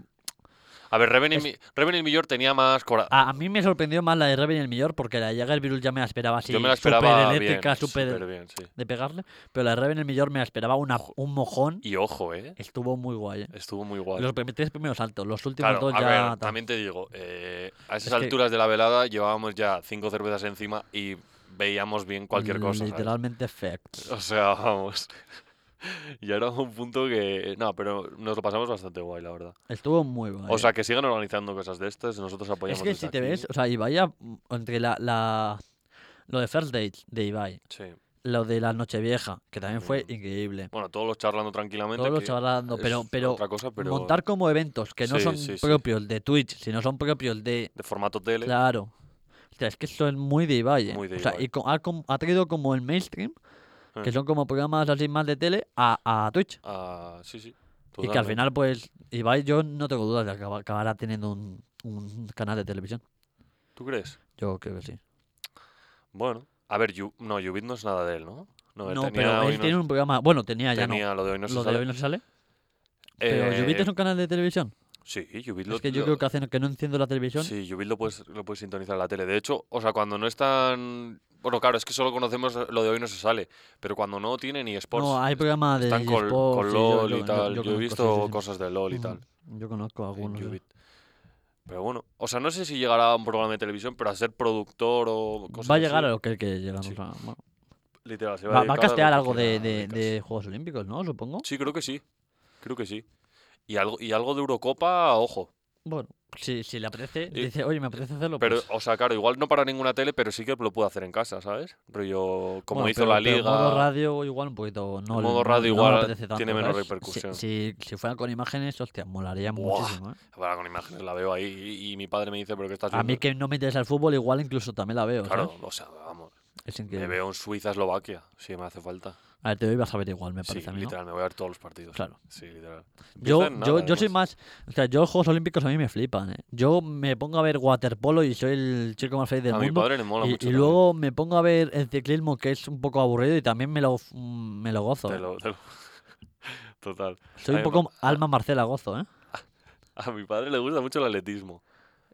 [SPEAKER 2] A ver, Reven y,
[SPEAKER 3] Es- Ah,
[SPEAKER 2] Mi- Reven y Millor tenía más corazón.
[SPEAKER 3] A, a mí me sorprendió más la de Reven y el Millor porque la de Jagger Virus ya me la esperaba así.
[SPEAKER 2] Yo me la esperaba
[SPEAKER 3] Súper
[SPEAKER 2] bien,
[SPEAKER 3] eléctrica, súper
[SPEAKER 2] súper bien, sí.
[SPEAKER 3] de pegarle. Pero la de Reven y el Millor me la esperaba una, un mojón.
[SPEAKER 2] Y ojo, ¿eh?
[SPEAKER 3] Estuvo muy guay. eh.
[SPEAKER 2] Estuvo muy guay.
[SPEAKER 3] Los prim- tres primeros saltos, los últimos
[SPEAKER 2] Claro,
[SPEAKER 3] dos
[SPEAKER 2] a
[SPEAKER 3] ya.
[SPEAKER 2] ver,
[SPEAKER 3] tal.
[SPEAKER 2] también te digo, eh, a esas
[SPEAKER 3] Es que-
[SPEAKER 2] alturas de la velada llevábamos ya cinco cervezas encima y veíamos bien cualquier cosa. ¿sabes?
[SPEAKER 3] Literalmente facts.
[SPEAKER 2] *laughs* O sea, vamos. Y era un punto que. No, pero nos lo pasamos bastante guay, la verdad.
[SPEAKER 3] Estuvo muy guay.
[SPEAKER 2] O
[SPEAKER 3] eh.
[SPEAKER 2] sea, que sigan organizando cosas de estas, nosotros apoyamos.
[SPEAKER 3] es que
[SPEAKER 2] desde
[SPEAKER 3] si te
[SPEAKER 2] aquí.
[SPEAKER 3] ves, o sea, Ibai, ha- entre la, la- lo de First Dates de Ibai,
[SPEAKER 2] Sí.
[SPEAKER 3] lo de la Nochevieja, que también fue
[SPEAKER 2] Mm.
[SPEAKER 3] increíble.
[SPEAKER 2] Bueno, todos los charlando tranquilamente.
[SPEAKER 3] Todos los
[SPEAKER 2] que
[SPEAKER 3] chavales dando,
[SPEAKER 2] es
[SPEAKER 3] pero, pero
[SPEAKER 2] Otra cosa, pero.
[SPEAKER 3] montar como eventos que no
[SPEAKER 2] Sí,
[SPEAKER 3] son
[SPEAKER 2] sí, sí.
[SPEAKER 3] propios de Twitch, sino son propios de...
[SPEAKER 2] De formato tele.
[SPEAKER 3] Claro. O sea, es que son muy de Ibai. eh.
[SPEAKER 2] Muy de
[SPEAKER 3] o sea,
[SPEAKER 2] Ibai.
[SPEAKER 3] y co- ha, com- ha traído como el mainstream, que
[SPEAKER 2] Eh.
[SPEAKER 3] son como programas así más de tele, a, a Twitch.
[SPEAKER 2] Ah, sí, sí.
[SPEAKER 3] Y que al
[SPEAKER 2] totalmente.
[SPEAKER 3] final, pues, Ibai, yo no tengo dudas de que acaba- acabará teniendo un, un canal de televisión.
[SPEAKER 2] ¿Tú crees?
[SPEAKER 3] Yo creo que sí.
[SPEAKER 2] Bueno. A ver, Yu- no, Yubit no es nada de él, ¿no? No, él
[SPEAKER 3] No,
[SPEAKER 2] tenía
[SPEAKER 3] pero
[SPEAKER 2] hoy
[SPEAKER 3] él
[SPEAKER 2] no-
[SPEAKER 3] tiene un programa. Bueno, tenía ya no.
[SPEAKER 2] tenía lo de hoy no se
[SPEAKER 3] Lo de
[SPEAKER 2] sale.
[SPEAKER 3] hoy no se sale. Pero Jubit
[SPEAKER 2] Eh,
[SPEAKER 3] es un canal de televisión.
[SPEAKER 2] Sí, Yubit lo,
[SPEAKER 3] Es que yo
[SPEAKER 2] lo-
[SPEAKER 3] creo que hacen que no enciendo la televisión.
[SPEAKER 2] Sí, Yubit lo puedes, lo puedes sintonizar en la tele. De hecho, o sea, cuando no están. Bueno, claro, es que solo conocemos lo de hoy no se sale. Pero cuando no tiene ni Sports.
[SPEAKER 3] no, hay programas de
[SPEAKER 2] pues, están col-
[SPEAKER 3] eSports,
[SPEAKER 2] con
[SPEAKER 3] sí, yo-
[SPEAKER 2] LOL
[SPEAKER 3] yo-
[SPEAKER 2] y
[SPEAKER 3] yo-
[SPEAKER 2] tal. Yo,
[SPEAKER 3] yo
[SPEAKER 2] he
[SPEAKER 3] conozco, sí,
[SPEAKER 2] visto
[SPEAKER 3] sí, sí.
[SPEAKER 2] cosas de LOL y tal.
[SPEAKER 3] Ujú, Mm, Yo conozco
[SPEAKER 2] en
[SPEAKER 3] algunos. sí.
[SPEAKER 2] Yubit. Pero bueno, o sea, no sé si llegará a un programa de televisión, pero a ser productor o cosas
[SPEAKER 3] ¿eh? Va a
[SPEAKER 2] así,
[SPEAKER 3] llegar a lo que hay que llegar. o
[SPEAKER 2] Sí.
[SPEAKER 3] sea, bueno.
[SPEAKER 2] Literal, se va,
[SPEAKER 3] Va, va
[SPEAKER 2] dedicar
[SPEAKER 3] a castear
[SPEAKER 2] lo que
[SPEAKER 3] algo de,
[SPEAKER 2] quiera,
[SPEAKER 3] de-
[SPEAKER 2] dedicarse.
[SPEAKER 3] de Juegos Olímpicos, ¿no? Supongo.
[SPEAKER 2] Sí, creo que sí. Creo que sí. Y algo, y algo de Eurocopa, ojo.
[SPEAKER 3] Bueno, si, si le apetece,
[SPEAKER 2] Y-
[SPEAKER 3] dice, oye, me apetece hacerlo.
[SPEAKER 2] Pero,
[SPEAKER 3] pues,
[SPEAKER 2] o sea, claro, igual no para ninguna tele, pero sí que lo puedo hacer en casa, ¿sabes? Rollo, como
[SPEAKER 3] bueno,
[SPEAKER 2] hizo
[SPEAKER 3] pero-
[SPEAKER 2] la liga.
[SPEAKER 3] pero en modo radio igual un poquito. No,
[SPEAKER 2] En
[SPEAKER 3] le-
[SPEAKER 2] modo
[SPEAKER 3] no-
[SPEAKER 2] radio
[SPEAKER 3] no le
[SPEAKER 2] igual
[SPEAKER 3] apetece tanto,
[SPEAKER 2] tiene menor
[SPEAKER 3] ¿sabes? Si-
[SPEAKER 2] repercusión.
[SPEAKER 3] Si, si, fuera con imágenes, hostia, molaría
[SPEAKER 2] Buah.
[SPEAKER 3] muchísimo. ¿eh?
[SPEAKER 2] Ahora con imágenes la veo ahí y, y mi padre me dice, pero ¿qué estás
[SPEAKER 3] A mí
[SPEAKER 2] viendo?
[SPEAKER 3] que no me interesa el fútbol, igual incluso también la veo.
[SPEAKER 2] Claro,
[SPEAKER 3] ¿sabes?
[SPEAKER 2] o sea, vamos.
[SPEAKER 3] Es
[SPEAKER 2] Me
[SPEAKER 3] increíble.
[SPEAKER 2] veo en Suiza-Eslovaquia, si me hace falta.
[SPEAKER 3] A ver, te doy vas a ver igual, me parece
[SPEAKER 2] Sí,
[SPEAKER 3] a mí. ¿no?
[SPEAKER 2] literal, me voy a ver todos los partidos.
[SPEAKER 3] Claro.
[SPEAKER 2] Sí, literal.
[SPEAKER 3] Yo,
[SPEAKER 2] Empiezan
[SPEAKER 3] yo,
[SPEAKER 2] nada,
[SPEAKER 3] yo soy
[SPEAKER 2] además.
[SPEAKER 3] más. O sea, yo los Juegos Olímpicos a mí me flipan, ¿eh? Yo me pongo a ver waterpolo y soy el chico más feliz del
[SPEAKER 2] A mi
[SPEAKER 3] mundo.
[SPEAKER 2] padre le mola
[SPEAKER 3] y,
[SPEAKER 2] mucho.
[SPEAKER 3] y
[SPEAKER 2] también.
[SPEAKER 3] luego me pongo a ver el ciclismo, que es un poco aburrido y también me lo, mm, me lo gozo.
[SPEAKER 2] Te
[SPEAKER 3] ¿eh?
[SPEAKER 2] lo- *laughs* te lo- Total.
[SPEAKER 3] Soy
[SPEAKER 2] a
[SPEAKER 3] un
[SPEAKER 2] mí me-
[SPEAKER 3] poco alma Marcela gozo, ¿eh?
[SPEAKER 2] A mi padre le gusta mucho el atletismo.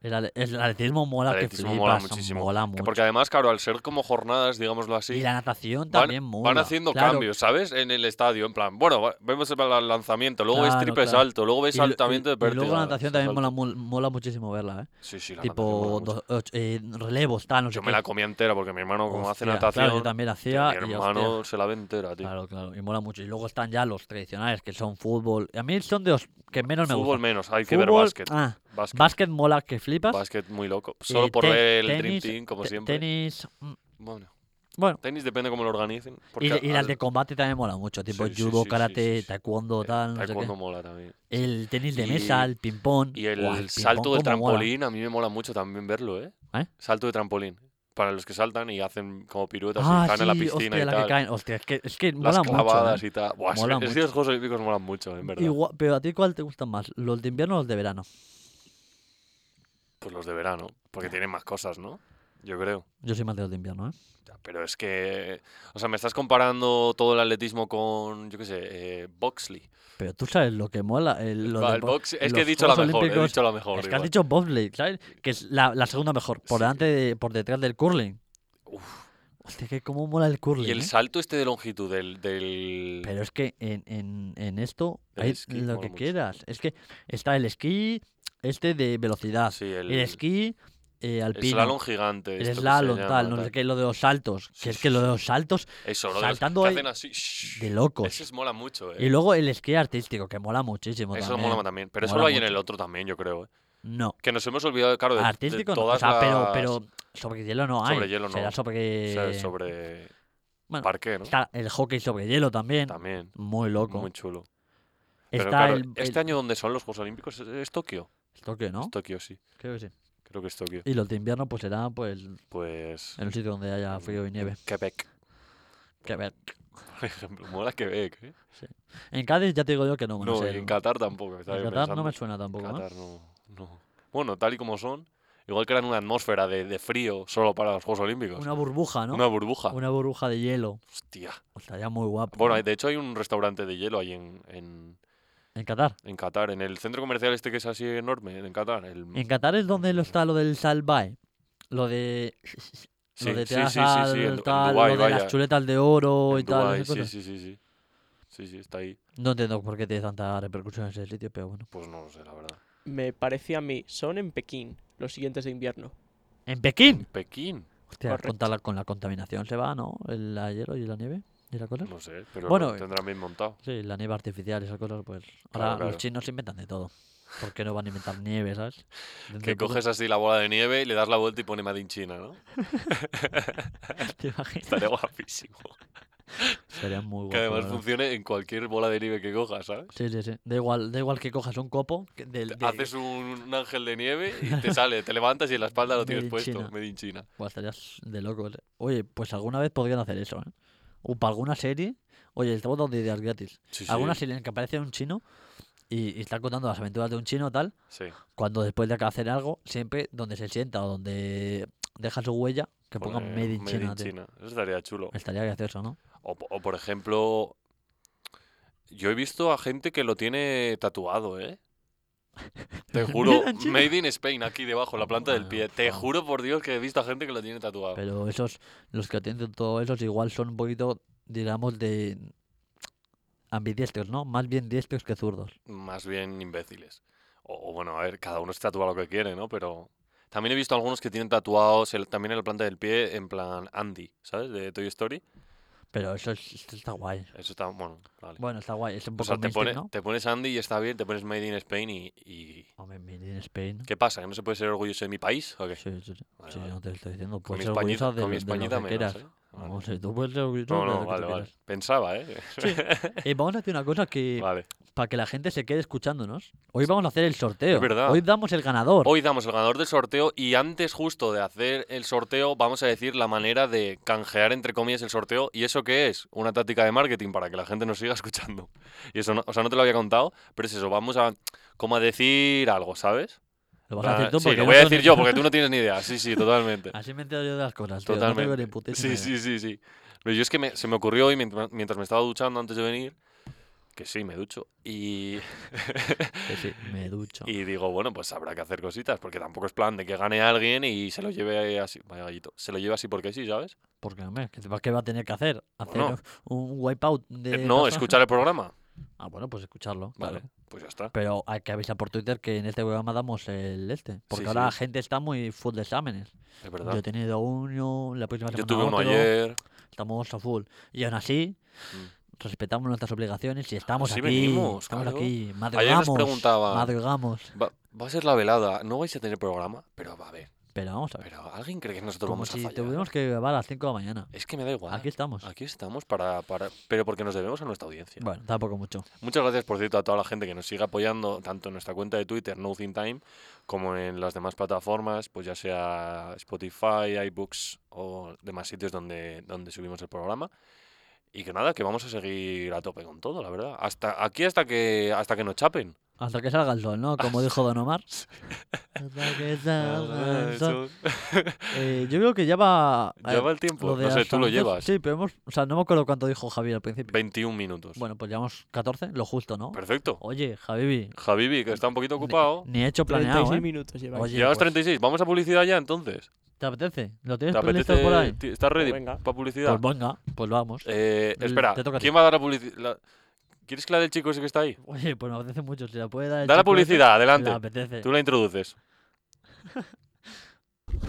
[SPEAKER 3] El, ale- el atletismo mola
[SPEAKER 2] El
[SPEAKER 3] que
[SPEAKER 2] atletismo
[SPEAKER 3] flipas,
[SPEAKER 2] mola muchísimo,
[SPEAKER 3] mola
[SPEAKER 2] Que
[SPEAKER 3] mucho.
[SPEAKER 2] Porque además, claro, al ser como jornadas, digámoslo así,
[SPEAKER 3] Y la natación
[SPEAKER 2] van,
[SPEAKER 3] también mola.
[SPEAKER 2] van haciendo
[SPEAKER 3] Claro,
[SPEAKER 2] cambios, ¿sabes? En el estadio, en plan, bueno, va- vemos el la- lanzamiento, luego es
[SPEAKER 3] Claro,
[SPEAKER 2] triple
[SPEAKER 3] claro.
[SPEAKER 2] salto, luego ves
[SPEAKER 3] y lo- y-
[SPEAKER 2] saltamiento de
[SPEAKER 3] y luego
[SPEAKER 2] pértiga.
[SPEAKER 3] la natación también
[SPEAKER 2] salto-
[SPEAKER 3] mola, mul- mola muchísimo verla, ¿eh?
[SPEAKER 2] Sí, sí, la natación mola
[SPEAKER 3] tipo
[SPEAKER 2] mucho.
[SPEAKER 3] dos- och- eh, relevos, tal, no sé
[SPEAKER 2] Yo
[SPEAKER 3] qué.
[SPEAKER 2] me la comía entera porque mi hermano, como hace
[SPEAKER 3] Hostia, claro, yo
[SPEAKER 2] natación,
[SPEAKER 3] también
[SPEAKER 2] mi
[SPEAKER 3] hacía y, hostia,
[SPEAKER 2] hermano se la ve entera, tío.
[SPEAKER 3] Claro, claro, y mola mucho. Y luego están ya los tradicionales, que son fútbol. A mí son de los que menos me
[SPEAKER 2] Fútbol
[SPEAKER 3] gustan.
[SPEAKER 2] menos, hay que ver
[SPEAKER 3] Fútbol,
[SPEAKER 2] básquet.
[SPEAKER 3] Ah,
[SPEAKER 2] Básquet,
[SPEAKER 3] básquet mola que flipas.
[SPEAKER 2] básquet muy loco. Solo
[SPEAKER 3] Eh,
[SPEAKER 2] por
[SPEAKER 3] te-
[SPEAKER 2] ver el
[SPEAKER 3] tenis,
[SPEAKER 2] Dream Team, como
[SPEAKER 3] te-
[SPEAKER 2] siempre.
[SPEAKER 3] Tenis. mm,
[SPEAKER 2] Bueno,
[SPEAKER 3] Bueno,
[SPEAKER 2] tenis depende cómo lo organicen.
[SPEAKER 3] y,
[SPEAKER 2] porque
[SPEAKER 3] y las
[SPEAKER 2] al-
[SPEAKER 3] de combate también mola mucho. Tipo
[SPEAKER 2] Sí, sí,
[SPEAKER 3] judo,
[SPEAKER 2] sí, sí,
[SPEAKER 3] karate,
[SPEAKER 2] sí, sí.
[SPEAKER 3] taekwondo,
[SPEAKER 2] eh,
[SPEAKER 3] tal. no sé qué.
[SPEAKER 2] taekwondo mola también.
[SPEAKER 3] El tenis de
[SPEAKER 2] Y-
[SPEAKER 3] mesa, el ping-pong.
[SPEAKER 2] Y el
[SPEAKER 3] Buah, el
[SPEAKER 2] salto
[SPEAKER 3] ping-pong
[SPEAKER 2] de
[SPEAKER 3] cómo mola.
[SPEAKER 2] trampolín, a mí me mola mucho también verlo, ¿eh?
[SPEAKER 3] ¿Eh?
[SPEAKER 2] Salto de trampolín. Para los que saltan y hacen como piruetas
[SPEAKER 3] Ah,
[SPEAKER 2] y caen en la
[SPEAKER 3] sí,
[SPEAKER 2] piscina
[SPEAKER 3] hostia,
[SPEAKER 2] y
[SPEAKER 3] la
[SPEAKER 2] tal.
[SPEAKER 3] que caen. Hostia, es que, es que
[SPEAKER 2] Las
[SPEAKER 3] mola mucho.
[SPEAKER 2] clavadas
[SPEAKER 3] ¿eh?
[SPEAKER 2] y tal. Buah, es
[SPEAKER 3] Mola
[SPEAKER 2] que- es que
[SPEAKER 3] mucho.
[SPEAKER 2] los Juegos Olímpicos molan mucho, en verdad.
[SPEAKER 3] Igual- pero a ti, ¿cuál te gustan más? ¿Los de invierno o los de verano?
[SPEAKER 2] Pues los de verano, porque tienen más cosas, ¿no? Yo creo.
[SPEAKER 3] Yo soy más de los de invierno, ¿eh?
[SPEAKER 2] Ya, Pero es que. O sea, me estás comparando todo el atletismo con, yo qué sé, eh, Boxley.
[SPEAKER 3] Pero tú sabes lo que mola. El, lo
[SPEAKER 2] Va,
[SPEAKER 3] de
[SPEAKER 2] el
[SPEAKER 3] bo-
[SPEAKER 2] box- es que he
[SPEAKER 3] los
[SPEAKER 2] dicho la
[SPEAKER 3] Juegos
[SPEAKER 2] mejor, he
[SPEAKER 3] Olímpicos-
[SPEAKER 2] dicho la mejor.
[SPEAKER 3] Es que has
[SPEAKER 2] igual.
[SPEAKER 3] dicho bobsleigh, ¿sabes? Que es la, la segunda mejor, por
[SPEAKER 2] Sí.
[SPEAKER 3] delante de, por detrás del curling.
[SPEAKER 2] Uf,
[SPEAKER 3] Hostia, que cómo mola el curling.
[SPEAKER 2] Y el
[SPEAKER 3] ¿eh?
[SPEAKER 2] salto este de longitud del. del-
[SPEAKER 3] Pero es que en, en, en esto
[SPEAKER 2] El
[SPEAKER 3] hay
[SPEAKER 2] esquí
[SPEAKER 3] lo
[SPEAKER 2] mola
[SPEAKER 3] que
[SPEAKER 2] mucho.
[SPEAKER 3] quieras. Es que está el esquí, este de velocidad,
[SPEAKER 2] sí,
[SPEAKER 3] el,
[SPEAKER 2] el,
[SPEAKER 3] esquí eh,
[SPEAKER 2] el
[SPEAKER 3] alpino,
[SPEAKER 2] slalom gigante.
[SPEAKER 3] el
[SPEAKER 2] esto que se
[SPEAKER 3] slalom,
[SPEAKER 2] llama,
[SPEAKER 3] tal, no sé qué, lo de los saltos.
[SPEAKER 2] Sí,
[SPEAKER 3] que es
[SPEAKER 2] sí,
[SPEAKER 3] que lo
[SPEAKER 2] sí.
[SPEAKER 3] de los saltos
[SPEAKER 2] Eso, lo de los
[SPEAKER 3] saltando
[SPEAKER 2] que
[SPEAKER 3] ahí
[SPEAKER 2] hacen así, shh,
[SPEAKER 3] de locos.
[SPEAKER 2] Esos mola mucho, eh.
[SPEAKER 3] Y luego el esquí artístico, que mola muchísimo
[SPEAKER 2] Eso
[SPEAKER 3] también.
[SPEAKER 2] mola también. Pero eso
[SPEAKER 3] mola
[SPEAKER 2] lo hay en
[SPEAKER 3] mucho.
[SPEAKER 2] el otro también, yo creo. eh.
[SPEAKER 3] No,
[SPEAKER 2] Que nos hemos olvidado, claro, de, de
[SPEAKER 3] artístico no. O
[SPEAKER 2] todas
[SPEAKER 3] sea, pero,
[SPEAKER 2] las-
[SPEAKER 3] pero sobre hielo no hay.
[SPEAKER 2] Sobre hielo no.
[SPEAKER 3] Será
[SPEAKER 2] o
[SPEAKER 3] sobre...
[SPEAKER 2] sea, sobre
[SPEAKER 3] Bueno,
[SPEAKER 2] parque, ¿no?
[SPEAKER 3] Está el hockey sobre hielo también.
[SPEAKER 2] También.
[SPEAKER 3] Muy loco.
[SPEAKER 2] Muy chulo. Pero
[SPEAKER 3] Está
[SPEAKER 2] claro,
[SPEAKER 3] el,
[SPEAKER 2] este
[SPEAKER 3] el-
[SPEAKER 2] año donde son los Juegos Olímpicos es, es Tokio.
[SPEAKER 3] es Tokio, ¿no?
[SPEAKER 2] Es Tokio, sí.
[SPEAKER 3] Creo que sí.
[SPEAKER 2] Creo que es Tokio.
[SPEAKER 3] Y los de invierno pues será pues en
[SPEAKER 2] Pues
[SPEAKER 3] un sitio donde haya frío y nieve.
[SPEAKER 2] Quebec, *laughs*
[SPEAKER 3] Que a ver,
[SPEAKER 2] por ejemplo. Mola Quebec, ¿eh?
[SPEAKER 3] En Cádiz ya te digo yo que no. no
[SPEAKER 2] No,
[SPEAKER 3] sé,
[SPEAKER 2] y en
[SPEAKER 3] en
[SPEAKER 2] Qatar tampoco. estaba yo
[SPEAKER 3] Qatar no
[SPEAKER 2] pensando.
[SPEAKER 3] me suena tampoco. ¿no?
[SPEAKER 2] Qatar no, no. Bueno, tal y como son, igual crean una atmósfera de, de frío solo para los Juegos Olímpicos.
[SPEAKER 3] Una burbuja, ¿no?
[SPEAKER 2] Una burbuja.
[SPEAKER 3] Una burbuja de hielo.
[SPEAKER 2] Hostia.
[SPEAKER 3] Estaría muy guapo.
[SPEAKER 2] Bueno,
[SPEAKER 3] ¿no?
[SPEAKER 2] hay- de hecho hay un restaurante de hielo ahí en, en,
[SPEAKER 3] En Qatar.
[SPEAKER 2] en Qatar, en el centro comercial este que es así enorme, en Qatar. El...
[SPEAKER 3] En Qatar es donde lo está lo del salvae. Lo de.
[SPEAKER 2] Sí,
[SPEAKER 3] lo de te
[SPEAKER 2] sí,
[SPEAKER 3] das
[SPEAKER 2] sí, sí,
[SPEAKER 3] al
[SPEAKER 2] sí, en, Du- en
[SPEAKER 3] tal,
[SPEAKER 2] Dubái,
[SPEAKER 3] lo de
[SPEAKER 2] vaya.
[SPEAKER 3] las chuletas de oro y
[SPEAKER 2] En
[SPEAKER 3] tal.
[SPEAKER 2] Dubái,
[SPEAKER 3] esas
[SPEAKER 2] sí,
[SPEAKER 3] cosas.
[SPEAKER 2] sí, sí, sí. Sí, sí, está ahí.
[SPEAKER 3] No entiendo por qué tiene tanta repercusión en ese sitio, pero bueno.
[SPEAKER 2] Pues no lo sé, la verdad.
[SPEAKER 4] Me parece a mí, son en Pekín los siguientes de invierno.
[SPEAKER 3] ¡En Pekín!
[SPEAKER 2] Pekín,
[SPEAKER 3] Hostia,
[SPEAKER 4] Correcto.
[SPEAKER 3] contra la- con la contaminación se va, ¿no? El la hielo y la nieve y la cosa.
[SPEAKER 2] no sé, pero
[SPEAKER 3] Bueno,
[SPEAKER 2] lo tendrán bien montado.
[SPEAKER 3] Sí, la nieve artificial y esas cosas, pues.
[SPEAKER 2] Claro,
[SPEAKER 3] Ahora
[SPEAKER 2] claro.
[SPEAKER 3] los chinos inventan de todo. ¿Por qué no van a inventar
[SPEAKER 2] *laughs*
[SPEAKER 3] nieve, sabes? Dentro de
[SPEAKER 2] Que
[SPEAKER 3] poco-
[SPEAKER 2] coges así la bola de nieve y le das la vuelta y pone Made in China,
[SPEAKER 3] *laughs*
[SPEAKER 2] ¿no? *laughs*
[SPEAKER 3] ¿Te imaginas?
[SPEAKER 2] Estaría guapísimo.
[SPEAKER 3] Sería muy guapo.
[SPEAKER 2] que además
[SPEAKER 3] la verdad.
[SPEAKER 2] funcione en cualquier bola de nieve que cojas, ¿sabes?
[SPEAKER 3] Sí, sí, sí. Da igual, da igual que cojas un copo. que del- de-
[SPEAKER 2] Haces un, un ángel de nieve y te sale, te levantas y en la espalda lo
[SPEAKER 3] Made
[SPEAKER 2] tienes
[SPEAKER 3] in
[SPEAKER 2] puesto.
[SPEAKER 3] China.
[SPEAKER 2] Made in China.
[SPEAKER 3] Buah, estarías de locos. eh. Oye, pues alguna vez podrían hacer eso, ¿eh? O para alguna serie. Oye, estamos dando ideas gratis.
[SPEAKER 2] Sí, sí.
[SPEAKER 3] Alguna serie en la que aparece un chino y, y está contando las aventuras de un chino tal.
[SPEAKER 2] Sí.
[SPEAKER 3] Cuando después de hacer algo, siempre donde se sienta o donde deja su huella, que ponga
[SPEAKER 2] pone
[SPEAKER 3] Made in China. tío.
[SPEAKER 2] Pues, China. Eso estaría chulo.
[SPEAKER 3] Estaría gracioso, ¿no?
[SPEAKER 2] O, po- o, por ejemplo, yo he visto a gente que lo tiene tatuado, ¿eh?
[SPEAKER 3] *laughs*
[SPEAKER 2] Te juro,
[SPEAKER 3] Made in China. Ah,
[SPEAKER 2] Made in Spain aquí debajo, en la planta del
[SPEAKER 3] Bueno,
[SPEAKER 2] pie. Te
[SPEAKER 3] bueno.
[SPEAKER 2] juro por Dios que he visto a gente que lo tiene tatuado.
[SPEAKER 3] Pero esos, los que atienden todo esos igual son un poquito, digamos, de ambidiestros, ¿no? Más bien diestros que zurdos.
[SPEAKER 2] Más bien imbéciles. O, o bueno, a ver, cada uno se tatúa lo que quiere, ¿no? Pero también he visto algunos que tienen tatuados el- también en la planta del pie, en plan Andy, ¿sabes? De Toy Story.
[SPEAKER 3] Pero eso, es- esto está guay.
[SPEAKER 2] Eso está, bueno, vale.
[SPEAKER 3] Bueno, está guay. Es un
[SPEAKER 2] o
[SPEAKER 3] poco
[SPEAKER 2] sea, te,
[SPEAKER 3] mainstream,
[SPEAKER 2] pone-
[SPEAKER 3] ¿no?
[SPEAKER 2] te pones Andy y está bien, te pones Made in Spain y, y-
[SPEAKER 3] Hombre, made in Spain.
[SPEAKER 2] ¿Qué pasa? ¿Que no se puede ser orgulloso de mi país? ¿O qué?
[SPEAKER 3] Sí, sí, sí.
[SPEAKER 2] Vale,
[SPEAKER 3] Sí,
[SPEAKER 2] vale.
[SPEAKER 3] no te lo estoy diciendo.
[SPEAKER 2] Con mi
[SPEAKER 3] Puedes Pues ser
[SPEAKER 2] españita,
[SPEAKER 3] orgullosa de,
[SPEAKER 2] con mi
[SPEAKER 3] de lo
[SPEAKER 2] españita
[SPEAKER 3] que
[SPEAKER 2] menos,
[SPEAKER 3] quieras.
[SPEAKER 2] ¿eh? Vale.
[SPEAKER 3] No sé, tú puedes ser orgullosa
[SPEAKER 2] No,
[SPEAKER 3] de lo
[SPEAKER 2] no,
[SPEAKER 3] que tú
[SPEAKER 2] vale, vale.
[SPEAKER 3] quieras.
[SPEAKER 2] Pensaba, ¿eh? *laughs*
[SPEAKER 3] Eh, vamos a hacer una cosa que
[SPEAKER 2] vale.
[SPEAKER 3] para que la gente se quede escuchándonos. Hoy vamos a hacer el sorteo.
[SPEAKER 2] Es verdad.
[SPEAKER 3] Hoy damos el ganador.
[SPEAKER 2] Hoy damos el ganador del sorteo y antes justo de hacer el sorteo vamos a decir la manera de canjear entre comillas el sorteo y eso qué es una táctica de marketing para que la gente nos siga *laughs* escuchando y eso no, o sea no te lo había contado pero es eso vamos a como a decir algo sabes
[SPEAKER 3] Lo vas a hacer
[SPEAKER 2] Ah,
[SPEAKER 3] tú
[SPEAKER 2] sí
[SPEAKER 3] porque
[SPEAKER 2] lo
[SPEAKER 3] no
[SPEAKER 2] voy a
[SPEAKER 3] son-
[SPEAKER 2] decir yo porque tú no tienes ni idea sí sí totalmente
[SPEAKER 3] *laughs* Así me entero yo de las cosas. Ah, tío, No tengo
[SPEAKER 2] Totalmente.
[SPEAKER 3] ni putísima
[SPEAKER 2] Sí,
[SPEAKER 3] idea.
[SPEAKER 2] sí, sí, sí. Pero yo es que me- se me ocurrió hoy mientras, mientras me estaba duchando antes de venir, que sí, me ducho. Y, *laughs*
[SPEAKER 3] Que sí, me ducho.
[SPEAKER 2] y digo, bueno, pues habrá que hacer cositas, porque tampoco es plan de que gane alguien y se lo lleve así. Vaya gallito. Se lo lleve así porque sí, ¿sabes?
[SPEAKER 3] Porque, hombre, ¿qué va- ¿qué va a tener que hacer? ¿Hacer
[SPEAKER 2] Bueno.
[SPEAKER 3] un wipeout
[SPEAKER 2] Eh,
[SPEAKER 3] de
[SPEAKER 2] no,
[SPEAKER 3] casa?
[SPEAKER 2] escuchar el
[SPEAKER 3] *laughs*
[SPEAKER 2] programa.
[SPEAKER 3] Ah, bueno, pues escucharlo.
[SPEAKER 2] Vale,
[SPEAKER 3] claro.
[SPEAKER 2] pues ya está.
[SPEAKER 3] Pero hay que avisar por Twitter que en este programa damos el este. Porque
[SPEAKER 2] Sí,
[SPEAKER 3] ahora
[SPEAKER 2] sí.
[SPEAKER 3] la gente está muy full de exámenes.
[SPEAKER 2] Es
[SPEAKER 3] Yo he
[SPEAKER 2] verdad.
[SPEAKER 3] tenido uno, la próxima
[SPEAKER 2] Yo,
[SPEAKER 3] semana
[SPEAKER 2] tuve uno
[SPEAKER 3] otro,
[SPEAKER 2] ayer.
[SPEAKER 3] Estamos a full. Y aún así, respetamos nuestras obligaciones y estamos
[SPEAKER 2] Mm. sí
[SPEAKER 3] aquí.
[SPEAKER 2] venimos,
[SPEAKER 3] estamos
[SPEAKER 2] claro.
[SPEAKER 3] aquí.
[SPEAKER 2] Ayer
[SPEAKER 3] Madrugamos.
[SPEAKER 2] nos preguntaban,
[SPEAKER 3] madrugamos.
[SPEAKER 2] va, va a ser la velada, no vais a tener programa, pero va a ver.
[SPEAKER 3] Pero vamos a ver.
[SPEAKER 2] Pero ¿alguien cree que nosotros
[SPEAKER 3] Como
[SPEAKER 2] vamos
[SPEAKER 3] si
[SPEAKER 2] a fallar?
[SPEAKER 3] tuviéramos que grabar a las 5 de la mañana.
[SPEAKER 2] Es que me da igual.
[SPEAKER 3] Aquí estamos.
[SPEAKER 2] Aquí estamos para, para, pero porque nos debemos a nuestra audiencia.
[SPEAKER 3] Bueno, tampoco mucho.
[SPEAKER 2] Muchas gracias, por cierto, a toda la gente que nos sigue apoyando, tanto en nuestra cuenta de Twitter, Nothing Time, como en las demás plataformas, pues ya sea Spotify, iBooks o demás sitios donde, donde subimos el programa. Y que nada, que vamos a seguir a tope con todo, la verdad. Hasta aquí hasta que hasta que nos chapen.
[SPEAKER 3] Hasta que salga el sol, ¿no? Como dijo Don
[SPEAKER 2] *laughs*
[SPEAKER 3] Omar. Hasta que salga el sol. Eh, yo creo que eh, ya va.
[SPEAKER 2] *laughs* Ya va el tiempo. No sé, tú lo
[SPEAKER 3] Astronautas-
[SPEAKER 2] llevas.
[SPEAKER 3] Sí, pero hemos. O sea, no me acuerdo cuánto dijo Javier al principio.
[SPEAKER 2] 21 minutos.
[SPEAKER 3] Bueno, pues llevamos 14, lo justo, ¿no?
[SPEAKER 2] Perfecto.
[SPEAKER 3] Oye, Javibi. ni-
[SPEAKER 2] Javibi, que está un poquito ocupado.
[SPEAKER 3] Ni he hecho planeado,
[SPEAKER 4] 36
[SPEAKER 3] ¿eh?
[SPEAKER 4] minutos lleváis.
[SPEAKER 3] Oye,
[SPEAKER 2] Llevas
[SPEAKER 3] pues,
[SPEAKER 2] 36. Vamos a publicidad ya entonces.
[SPEAKER 3] ¿Te apetece? ¿Lo tienes
[SPEAKER 2] ¿Te
[SPEAKER 3] previsto
[SPEAKER 2] apetece?
[SPEAKER 3] por ahí?
[SPEAKER 2] ti- ¿Estás ready
[SPEAKER 4] venga.
[SPEAKER 2] para publicidad?
[SPEAKER 3] Pues venga, pues vamos.
[SPEAKER 2] Eh,
[SPEAKER 3] L-
[SPEAKER 2] espera,
[SPEAKER 3] te toca a ti.
[SPEAKER 2] ¿quién va a dar la publicidad? ¿Quieres que la del chico ese que está ahí?
[SPEAKER 3] Oye, pues me apetece mucho. Si la puede dar. el
[SPEAKER 2] Da la
[SPEAKER 3] chico ese,
[SPEAKER 2] publicidad,
[SPEAKER 3] Le
[SPEAKER 2] adelante.
[SPEAKER 3] apetece.
[SPEAKER 2] Tú la introduces.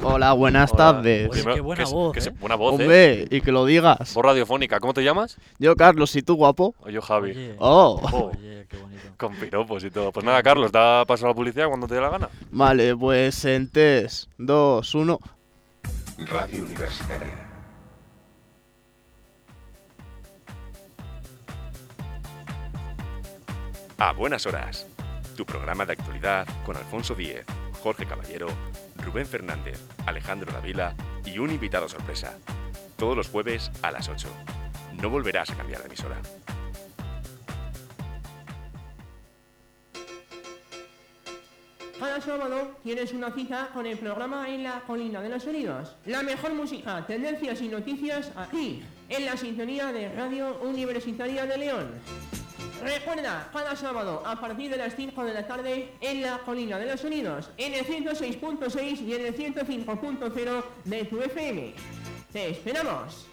[SPEAKER 5] Hola, buenas
[SPEAKER 2] Hola.
[SPEAKER 5] tardes.
[SPEAKER 3] Oye, qué buena
[SPEAKER 2] que se-
[SPEAKER 3] voz,
[SPEAKER 2] que se-
[SPEAKER 3] ¿eh?
[SPEAKER 2] buena voz, ¿eh?
[SPEAKER 5] Hombre, y que lo digas.
[SPEAKER 2] Voz radiofónica. ¿Cómo te llamas?
[SPEAKER 5] Yo, Carlos, ¿y tú, guapo?
[SPEAKER 2] O yo, Javi.
[SPEAKER 3] Oye,
[SPEAKER 5] Oh,
[SPEAKER 2] Oh,
[SPEAKER 3] oye, qué bonito.
[SPEAKER 2] con piropos y todo. Pues nada, Carlos, da paso a la publicidad cuando te dé la gana.
[SPEAKER 5] vale, pues en 3, 2, 1.
[SPEAKER 1] Radio Universitaria.
[SPEAKER 6] A Buenas Horas, tu programa de actualidad con Alfonso Díez, Jorge Caballero, Rubén Fernández, Alejandro Davila y un invitado sorpresa. Todos los jueves a las 8. No volverás a cambiar de emisora.
[SPEAKER 7] Cada sábado tienes una cita con el programa en la colina de los sonidos. La mejor música, tendencias y noticias aquí, en la sintonía de Radio Universitaria de León. Recuerda, cada sábado a partir de las 5 de la tarde en la colina de los sonidos, en el 106.6 y en el 105.0 de tu FM. ¡Te esperamos!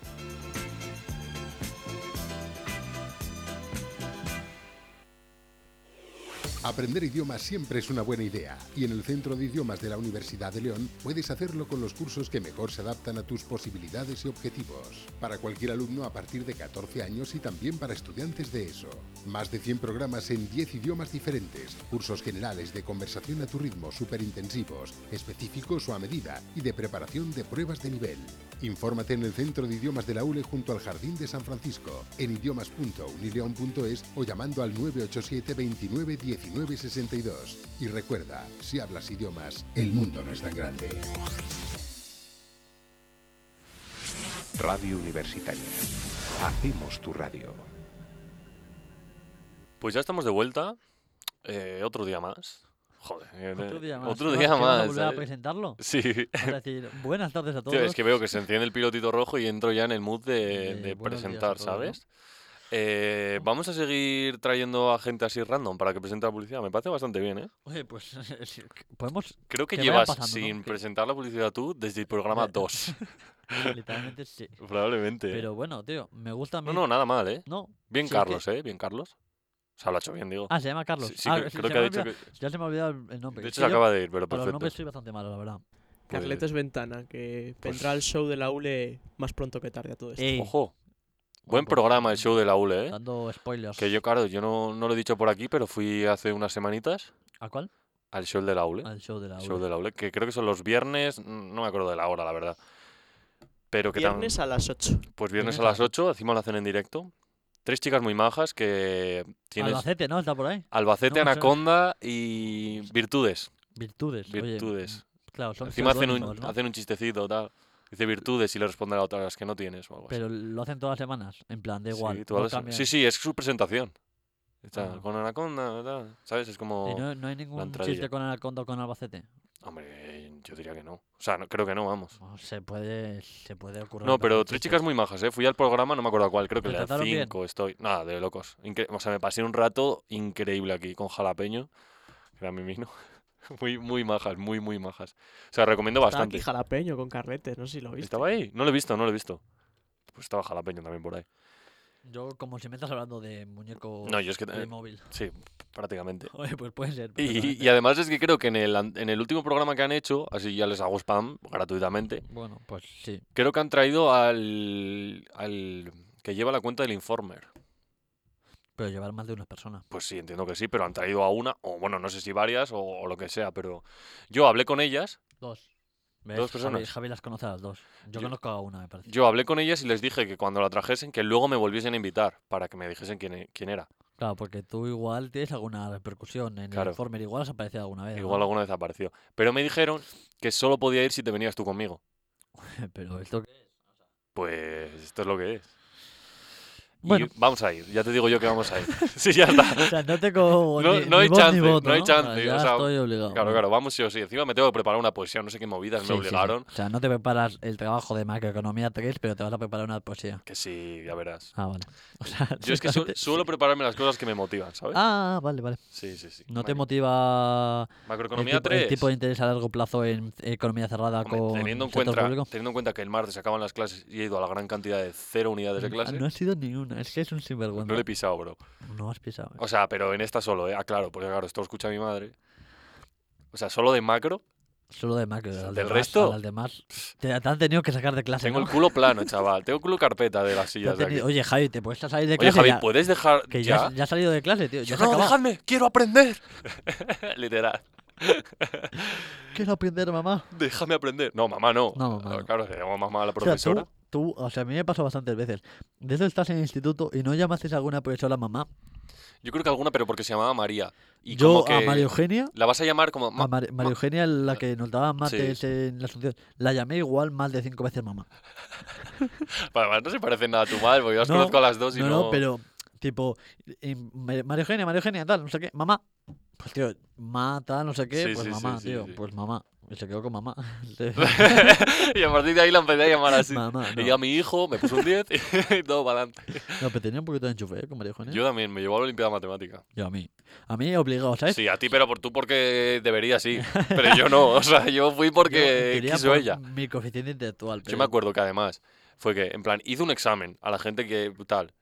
[SPEAKER 8] Aprender idiomas siempre es una buena idea y en el Centro de Idiomas de la Universidad de León puedes hacerlo con los cursos que mejor se adaptan a tus posibilidades y objetivos. Para cualquier alumno a partir de 14 años y también para estudiantes de ESO. Más de 100 programas en 10 idiomas diferentes, cursos generales de conversación a tu ritmo superintensivos, específicos o a medida y de preparación de pruebas de nivel. Infórmate en el Centro de Idiomas de la ULE junto al Jardín de San Francisco, en idiomas.unileon.es o llamando al 987 29 19 62. Y recuerda, si hablas idiomas, el mundo no es tan grande.
[SPEAKER 1] Radio Universitaria. Hacemos tu radio.
[SPEAKER 2] Pues ya estamos de vuelta. Eh, otro día más. Joder. eh,
[SPEAKER 3] Otro día más.
[SPEAKER 2] Otro
[SPEAKER 3] ¿Qué vas-
[SPEAKER 2] día
[SPEAKER 3] qué vas a
[SPEAKER 2] más,
[SPEAKER 3] volver a
[SPEAKER 2] ¿eh?
[SPEAKER 3] presentarlo?
[SPEAKER 2] Sí.
[SPEAKER 3] Vas a decir, buenas tardes a todos.
[SPEAKER 2] Tío, es que
[SPEAKER 3] *laughs*
[SPEAKER 2] veo que se enciende el pilotito rojo y entro ya en el mood de,
[SPEAKER 3] Eh,
[SPEAKER 2] de
[SPEAKER 3] buenos días a
[SPEAKER 2] presentar,
[SPEAKER 3] todos, ¿no?
[SPEAKER 2] ¿sabes? Eh, vamos a seguir trayendo a gente así random para que presente la publicidad. Me parece bastante bien, ¿eh?
[SPEAKER 3] Oye,
[SPEAKER 2] *laughs*
[SPEAKER 3] pues podemos
[SPEAKER 2] Creo que,
[SPEAKER 3] Que vayan
[SPEAKER 2] llevas
[SPEAKER 3] pasando, ¿no?
[SPEAKER 2] sin
[SPEAKER 3] Que-
[SPEAKER 2] presentar la publicidad tú desde el programa
[SPEAKER 3] Ya. *laughs*
[SPEAKER 2] 2.
[SPEAKER 3] literalmente sí.
[SPEAKER 2] Probablemente. ¿eh?
[SPEAKER 3] Pero bueno, tío, me gusta a mí.
[SPEAKER 2] No, no, nada mal, ¿eh?
[SPEAKER 3] No.
[SPEAKER 2] Bien
[SPEAKER 3] Sí, es que-
[SPEAKER 2] Carlos, ¿eh? Bien Carlos. O sea, lo ha hecho bien, digo.
[SPEAKER 3] Ah, se llama Carlos.
[SPEAKER 2] Sí, sí,
[SPEAKER 3] Ah,
[SPEAKER 2] cre-
[SPEAKER 3] sí,
[SPEAKER 2] creo
[SPEAKER 3] se
[SPEAKER 2] que ha
[SPEAKER 3] me
[SPEAKER 2] dicho
[SPEAKER 3] olvida-
[SPEAKER 2] que...
[SPEAKER 3] Ya se me ha olvidado el el nombre.
[SPEAKER 2] De
[SPEAKER 3] Es
[SPEAKER 2] hecho,
[SPEAKER 3] que
[SPEAKER 2] se
[SPEAKER 3] yo
[SPEAKER 2] acaba de ir, pero
[SPEAKER 3] Para los
[SPEAKER 2] perfecto.
[SPEAKER 3] nombres soy bastante malo, la verdad.
[SPEAKER 2] Pues-
[SPEAKER 4] E
[SPEAKER 2] Eh,
[SPEAKER 4] Carletos Ventana, que vendrá al show de la ULE más pronto que tarde a todo esto.
[SPEAKER 3] Ey,
[SPEAKER 2] Este Ojo. Buen
[SPEAKER 3] Ojo.
[SPEAKER 2] programa el show de la ULE, ¿eh?
[SPEAKER 3] Dando spoilers.
[SPEAKER 2] Que yo, claro, yo no, no lo he dicho por aquí, pero fui hace unas semanitas
[SPEAKER 3] ¿A cuál?
[SPEAKER 2] al show de la ULE.
[SPEAKER 3] Al show de la
[SPEAKER 2] ¿Eh? show
[SPEAKER 3] ULE.
[SPEAKER 2] de la ULE, que creo que son los viernes, mm, no me acuerdo de la hora, la verdad. Pero que tam-
[SPEAKER 4] Viernes a las 8.
[SPEAKER 2] pues viernes
[SPEAKER 3] viernes
[SPEAKER 2] a
[SPEAKER 3] a
[SPEAKER 2] las
[SPEAKER 3] las
[SPEAKER 2] 8, encima lo hacen en directo. Tres chicas muy majas que tienes
[SPEAKER 3] Albacete, ¿no? Está por ahí.
[SPEAKER 2] Albacete,
[SPEAKER 3] No, no sé.
[SPEAKER 2] Anaconda y Virtudes.
[SPEAKER 3] Virtudes. oye,
[SPEAKER 2] Virtudes.
[SPEAKER 3] claro, son
[SPEAKER 2] Encima hacen un,
[SPEAKER 3] seudónimos, ¿no?
[SPEAKER 2] hacen un chistecito, tal. Dice virtudes y le responde a la otra, las que no tienes o algo así.
[SPEAKER 3] Pero lo hacen todas las semanas. En plan, da
[SPEAKER 2] pues Sí,
[SPEAKER 3] igual.
[SPEAKER 2] tú
[SPEAKER 3] no
[SPEAKER 2] hablas-
[SPEAKER 3] cambian.
[SPEAKER 2] sí, sí, es su presentación. Está
[SPEAKER 3] Ah.
[SPEAKER 2] con Anaconda, tal, ¿sabes? Es como...
[SPEAKER 3] Y no, no hay ningún
[SPEAKER 2] entradilla.
[SPEAKER 3] chiste con Anaconda o con Albacete.
[SPEAKER 2] Hombre, yo diría que no. O sea, no- creo que no, vamos.
[SPEAKER 3] Bueno, se puede, se puede ocurrir.
[SPEAKER 2] No,
[SPEAKER 3] algún
[SPEAKER 2] pero tres
[SPEAKER 3] chiste.
[SPEAKER 2] chicas muy majas, ¿eh? Fui al programa, no me acuerdo a cuál, creo que
[SPEAKER 3] ¿Te
[SPEAKER 2] era
[SPEAKER 3] trataron bien?
[SPEAKER 2] 5 estoy. Nada, de locos. Incre- o sea, me pasé un rato increíble aquí con Jalapeño, que era mi vino. *laughs* Muy, muy majas, muy, muy majas. O sea, recomiendo
[SPEAKER 4] Estaba
[SPEAKER 2] bastante.
[SPEAKER 4] aquí jalapeño con carretes, no sé si lo viste.
[SPEAKER 2] ¿Estaba ahí? No lo he visto, no lo he visto. Pues estaba Jalapeño también por ahí.
[SPEAKER 3] Yo, como si me estás hablando de muñeco
[SPEAKER 2] No, yo es que-
[SPEAKER 3] de móvil.
[SPEAKER 2] Sí, prácticamente.
[SPEAKER 3] *laughs* Oye, pues puede ser.
[SPEAKER 2] Eh, Y,
[SPEAKER 3] perfectamente.
[SPEAKER 2] y además es que creo que en el, an- en el último programa que han hecho, así ya les hago spam gratuitamente,
[SPEAKER 3] Bueno, pues sí.
[SPEAKER 2] creo que han traído al, al que lleva la cuenta del Informer.
[SPEAKER 3] Pero llevar más de una persona.
[SPEAKER 2] Pues sí, entiendo que sí, pero han traído a una, o bueno, no sé si varias o, o lo que sea, pero yo hablé con ellas,
[SPEAKER 3] Dos. ¿Ves?
[SPEAKER 2] Dos
[SPEAKER 3] Javi-
[SPEAKER 2] personas.
[SPEAKER 3] Javi, las conoce a las dos. Yo,
[SPEAKER 2] Yo-
[SPEAKER 3] conozco a una, me parece.
[SPEAKER 2] yo hablé con ellas y les dije que cuando la trajesen, que luego me volviesen a invitar para que me dijesen quién, e- quién era.
[SPEAKER 3] Claro, porque tú igual tienes alguna repercusión. En
[SPEAKER 2] Claro.
[SPEAKER 3] el Informer igual has aparecido alguna vez. ¿no?
[SPEAKER 2] Igual alguna vez apareció. Pero me dijeron que solo podía ir si te venías tú conmigo.
[SPEAKER 3] *laughs* Pero esto que-
[SPEAKER 2] Pues esto es lo que es. Y
[SPEAKER 3] Bueno.
[SPEAKER 2] vamos a ir, ya te digo yo que vamos
[SPEAKER 3] *laughs*
[SPEAKER 2] a ir. sí, ya está.
[SPEAKER 3] O sea,
[SPEAKER 2] *laughs*
[SPEAKER 3] no tengo.
[SPEAKER 2] No-
[SPEAKER 3] ni-
[SPEAKER 2] no
[SPEAKER 3] ni
[SPEAKER 2] hay
[SPEAKER 3] voz ni
[SPEAKER 2] chance,
[SPEAKER 3] voto,
[SPEAKER 2] no hay
[SPEAKER 3] O
[SPEAKER 2] chance,
[SPEAKER 3] ya
[SPEAKER 2] o sea,
[SPEAKER 3] estoy obligado.
[SPEAKER 2] Claro,
[SPEAKER 3] ¿no?
[SPEAKER 2] claro, vamos sí o sí. Encima me tengo que preparar una poesía, no sé qué movidas
[SPEAKER 3] Sí,
[SPEAKER 2] me
[SPEAKER 3] sí, sí.
[SPEAKER 2] obligaron.
[SPEAKER 3] O sea, no te preparas el trabajo de macroeconomía 3, pero te vas a preparar una poesía.
[SPEAKER 2] Que sí, ya
[SPEAKER 3] *laughs*
[SPEAKER 2] verás.
[SPEAKER 3] Ah, vale. O sea,
[SPEAKER 2] Yo ¿eh? es que su-
[SPEAKER 3] directamente-
[SPEAKER 2] suelo prepararme las cosas que me motivan, ¿sabes?
[SPEAKER 3] Ah, vale, vale.
[SPEAKER 2] Sí, sí, sí.
[SPEAKER 3] ¿No te
[SPEAKER 2] Macro-
[SPEAKER 3] motiva el
[SPEAKER 2] Macroeconomía
[SPEAKER 3] tipo- el,
[SPEAKER 2] 3.
[SPEAKER 3] tipo de interés a largo plazo en economía cerrada
[SPEAKER 2] Hombre,
[SPEAKER 3] con
[SPEAKER 2] teniendo, en
[SPEAKER 3] sector
[SPEAKER 2] cuenta,
[SPEAKER 3] público?
[SPEAKER 2] teniendo en cuenta que el martes acaban las clases y he ido a la gran cantidad de cero unidades de
[SPEAKER 3] Mm,
[SPEAKER 2] clase,
[SPEAKER 3] No
[SPEAKER 2] no,
[SPEAKER 3] ha sido ni una, es que es un sinvergüenza.
[SPEAKER 2] le he pisado, bro.
[SPEAKER 3] No has pisado. eh.
[SPEAKER 2] O sea, pero en esta solo, ¿eh? Ah, claro, porque claro, esto lo escucha mi madre. O sea, solo de macro,
[SPEAKER 3] Solo de macro.
[SPEAKER 2] sea,
[SPEAKER 3] al
[SPEAKER 2] del
[SPEAKER 3] demás-
[SPEAKER 2] resto-
[SPEAKER 3] al demás te, te han tenido que sacar de clase.
[SPEAKER 2] tengo
[SPEAKER 3] Ah, ¿no?
[SPEAKER 2] el culo plano, chaval. Tengo el culo carpeta
[SPEAKER 3] *laughs*
[SPEAKER 2] de las
[SPEAKER 3] Te han
[SPEAKER 2] sillas de aquí.
[SPEAKER 3] tenido- Oye, Javi, ¿te puedes salir de
[SPEAKER 2] Oye,
[SPEAKER 3] clase?
[SPEAKER 2] Javi,
[SPEAKER 3] ya?
[SPEAKER 2] ¿puedes dejar
[SPEAKER 3] Que ya,
[SPEAKER 2] ya?
[SPEAKER 3] has- ya has salido de clase, tío.
[SPEAKER 2] Yo,
[SPEAKER 3] Ya se
[SPEAKER 2] no,
[SPEAKER 3] acabó.
[SPEAKER 2] dejadme, quiero aprender. *laughs* Literal,
[SPEAKER 3] Quiero aprender, mamá.
[SPEAKER 2] déjame aprender. No, mamá, no.
[SPEAKER 3] No, mamá,
[SPEAKER 2] Ah,
[SPEAKER 3] no.
[SPEAKER 2] Claro, se llama mamá a la
[SPEAKER 3] O sea,
[SPEAKER 2] profesora.
[SPEAKER 3] tú, tú- o sea, a mí me pasó bastantes veces. Desde estás en el instituto y no llamasteis a alguna profesora mamá.
[SPEAKER 2] Yo creo que alguna, pero porque se llamaba María. Y
[SPEAKER 3] Yo
[SPEAKER 2] como que
[SPEAKER 3] a María Eugenia,
[SPEAKER 2] la vas a llamar como...
[SPEAKER 3] a
[SPEAKER 2] "Ma-
[SPEAKER 3] Mari- María
[SPEAKER 2] ma-
[SPEAKER 3] Eugenia, la que nos daba mates
[SPEAKER 2] sí.
[SPEAKER 3] en la Asunción, la llamé igual más de cinco veces mamá.
[SPEAKER 2] Además, no se parecen nada a tu madre, porque yo las
[SPEAKER 3] No,
[SPEAKER 2] conozco a las dos y
[SPEAKER 3] No,
[SPEAKER 2] no...
[SPEAKER 3] no, pero tipo, y Ma- María Eugenia, María Eugenia, tal, no sé qué, mamá. Pues tío, ma, tal, no sé qué,
[SPEAKER 2] Sí,
[SPEAKER 3] pues
[SPEAKER 2] sí, sí,
[SPEAKER 3] mamá,
[SPEAKER 2] sí,
[SPEAKER 3] tío,
[SPEAKER 2] sí.
[SPEAKER 3] pues mamá. Y se quedó con mamá.
[SPEAKER 2] *laughs*
[SPEAKER 3] *laughs*
[SPEAKER 2] *laughs* y a partir de ahí la empecé a llamar así.
[SPEAKER 3] mamá,
[SPEAKER 2] Y a
[SPEAKER 3] no. ¿Eh?
[SPEAKER 2] mi hijo me puso un 10 y *laughs* todo para adelante.
[SPEAKER 3] No, pero tenía un poquito de enchufe, ¿eh? Con María Eugenia.
[SPEAKER 2] Yo también, me llevó a la Olimpiada Matemática.
[SPEAKER 3] Yo a mí. A mí obligado, ¿sabes?
[SPEAKER 2] Sí, a ti, pero por tú porque deberías, sí. Pero yo no, o sea, yo fui
[SPEAKER 3] Yo, en
[SPEAKER 2] porque
[SPEAKER 3] teoría,
[SPEAKER 2] quiso
[SPEAKER 3] por
[SPEAKER 2] ella.
[SPEAKER 3] Mi coeficiente intelectual.
[SPEAKER 2] Yo
[SPEAKER 3] pero-
[SPEAKER 2] me acuerdo que además fue que, en plan, hice un examen a la gente que tal.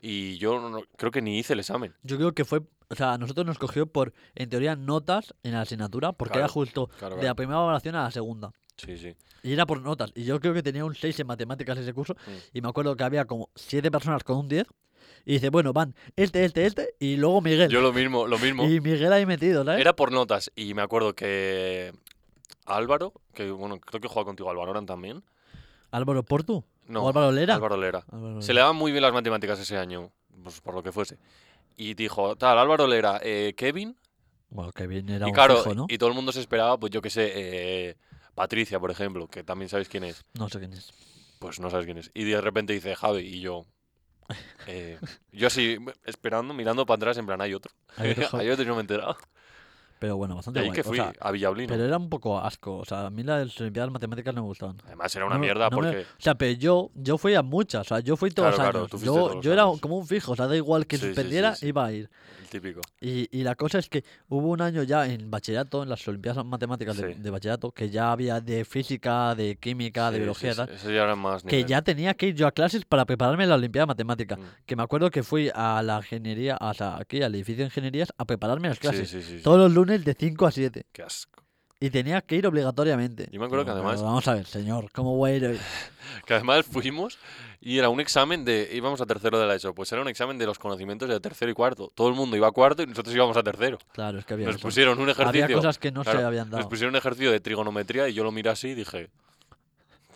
[SPEAKER 2] Y yo no- no- creo que ni hice el examen.
[SPEAKER 3] Yo creo que fue, o sea, a nosotros nos cogió por, en teoría, notas en la asignatura, porque era
[SPEAKER 2] Claro,
[SPEAKER 3] justo
[SPEAKER 2] Claro,
[SPEAKER 3] de la primera evaluación a la segunda.
[SPEAKER 2] Sí, sí.
[SPEAKER 3] Y era por notas. Y yo creo que tenía un 6 en matemáticas ese curso.
[SPEAKER 2] Mm.
[SPEAKER 3] Y me acuerdo que había como 7 personas con un 10. Y dice, bueno, van este, este, este. Y luego Miguel.
[SPEAKER 2] Yo lo mismo, lo mismo.
[SPEAKER 3] Y Miguel ahí metido, ¿sabes?
[SPEAKER 2] Era por notas. Y me acuerdo que Álvaro, que bueno, creo que juega contigo Álvaro Oran también.
[SPEAKER 3] Álvaro Portu.
[SPEAKER 2] No,
[SPEAKER 3] ¿O Álvaro Lera?
[SPEAKER 2] Álvaro Lera.
[SPEAKER 3] Álvaro
[SPEAKER 2] Se le
[SPEAKER 3] Lera.
[SPEAKER 2] daban muy bien las matemáticas ese año, pues, por lo que fuese. Y dijo, tal, Álvaro Lera, eh, Kevin.
[SPEAKER 3] Bueno, que bien era
[SPEAKER 2] y
[SPEAKER 3] un
[SPEAKER 2] claro,
[SPEAKER 3] fijo, ¿no?
[SPEAKER 2] y todo el mundo se esperaba, pues yo qué sé, eh, Patricia, por ejemplo, que también sabéis quién es.
[SPEAKER 3] No sé quién es.
[SPEAKER 2] Pues no sabes quién es. Y de repente dice Javi y yo. eh, yo así, esperando, mirando para atrás, en plan, hay otro.
[SPEAKER 3] *laughs*
[SPEAKER 2] *laughs*
[SPEAKER 3] Hay otro
[SPEAKER 2] hay
[SPEAKER 3] Javi.
[SPEAKER 2] otro y no me he
[SPEAKER 3] *laughs*
[SPEAKER 2] enterado.
[SPEAKER 3] Pero bueno,
[SPEAKER 2] De
[SPEAKER 3] bastante
[SPEAKER 2] ahí
[SPEAKER 3] guay.
[SPEAKER 2] que
[SPEAKER 3] o
[SPEAKER 2] fui,
[SPEAKER 3] sea,
[SPEAKER 2] a Villablino.
[SPEAKER 3] pero era un poco asco. O sea, a mí las Olimpiadas Matemáticas no me gustaban.
[SPEAKER 2] Además, era una
[SPEAKER 3] No,
[SPEAKER 2] mierda
[SPEAKER 3] no me-
[SPEAKER 2] porque.
[SPEAKER 3] o sea, pero yo, yo fui a muchas, o sea, yo fui todos
[SPEAKER 2] Claro,
[SPEAKER 3] los
[SPEAKER 2] claro,
[SPEAKER 3] años.
[SPEAKER 2] tú fuiste
[SPEAKER 3] yo
[SPEAKER 2] todos los
[SPEAKER 3] yo era
[SPEAKER 2] años.
[SPEAKER 3] como un fijo, o sea, da igual que
[SPEAKER 2] Sí, sí, sí,
[SPEAKER 3] suspendiera,
[SPEAKER 2] sí.
[SPEAKER 3] iba a ir.
[SPEAKER 2] El típico.
[SPEAKER 3] Y, y la cosa es que hubo un año ya en bachillerato, en las Olimpiadas Matemáticas de,
[SPEAKER 2] Sí.
[SPEAKER 3] de bachillerato, que ya había de física, de química, de
[SPEAKER 2] Sí,
[SPEAKER 3] biología,
[SPEAKER 2] sí,
[SPEAKER 3] tal,
[SPEAKER 2] sí, Eso ya era más.
[SPEAKER 3] que
[SPEAKER 2] nivel.
[SPEAKER 3] ya tenía que ir yo a clases para prepararme la Olimpiada Matemática.
[SPEAKER 2] Mm.
[SPEAKER 3] Que me acuerdo que fui a la ingeniería, o sea, aquí al edificio de ingenierías, a prepararme las
[SPEAKER 2] Sí,
[SPEAKER 3] clases.
[SPEAKER 2] sí, sí, sí.
[SPEAKER 3] Todos los lunes de 5 a 7.
[SPEAKER 2] Qué asco.
[SPEAKER 3] Y tenía que ir obligatoriamente.
[SPEAKER 2] Yo me acuerdo que
[SPEAKER 3] Digo, pero
[SPEAKER 2] además-
[SPEAKER 3] Vamos a ver, señor, ¿cómo voy a ir hoy?
[SPEAKER 2] Que además fuimos y era un examen de. íbamos a tercero de la ESO. Pues era un examen de los conocimientos de tercero y cuarto. Todo el mundo iba a cuarto y nosotros íbamos a tercero.
[SPEAKER 3] Claro, es que había.
[SPEAKER 2] Nos
[SPEAKER 3] eso.
[SPEAKER 2] pusieron un ejercicio.
[SPEAKER 3] Había cosas que no se
[SPEAKER 2] claro,
[SPEAKER 3] habían
[SPEAKER 2] Nos
[SPEAKER 3] dado.
[SPEAKER 2] pusieron un ejercicio de trigonometría y yo lo miré así y dije,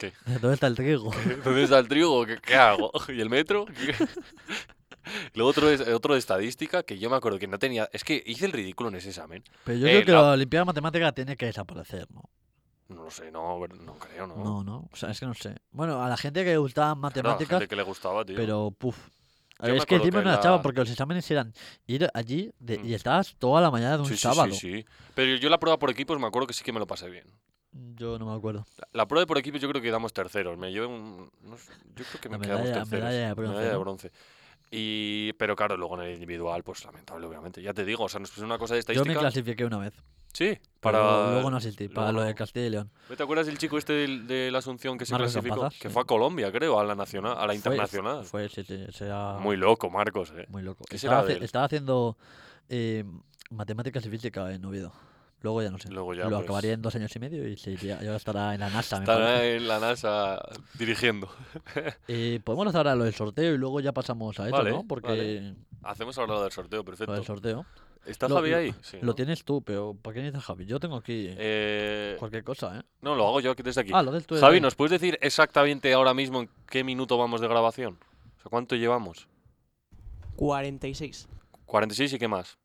[SPEAKER 3] *laughs* ¿Dónde está
[SPEAKER 2] *laughs*
[SPEAKER 3] el trigo?
[SPEAKER 2] ¿dónde está el trigo? ¿Qué, qué hago? *laughs* ¿Y el metro? ¿Qué?". Luego otro, es- otro de estadística que yo me acuerdo que no tenía. Es que hice el ridículo en ese examen.
[SPEAKER 3] Pero yo
[SPEAKER 2] Eh,
[SPEAKER 3] creo que
[SPEAKER 2] la-
[SPEAKER 3] la Olimpiada de Matemática tiene que desaparecer, ¿no?
[SPEAKER 2] No lo sé, no, no creo, ¿no?
[SPEAKER 3] No, no. O sea, es que no sé. Bueno, a la gente que le gustaban
[SPEAKER 2] Claro, a la gente
[SPEAKER 3] matemáticas,
[SPEAKER 2] que le gustaba, tío.
[SPEAKER 3] pero puf. A
[SPEAKER 2] Yo
[SPEAKER 3] ver,
[SPEAKER 2] me
[SPEAKER 3] es que
[SPEAKER 2] acuerdo
[SPEAKER 3] encima
[SPEAKER 2] que
[SPEAKER 3] no la echaban
[SPEAKER 2] la-
[SPEAKER 3] porque los exámenes eran ir allí de- y
[SPEAKER 2] Mm.
[SPEAKER 3] estabas toda la mañana de un
[SPEAKER 2] sí, sí,
[SPEAKER 3] sábado.
[SPEAKER 2] sí, sí. Pero yo la prueba por equipos me acuerdo que sí que me lo pasé bien.
[SPEAKER 3] Yo no me acuerdo.
[SPEAKER 2] La, la prueba de por equipos yo creo que quedamos terceros. Me llevé un, no sé, yo creo que
[SPEAKER 3] La
[SPEAKER 2] me quedamos
[SPEAKER 3] medalla-
[SPEAKER 2] terceros.
[SPEAKER 3] medalla de bronce,
[SPEAKER 2] Medalla de
[SPEAKER 3] ¿no?
[SPEAKER 2] bronce. Y, pero claro, luego en el individual, pues lamentable, obviamente. Ya te digo, o sea, nos pusieron una cosa de
[SPEAKER 3] Yo me
[SPEAKER 2] estadística.
[SPEAKER 3] clasifiqué una vez.
[SPEAKER 2] sí,
[SPEAKER 3] pero
[SPEAKER 2] para.
[SPEAKER 3] Luego no asistí, para
[SPEAKER 2] luego
[SPEAKER 3] lo de
[SPEAKER 2] no.
[SPEAKER 3] Castilla y León.
[SPEAKER 2] ¿Te acuerdas del chico este del- de, la Asunción que se
[SPEAKER 3] Marcos
[SPEAKER 2] clasificó?
[SPEAKER 3] Campazas,
[SPEAKER 2] que
[SPEAKER 3] sí.
[SPEAKER 2] fue a Colombia, creo, a la nacional, a la
[SPEAKER 3] Fue-
[SPEAKER 2] internacional.
[SPEAKER 3] Fue, sí, sí, ese era
[SPEAKER 2] Muy loco, Marcos, eh.
[SPEAKER 3] muy loco.
[SPEAKER 2] ¿qué será
[SPEAKER 3] Estaba,
[SPEAKER 2] de
[SPEAKER 3] hace-
[SPEAKER 2] él?
[SPEAKER 3] estaba haciendo eh, matemáticas y física en Oviedo. Luego ya no sé.
[SPEAKER 2] Luego ya,
[SPEAKER 3] lo
[SPEAKER 2] pues,
[SPEAKER 3] acabaría en dos años y medio y se iría- y ahora estará en la NASA. me
[SPEAKER 2] Estará
[SPEAKER 3] parece.
[SPEAKER 2] en la NASA dirigiendo.
[SPEAKER 3] Eh, podemos hacer ahora lo del sorteo y luego ya pasamos a esto,
[SPEAKER 2] Vale,
[SPEAKER 3] ¿no? Porque
[SPEAKER 2] vale. Hacemos ahora lo del sorteo, perfecto.
[SPEAKER 3] lo del sorteo.
[SPEAKER 2] ¿Está
[SPEAKER 3] Lo-
[SPEAKER 2] Javi
[SPEAKER 3] lo-
[SPEAKER 2] ahí? Sí,
[SPEAKER 3] Lo
[SPEAKER 2] ¿no?
[SPEAKER 3] tienes tú, pero ¿para qué necesitas Javi? Yo tengo aquí
[SPEAKER 2] Eh,
[SPEAKER 3] cualquier cosa, ¿eh?
[SPEAKER 2] no, lo hago yo aquí desde aquí.
[SPEAKER 3] Ah, lo del tú.
[SPEAKER 2] Javi,
[SPEAKER 3] desde-
[SPEAKER 2] ¿nos puedes decir exactamente ahora mismo en qué minuto vamos de grabación? O sea, ¿cuánto llevamos?
[SPEAKER 4] 46.
[SPEAKER 2] 46 y qué más.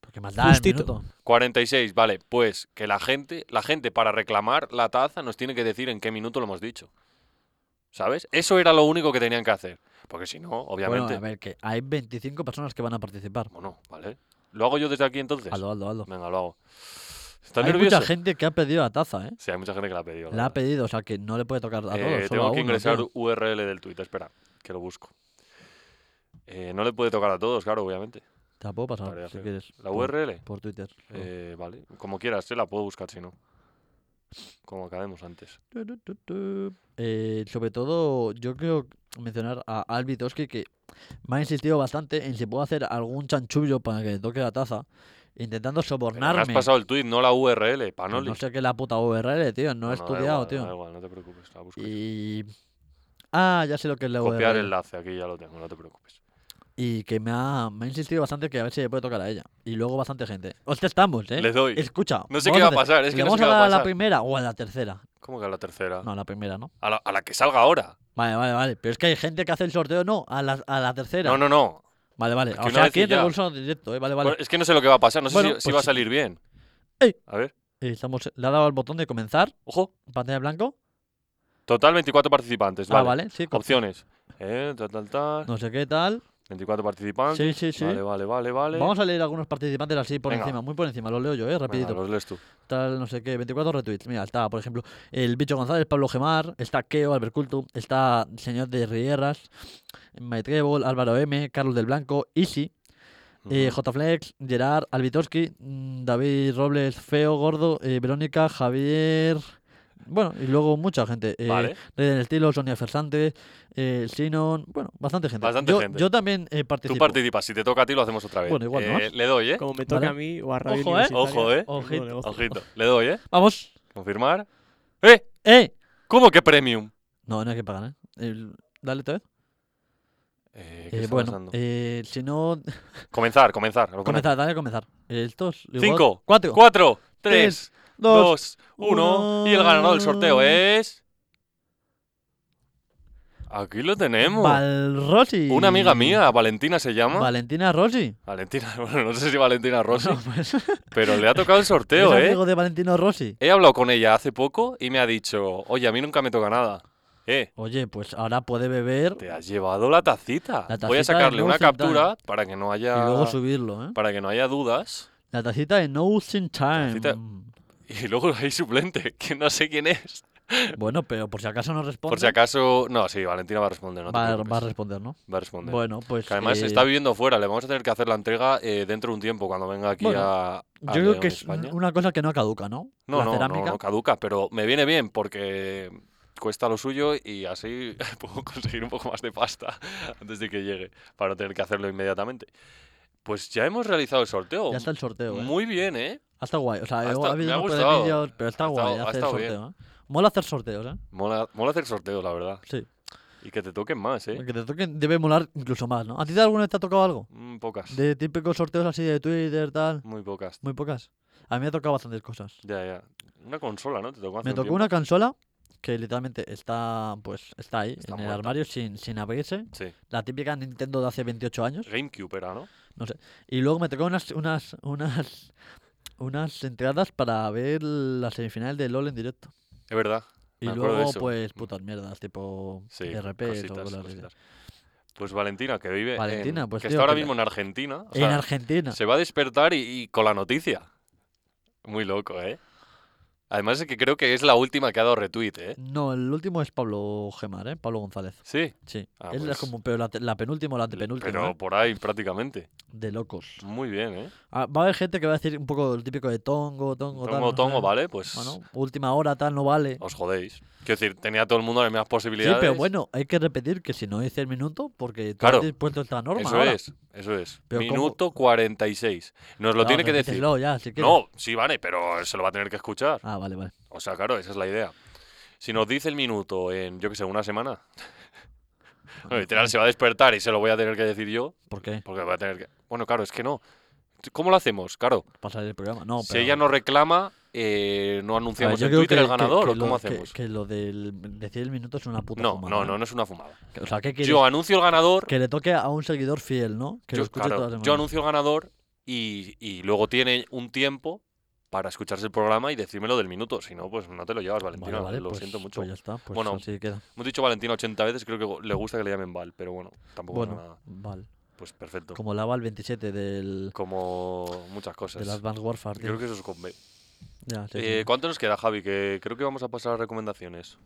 [SPEAKER 3] Porque más da el
[SPEAKER 4] Justito.
[SPEAKER 3] minuto.
[SPEAKER 2] 46, vale, pues que la gente, la gente para reclamar la taza nos tiene que decir en qué minuto lo hemos dicho. ¿Sabes? Eso era lo único que tenían que hacer. Porque si no,
[SPEAKER 3] Bueno,
[SPEAKER 2] obviamente.
[SPEAKER 3] a ver, que hay 25 personas que van a participar.
[SPEAKER 2] Bueno, vale. ¿Lo hago yo desde aquí entonces?
[SPEAKER 3] Aldo, aldo, aldo.
[SPEAKER 2] Venga, lo hago. ¿Estás
[SPEAKER 3] hay
[SPEAKER 2] nervioso?
[SPEAKER 3] mucha gente que ha pedido la taza, ¿eh?
[SPEAKER 2] Sí, hay mucha gente que la ha pedido. la
[SPEAKER 3] La ha
[SPEAKER 2] verdad.
[SPEAKER 3] pedido, o sea que no le puede tocar a todos.
[SPEAKER 2] Eh,
[SPEAKER 3] solo
[SPEAKER 2] tengo
[SPEAKER 3] a
[SPEAKER 2] que
[SPEAKER 3] uno,
[SPEAKER 2] ingresar
[SPEAKER 3] tío.
[SPEAKER 2] URL del Twitter, espera, que lo busco. Eh, no le puede tocar a todos, claro, obviamente.
[SPEAKER 3] Te la puedo pasar
[SPEAKER 2] Tarea
[SPEAKER 3] si
[SPEAKER 2] feo.
[SPEAKER 3] quieres.
[SPEAKER 2] La
[SPEAKER 3] por-
[SPEAKER 2] URL.
[SPEAKER 3] Por Twitter. solo.
[SPEAKER 2] Eh, vale, como quieras, se la puedo buscar si no. Como acabemos antes.
[SPEAKER 3] Tu, tu, tu, tu. Eh, sobre todo, yo quiero mencionar a Albi Toski que me ha insistido bastante en si puedo hacer algún chanchullo para que le toque la taza,
[SPEAKER 2] Pero me
[SPEAKER 3] intentando
[SPEAKER 2] has
[SPEAKER 3] sobornarme.
[SPEAKER 2] pasado el tweet, no la URL,
[SPEAKER 3] Que
[SPEAKER 2] Panoli.
[SPEAKER 3] Pues No sé qué es la puta URL, tío. No,
[SPEAKER 2] da
[SPEAKER 3] he estudiado,
[SPEAKER 2] igual,
[SPEAKER 3] tío.
[SPEAKER 2] Da igual, no te preocupes, la busco yo.
[SPEAKER 3] Y. Ah, ya sé lo que es la
[SPEAKER 2] Copiar
[SPEAKER 3] URL.
[SPEAKER 2] enlace, aquí ya lo tengo, no te preocupes.
[SPEAKER 3] Y que me ha, me ha insistido bastante que a ver si le puede tocar a ella. Y luego bastante gente. Hostia, estamos, ¿eh?
[SPEAKER 2] Les doy.
[SPEAKER 3] Escucha.
[SPEAKER 2] No sé
[SPEAKER 3] vamos
[SPEAKER 2] qué va a
[SPEAKER 3] hacer-
[SPEAKER 2] pasar, es
[SPEAKER 3] ¿le
[SPEAKER 2] que no sé
[SPEAKER 3] vamos
[SPEAKER 2] qué
[SPEAKER 3] a
[SPEAKER 2] va
[SPEAKER 3] dar
[SPEAKER 2] a
[SPEAKER 3] la
[SPEAKER 2] pasar. Ah.
[SPEAKER 3] primera o a la tercera?
[SPEAKER 2] ¿Cómo que a la tercera?
[SPEAKER 3] No, a la primera, ¿no?
[SPEAKER 2] A, la, a la que salga ahora.
[SPEAKER 3] Vale, vale, vale. Pero es que hay gente que hace el sorteo, no, a la, a la tercera.
[SPEAKER 2] No, no, no.
[SPEAKER 3] Vale, vale.
[SPEAKER 2] que
[SPEAKER 3] O
[SPEAKER 2] una
[SPEAKER 3] sea,
[SPEAKER 2] vez y
[SPEAKER 3] aquí en
[SPEAKER 2] ya.
[SPEAKER 3] Revolution directo, ¿eh? Vale, vale.
[SPEAKER 2] Bueno, Es que no sé lo que va a pasar, no sé
[SPEAKER 3] Bueno,
[SPEAKER 2] si, si
[SPEAKER 3] pues
[SPEAKER 2] va a
[SPEAKER 3] sí.
[SPEAKER 2] salir bien.
[SPEAKER 3] Ey.
[SPEAKER 2] A ver,
[SPEAKER 3] Eh, Estamos, le ha dado al botón de comenzar,
[SPEAKER 2] ojo.
[SPEAKER 3] pantalla en blanco.
[SPEAKER 2] Total 24 participantes,
[SPEAKER 3] Ah,
[SPEAKER 2] vale.
[SPEAKER 3] vale, sí. con-
[SPEAKER 2] Opciones. Eh, tal, tal, tal.
[SPEAKER 3] No sé qué tal.
[SPEAKER 2] 24 participantes.
[SPEAKER 3] Sí, sí, sí.
[SPEAKER 2] Vale, vale, vale, vale.
[SPEAKER 3] Vamos a leer algunos participantes así por
[SPEAKER 2] Venga.
[SPEAKER 3] encima, muy por encima. Los leo yo, eh,
[SPEAKER 2] Venga,
[SPEAKER 3] rapidito.
[SPEAKER 2] los lees tú.
[SPEAKER 3] Tal, no sé qué, 24 retweets. Mira, está, por ejemplo, el Bicho González, Pablo Gemar, está Keo, Albert Cultu, está Señor de Rierras, Maitrebol, Álvaro M, Carlos del Blanco, Easy, eh,
[SPEAKER 2] Ujú.
[SPEAKER 3] JFlex, Gerard, Albitoski, mm, David Robles, Feo Gordo, eh, Verónica, Javier. Bueno, y luego mucha gente. Eh,
[SPEAKER 2] Vale.
[SPEAKER 3] Rey del Estilo, Sonia Fersante, eh, Sinon. Bueno, bastante gente.
[SPEAKER 2] Bastante
[SPEAKER 3] yo,
[SPEAKER 2] gente.
[SPEAKER 3] yo también eh,
[SPEAKER 2] Tú
[SPEAKER 3] participo.
[SPEAKER 2] participas, si te toca a ti lo hacemos otra vez.
[SPEAKER 3] Bueno, igual no
[SPEAKER 2] Eh, Le doy, ¿eh?
[SPEAKER 4] Como me toca
[SPEAKER 3] Vale.
[SPEAKER 4] a mí o a Radio
[SPEAKER 3] Ojo, ¿eh?
[SPEAKER 2] Ojo, ¿eh?
[SPEAKER 4] Universitaria,
[SPEAKER 3] Ojito.
[SPEAKER 4] negocio.
[SPEAKER 2] Ojito. Le doy, ¿eh?
[SPEAKER 3] Vamos.
[SPEAKER 2] Confirmar. ¡Eh!
[SPEAKER 3] ¡Eh!
[SPEAKER 2] ¿Cómo que premium?
[SPEAKER 3] No, no hay que pagar, ¿eh? El- dale otra vez.
[SPEAKER 2] Eh, ¿qué
[SPEAKER 3] Eh,
[SPEAKER 2] está
[SPEAKER 3] bueno,
[SPEAKER 2] pasando?
[SPEAKER 3] eh, si no,
[SPEAKER 2] Comenzar, comenzar. lo ponemos.
[SPEAKER 3] comenzar, dale a comenzar. Estos, igual-
[SPEAKER 2] Cinco,
[SPEAKER 3] cuatro,
[SPEAKER 2] Cuatro,
[SPEAKER 3] Tres,
[SPEAKER 2] tres,
[SPEAKER 3] dos,
[SPEAKER 2] dos, uno. Y el ganador del sorteo
[SPEAKER 3] uno.
[SPEAKER 2] es. Aquí lo tenemos.
[SPEAKER 3] Valrossi.
[SPEAKER 2] Una amiga mía, Valentina se llama. *laughs*
[SPEAKER 3] Valentina Rossi.
[SPEAKER 2] Valentina, bueno, no sé si Valentina Rossi,
[SPEAKER 3] No, pues,
[SPEAKER 2] pero le ha tocado el sorteo,
[SPEAKER 3] *laughs* es
[SPEAKER 2] ¿eh?
[SPEAKER 3] amigo de Valentino Rossi.
[SPEAKER 2] He hablado con ella hace poco y me ha dicho, oye, a mí nunca me toca nada. Eh,
[SPEAKER 3] Oye, pues ahora puede beber
[SPEAKER 2] te has llevado la tacita.
[SPEAKER 3] La
[SPEAKER 2] Voy
[SPEAKER 3] tacita
[SPEAKER 2] a
[SPEAKER 3] de
[SPEAKER 2] sacarle una
[SPEAKER 3] Nothing Time.
[SPEAKER 2] captura para que no haya
[SPEAKER 3] y luego subirlo, ¿eh?
[SPEAKER 2] para que no haya dudas. *laughs*
[SPEAKER 3] La tacita de No Sin Time.
[SPEAKER 2] Tacita- Y luego hay suplente, que no sé quién es.
[SPEAKER 3] Bueno, pero por si acaso no responde,
[SPEAKER 2] Por si acaso, no, sí, Valentina va a responder, no te
[SPEAKER 3] va, a-
[SPEAKER 2] preocupes.
[SPEAKER 3] va a responder, ¿no?
[SPEAKER 2] Va a responder.
[SPEAKER 3] Bueno, pues.
[SPEAKER 2] que además
[SPEAKER 3] eh,
[SPEAKER 2] está viviendo fuera, le vamos a tener que hacer la entrega eh, dentro de un tiempo cuando venga aquí
[SPEAKER 3] Bueno,
[SPEAKER 2] a, a
[SPEAKER 3] Yo
[SPEAKER 2] León,
[SPEAKER 3] creo que es
[SPEAKER 2] Ah, España.
[SPEAKER 3] una cosa que no caduca, ¿no?
[SPEAKER 2] No,
[SPEAKER 3] la
[SPEAKER 2] no,
[SPEAKER 3] cerámica.
[SPEAKER 2] no, no caduca, pero me viene bien porque cuesta lo suyo y así *laughs* puedo conseguir un poco más de pasta antes de que llegue para no tener que hacerlo inmediatamente. Pues ya hemos realizado el sorteo.
[SPEAKER 3] Ya está el sorteo, ¿eh?
[SPEAKER 2] Muy bien, ¿eh?
[SPEAKER 3] Ha estado guay. O sea,
[SPEAKER 2] Ha
[SPEAKER 3] luego
[SPEAKER 2] estado-
[SPEAKER 3] ha habido
[SPEAKER 2] me ha
[SPEAKER 3] un par de
[SPEAKER 2] gustado.
[SPEAKER 3] vídeos, pero está
[SPEAKER 2] Ha
[SPEAKER 3] guay
[SPEAKER 2] estado- ha
[SPEAKER 3] hacer
[SPEAKER 2] estado
[SPEAKER 3] sorteo, ¿eh? Mola hacer sorteos, ¿eh?
[SPEAKER 2] Mola, mola hacer sorteos, la verdad.
[SPEAKER 3] Sí.
[SPEAKER 2] Y que te toquen más, ¿eh?
[SPEAKER 3] Que te toquen debe molar incluso más, ¿no? ¿A ti de alguna vez te ha tocado algo?
[SPEAKER 2] Mm, pocas.
[SPEAKER 3] De típicos sorteos así de Twitter, tal.
[SPEAKER 2] Muy pocas.
[SPEAKER 3] Muy pocas. A mí me ha tocado bastantes cosas.
[SPEAKER 2] Ya, ya. Una consola, ¿no? Te tocó hace
[SPEAKER 3] Me
[SPEAKER 2] un
[SPEAKER 3] tocó
[SPEAKER 2] tiempo.
[SPEAKER 3] una consola que literalmente está, pues, está ahí,
[SPEAKER 2] Está
[SPEAKER 3] en el
[SPEAKER 2] muerta.
[SPEAKER 3] armario, sin, sin abrirse.
[SPEAKER 2] Sí.
[SPEAKER 3] La típica Nintendo de hace 28 años.
[SPEAKER 2] GameCube era, ¿no?
[SPEAKER 3] Y luego me tocó unas, unas, *laughs* unas, unas entradas para ver la semifinal de LOL en directo.
[SPEAKER 2] Es verdad.
[SPEAKER 3] Y
[SPEAKER 2] Me acuerdo de
[SPEAKER 3] luego,
[SPEAKER 2] eso.
[SPEAKER 3] pues, putas mierdas, tipo
[SPEAKER 2] Sí.
[SPEAKER 3] RP
[SPEAKER 2] cositas, cositas. Pues Valentina, que vive. en-
[SPEAKER 3] Valentina, pues,
[SPEAKER 2] Que
[SPEAKER 3] tío,
[SPEAKER 2] está ahora
[SPEAKER 3] que la-
[SPEAKER 2] mismo en Argentina. o
[SPEAKER 3] en
[SPEAKER 2] sea,
[SPEAKER 3] Argentina.
[SPEAKER 2] Se va a despertar y, y con la noticia. Muy loco, ¿eh? Además es que creo que es la última que ha dado retweet, ¿eh?
[SPEAKER 3] No, el último es Pablo Gemar, ¿eh? Pablo González.
[SPEAKER 2] Sí,
[SPEAKER 3] Sí.
[SPEAKER 2] Ah,
[SPEAKER 3] es la-
[SPEAKER 2] pues.
[SPEAKER 3] como, pero la, te- la penúltima o la antepenúltima.
[SPEAKER 2] pero
[SPEAKER 3] ¿eh?
[SPEAKER 2] por ahí prácticamente.
[SPEAKER 3] De locos.
[SPEAKER 2] Muy bien, ¿eh?
[SPEAKER 3] Ah, va a haber gente que va a decir un poco el típico de tongo, tongo, tal.
[SPEAKER 2] Tongo,
[SPEAKER 3] no sé.
[SPEAKER 2] tongo, ¿vale? Pues
[SPEAKER 3] Bueno, última hora, tal, no vale.
[SPEAKER 2] os jodéis. Quiero decir, tenía todo el mundo las mismas
[SPEAKER 3] Sí,
[SPEAKER 2] posibilidades.
[SPEAKER 3] pero bueno, hay que repetir que si no dice el minuto, porque tú
[SPEAKER 2] Claro.
[SPEAKER 3] has dispuesto esta norma.
[SPEAKER 2] Eso
[SPEAKER 3] ahora.
[SPEAKER 2] es, eso es.
[SPEAKER 3] Pero ¿cómo?
[SPEAKER 2] Minuto 46. Nos lo
[SPEAKER 3] No,
[SPEAKER 2] tiene que decir.
[SPEAKER 3] repítelo ya, si quieres.
[SPEAKER 2] No, sí, vale, pero se lo va a tener que escuchar.
[SPEAKER 3] Ah, vale, vale.
[SPEAKER 2] O sea, claro, esa es la idea. Si nos dice el minuto en, yo qué sé, una
[SPEAKER 3] *laughs*
[SPEAKER 2] semana, literal se va a despertar y se lo voy a tener que decir yo,
[SPEAKER 3] ¿Por qué?
[SPEAKER 2] porque va a tener que... Bueno, claro, es que no. ¿Cómo lo hacemos? Claro,
[SPEAKER 3] Pasar el programa. No,
[SPEAKER 2] si
[SPEAKER 3] pero-
[SPEAKER 2] ella no reclama, eh, no
[SPEAKER 3] A ver,
[SPEAKER 2] anunciamos
[SPEAKER 3] yo
[SPEAKER 2] en
[SPEAKER 3] creo
[SPEAKER 2] Twitter
[SPEAKER 3] que-
[SPEAKER 2] el ganador,
[SPEAKER 3] que-
[SPEAKER 2] ¿o
[SPEAKER 3] que
[SPEAKER 2] cómo
[SPEAKER 3] lo- que-
[SPEAKER 2] hacemos?
[SPEAKER 3] Que, lo del decir el minuto es una puta
[SPEAKER 2] no,
[SPEAKER 3] fumada,
[SPEAKER 2] no,
[SPEAKER 3] ¿eh?
[SPEAKER 2] no, no es una fumada.
[SPEAKER 3] O sea, ¿qué quieres?
[SPEAKER 2] Yo anuncio el ganador,
[SPEAKER 3] Que le toque a un seguidor fiel, ¿no? Que lo
[SPEAKER 2] yo,
[SPEAKER 3] escuche
[SPEAKER 2] claro,
[SPEAKER 3] todas las
[SPEAKER 2] yo
[SPEAKER 3] semanas.
[SPEAKER 2] anuncio el ganador y, y luego tiene un tiempo para escucharse el programa y decírmelo del minuto. Si no, pues no te lo llevas, Valentina.
[SPEAKER 3] Vale, vale,
[SPEAKER 2] lo
[SPEAKER 3] pues-
[SPEAKER 2] siento mucho.
[SPEAKER 3] Pues ya está, pues
[SPEAKER 2] Bueno,
[SPEAKER 3] así queda.
[SPEAKER 2] Hemos dicho Valentina 80 veces, creo que go- le gusta que le llamen Val, pero bueno, tampoco
[SPEAKER 3] Bueno,
[SPEAKER 2] pasa nada.
[SPEAKER 3] vale.
[SPEAKER 2] Pues perfecto. Como,
[SPEAKER 3] Como la el 27 del,
[SPEAKER 2] muchas cosas.
[SPEAKER 3] del Advanced Warfare. tío.
[SPEAKER 2] Creo que eso es con B.
[SPEAKER 3] Ya, sí, sí.
[SPEAKER 2] Eh, ¿Cuánto nos queda, Javi? Que creo que vamos a pasar a recomendaciones.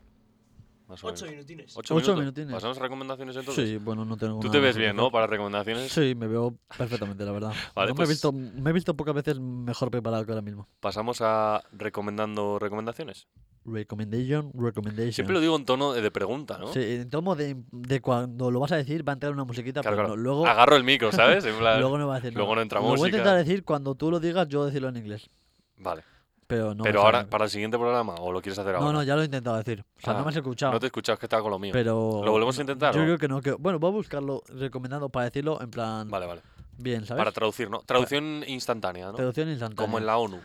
[SPEAKER 2] Más o menos.
[SPEAKER 4] minutines.
[SPEAKER 2] Ocho
[SPEAKER 3] Ocho
[SPEAKER 2] minutos.
[SPEAKER 3] minutines.
[SPEAKER 2] ¿Pasamos a recomendaciones entonces?
[SPEAKER 3] Sí, bueno, no tengo
[SPEAKER 2] Tú
[SPEAKER 3] nada
[SPEAKER 2] te
[SPEAKER 3] más
[SPEAKER 2] ves
[SPEAKER 3] que
[SPEAKER 2] bien,
[SPEAKER 3] contar.
[SPEAKER 2] ¿no? Para recomendaciones.
[SPEAKER 3] Sí, me veo perfectamente, la verdad.
[SPEAKER 2] *laughs* Vale,
[SPEAKER 3] no me
[SPEAKER 2] pues-
[SPEAKER 3] he visto, me he visto pocas veces mejor preparado que ahora mismo.
[SPEAKER 2] Pasamos a recomendando recomendaciones.
[SPEAKER 3] Recommendation, recommendation.
[SPEAKER 2] Siempre lo digo en tono de de pregunta, ¿no?
[SPEAKER 3] Sí, en tomo de, de cuando lo vas a decir va a entrar una musiquita,
[SPEAKER 2] Claro,
[SPEAKER 3] pero
[SPEAKER 2] claro.
[SPEAKER 3] no, luego,
[SPEAKER 2] Agarro el micro, ¿sabes? En plan-
[SPEAKER 3] luego no va a decir
[SPEAKER 2] luego
[SPEAKER 3] nada.
[SPEAKER 2] no entra
[SPEAKER 3] lo voy a
[SPEAKER 2] música.
[SPEAKER 3] intentar decir cuando tú lo digas, yo decirlo en inglés.
[SPEAKER 2] Vale.
[SPEAKER 3] Pero no. me
[SPEAKER 2] pero
[SPEAKER 3] sale.
[SPEAKER 2] ahora, para el siguiente programa, ¿o lo quieres hacer
[SPEAKER 3] No,
[SPEAKER 2] ahora?
[SPEAKER 3] no, ya lo he intentado decir. O sea,
[SPEAKER 2] Ah,
[SPEAKER 3] no me has escuchado.
[SPEAKER 2] No te escuchas que estaba con lo mío.
[SPEAKER 3] Pero.
[SPEAKER 2] ¿Lo volvemos a
[SPEAKER 3] no,
[SPEAKER 2] intentar,
[SPEAKER 3] Yo
[SPEAKER 2] o?
[SPEAKER 3] creo que no. Que, bueno, voy a buscarlo recomendado para decirlo en plan.
[SPEAKER 2] Vale, vale.
[SPEAKER 3] Bien, ¿sabes?
[SPEAKER 2] Para traducir, ¿no? Traducción instantánea, ¿no?
[SPEAKER 3] Traducción instantánea.
[SPEAKER 2] Como en la ONU.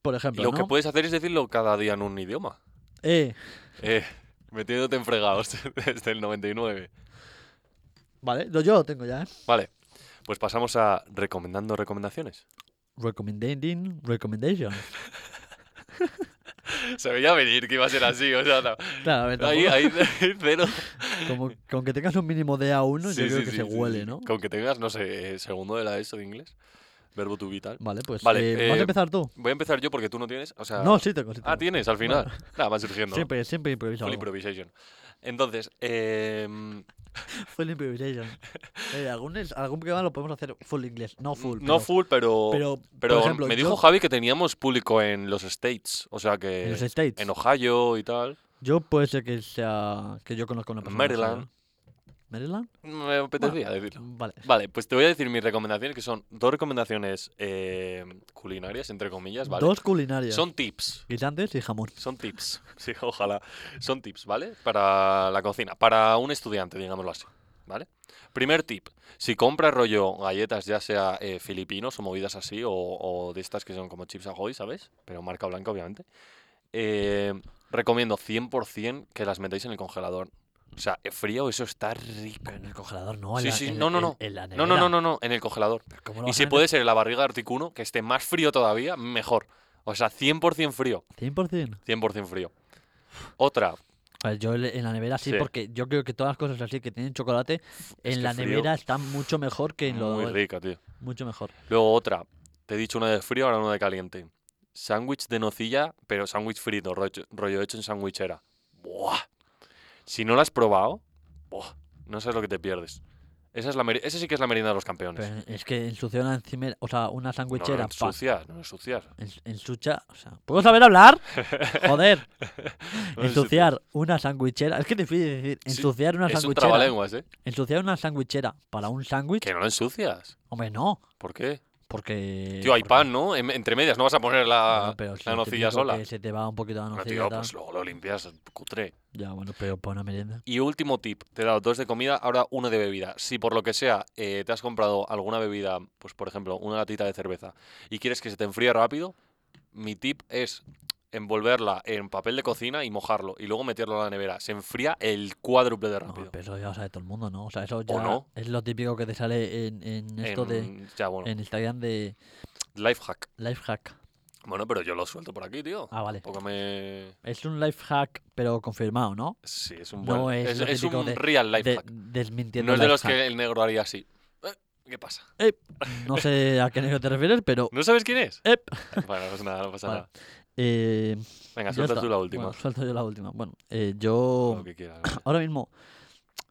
[SPEAKER 3] Por
[SPEAKER 2] Y
[SPEAKER 3] ejemplo.
[SPEAKER 2] lo que
[SPEAKER 3] ¿no?
[SPEAKER 2] puedes hacer es decirlo cada día en un idioma.
[SPEAKER 3] Eh,
[SPEAKER 2] Eh, metiéndote en fregados *laughs* desde el 99.
[SPEAKER 3] vale, lo- yo lo tengo ya, ¿eh?
[SPEAKER 2] Vale, pues pasamos a recomendando
[SPEAKER 3] *laughs*
[SPEAKER 2] recomendaciones.
[SPEAKER 3] Recommending,
[SPEAKER 2] *laughs*
[SPEAKER 3] recommendation.
[SPEAKER 2] Se veía venir que iba a ser así, o sea, no.
[SPEAKER 3] Claro, a
[SPEAKER 2] *laughs*
[SPEAKER 3] ver,
[SPEAKER 2] ahí,
[SPEAKER 3] tampoco-
[SPEAKER 2] *laughs* ahí cero.
[SPEAKER 3] Como, con que tengas un mínimo de A1,
[SPEAKER 2] Sí,
[SPEAKER 3] yo creo
[SPEAKER 2] sí,
[SPEAKER 3] que
[SPEAKER 2] sí,
[SPEAKER 3] se
[SPEAKER 2] sí, sí.
[SPEAKER 3] huele, ¿no?
[SPEAKER 2] Con que tengas, no sé, eh, segundo de la ESO de inglés, verbo to be tal.
[SPEAKER 3] Vale, pues.
[SPEAKER 2] Vale,
[SPEAKER 3] eh, ¿Vas
[SPEAKER 2] eh,
[SPEAKER 3] a empezar tú?
[SPEAKER 2] Voy a empezar yo porque tú no tienes, o sea...
[SPEAKER 3] No, sí tengo, sí
[SPEAKER 2] Ah,
[SPEAKER 3] tengo.
[SPEAKER 2] tienes, al final. *laughs* Nada, va surgiendo.
[SPEAKER 3] Siempre, siempre improviso.
[SPEAKER 2] Full
[SPEAKER 3] algo.
[SPEAKER 2] improvisation. Entonces, em, *laughs*
[SPEAKER 3] Full improvisation. Eh, algún, es- algún programa lo podemos hacer full inglés. No full.
[SPEAKER 2] no
[SPEAKER 3] pero-
[SPEAKER 2] full, pero...
[SPEAKER 3] Pero,
[SPEAKER 2] Pero
[SPEAKER 3] por ejemplo,
[SPEAKER 2] me dijo
[SPEAKER 3] yo-
[SPEAKER 2] Javi que teníamos público en los States, o sea que...
[SPEAKER 3] En los States.
[SPEAKER 2] en Ohio y tal.
[SPEAKER 3] Yo puede ser que sea. Que yo conozca una persona. que sea-
[SPEAKER 2] Maryland.
[SPEAKER 3] ¿Maryland?
[SPEAKER 2] Me apetecía decirlo.
[SPEAKER 3] Vale.
[SPEAKER 2] Vale, pues te voy a decir mis recomendaciones, que son dos recomendaciones eh, culinarias, entre comillas, ¿vale?
[SPEAKER 3] Dos culinarias.
[SPEAKER 2] Son tips.
[SPEAKER 3] guisantes y jamón.
[SPEAKER 2] Son tips. *laughs* Sí, ojalá. Son tips, ¿vale? Para la cocina. Para un estudiante, digámoslo así. ¿Vale? Primer tip. Si compras rollo galletas, ya sea eh, filipinos o movidas así, o, o de estas que son como chips ahoy, ¿sabes? Pero marca blanca, obviamente. eh, recomiendo 100% que las metáis en el congelador. O sea, frío, eso está rico.
[SPEAKER 3] En el congelador, no. en
[SPEAKER 2] Sí,
[SPEAKER 3] la-
[SPEAKER 2] sí,
[SPEAKER 3] en-
[SPEAKER 2] no, no,
[SPEAKER 3] en-
[SPEAKER 2] no.
[SPEAKER 3] En la
[SPEAKER 2] No, no, no, no, no, en el congelador. Y si puede ser en la barriga de Articuno, que esté más frío todavía, mejor. O sea, 100% frío.
[SPEAKER 3] 100%.
[SPEAKER 2] 100% frío. Otra,
[SPEAKER 3] A ver, yo le- en la nevera sí,
[SPEAKER 2] Sí.
[SPEAKER 3] porque yo creo que todas las cosas así que tienen chocolate en
[SPEAKER 2] que
[SPEAKER 3] la
[SPEAKER 2] frío.
[SPEAKER 3] nevera están mucho mejor que en lo
[SPEAKER 2] muy rica, tío.
[SPEAKER 3] Mucho mejor.
[SPEAKER 2] Luego otra, te he dicho una de frío, ahora una de caliente. Sándwich de nocilla, pero sándwich frito, rollo, rollo hecho en sandwichera. Buah. Si no lo has probado, buah, no sabes lo que te pierdes. Esa, es la meri- esa sí que es la merienda de los campeones.
[SPEAKER 3] Pero es que ensucia una encimera, o sea, una
[SPEAKER 2] No,
[SPEAKER 3] sandwichera.
[SPEAKER 2] no ensuciar, no ensuciar.
[SPEAKER 3] En, ensucha, o sea, ¿puedo saber
[SPEAKER 2] *laughs*
[SPEAKER 3] hablar? Joder,
[SPEAKER 2] No
[SPEAKER 3] ensuciar una sandwichera, es que es difícil decir,
[SPEAKER 2] Sí,
[SPEAKER 3] ensuciar una
[SPEAKER 2] Es un
[SPEAKER 3] sandwichera,
[SPEAKER 2] trabalenguas, ¿eh?
[SPEAKER 3] ensuciar una sandwichera para un sándwich,
[SPEAKER 2] Que no lo ensucias.
[SPEAKER 3] hombre, no,
[SPEAKER 2] ¿Por qué?
[SPEAKER 3] Porque.
[SPEAKER 2] Tío, hay
[SPEAKER 3] porque-
[SPEAKER 2] pan, ¿no? En- entre medias, no vas a poner la,
[SPEAKER 3] Bueno, pero si
[SPEAKER 2] la
[SPEAKER 3] lo
[SPEAKER 2] nocilla
[SPEAKER 3] típico
[SPEAKER 2] sola.
[SPEAKER 3] que se te va un poquito la
[SPEAKER 2] No,
[SPEAKER 3] nocilla.
[SPEAKER 2] tío,
[SPEAKER 3] tal.
[SPEAKER 2] pues luego lo limpias, cutre.
[SPEAKER 3] Ya, bueno, pero para una merienda.
[SPEAKER 2] Y último tip, te he dado dos de comida, ahora uno de bebida. Si por lo que sea eh, te has comprado alguna bebida, pues por ejemplo, una latita de cerveza, y quieres que se te enfríe rápido, mi tip es envolverla en papel de cocina y mojarlo, y luego meterlo a la nevera. Se enfría el cuádruple de
[SPEAKER 3] No,
[SPEAKER 2] rápido.
[SPEAKER 3] pero eso ya lo sabe todo el mundo, ¿no? O sea, eso ya
[SPEAKER 2] no?
[SPEAKER 3] es lo típico que te sale en, en esto de.
[SPEAKER 2] En- Ya, bueno,
[SPEAKER 3] En Instagram de
[SPEAKER 2] life hack.
[SPEAKER 3] life hack.
[SPEAKER 2] Bueno, pero yo lo suelto por aquí, tío.
[SPEAKER 3] Ah, vale.
[SPEAKER 2] Porque me...
[SPEAKER 3] Es un life hack, pero confirmado, ¿no?
[SPEAKER 2] Sí, es un
[SPEAKER 3] No
[SPEAKER 2] buen...
[SPEAKER 3] es
[SPEAKER 2] es,
[SPEAKER 3] lo
[SPEAKER 2] es
[SPEAKER 3] típico
[SPEAKER 2] un
[SPEAKER 3] de-
[SPEAKER 2] real life
[SPEAKER 3] De-
[SPEAKER 2] hack.
[SPEAKER 3] desmintiendo
[SPEAKER 2] No es de
[SPEAKER 3] life
[SPEAKER 2] los que
[SPEAKER 3] hack.
[SPEAKER 2] el negro haría así. Eh, ¿Qué pasa?
[SPEAKER 3] Ep, no sé a qué negro te refieres, pero.
[SPEAKER 2] ¿No sabes quién es?
[SPEAKER 3] Ep.
[SPEAKER 2] *laughs* Bueno, pues nada, no pasa
[SPEAKER 3] Vale.
[SPEAKER 2] nada.
[SPEAKER 3] Eh,
[SPEAKER 2] Venga,
[SPEAKER 3] ya
[SPEAKER 2] suelta
[SPEAKER 3] está.
[SPEAKER 2] tú la última.
[SPEAKER 3] Bueno, suelto yo la última. Bueno, eh, yo.
[SPEAKER 2] Lo que quieras. vaya.
[SPEAKER 3] Ahora mismo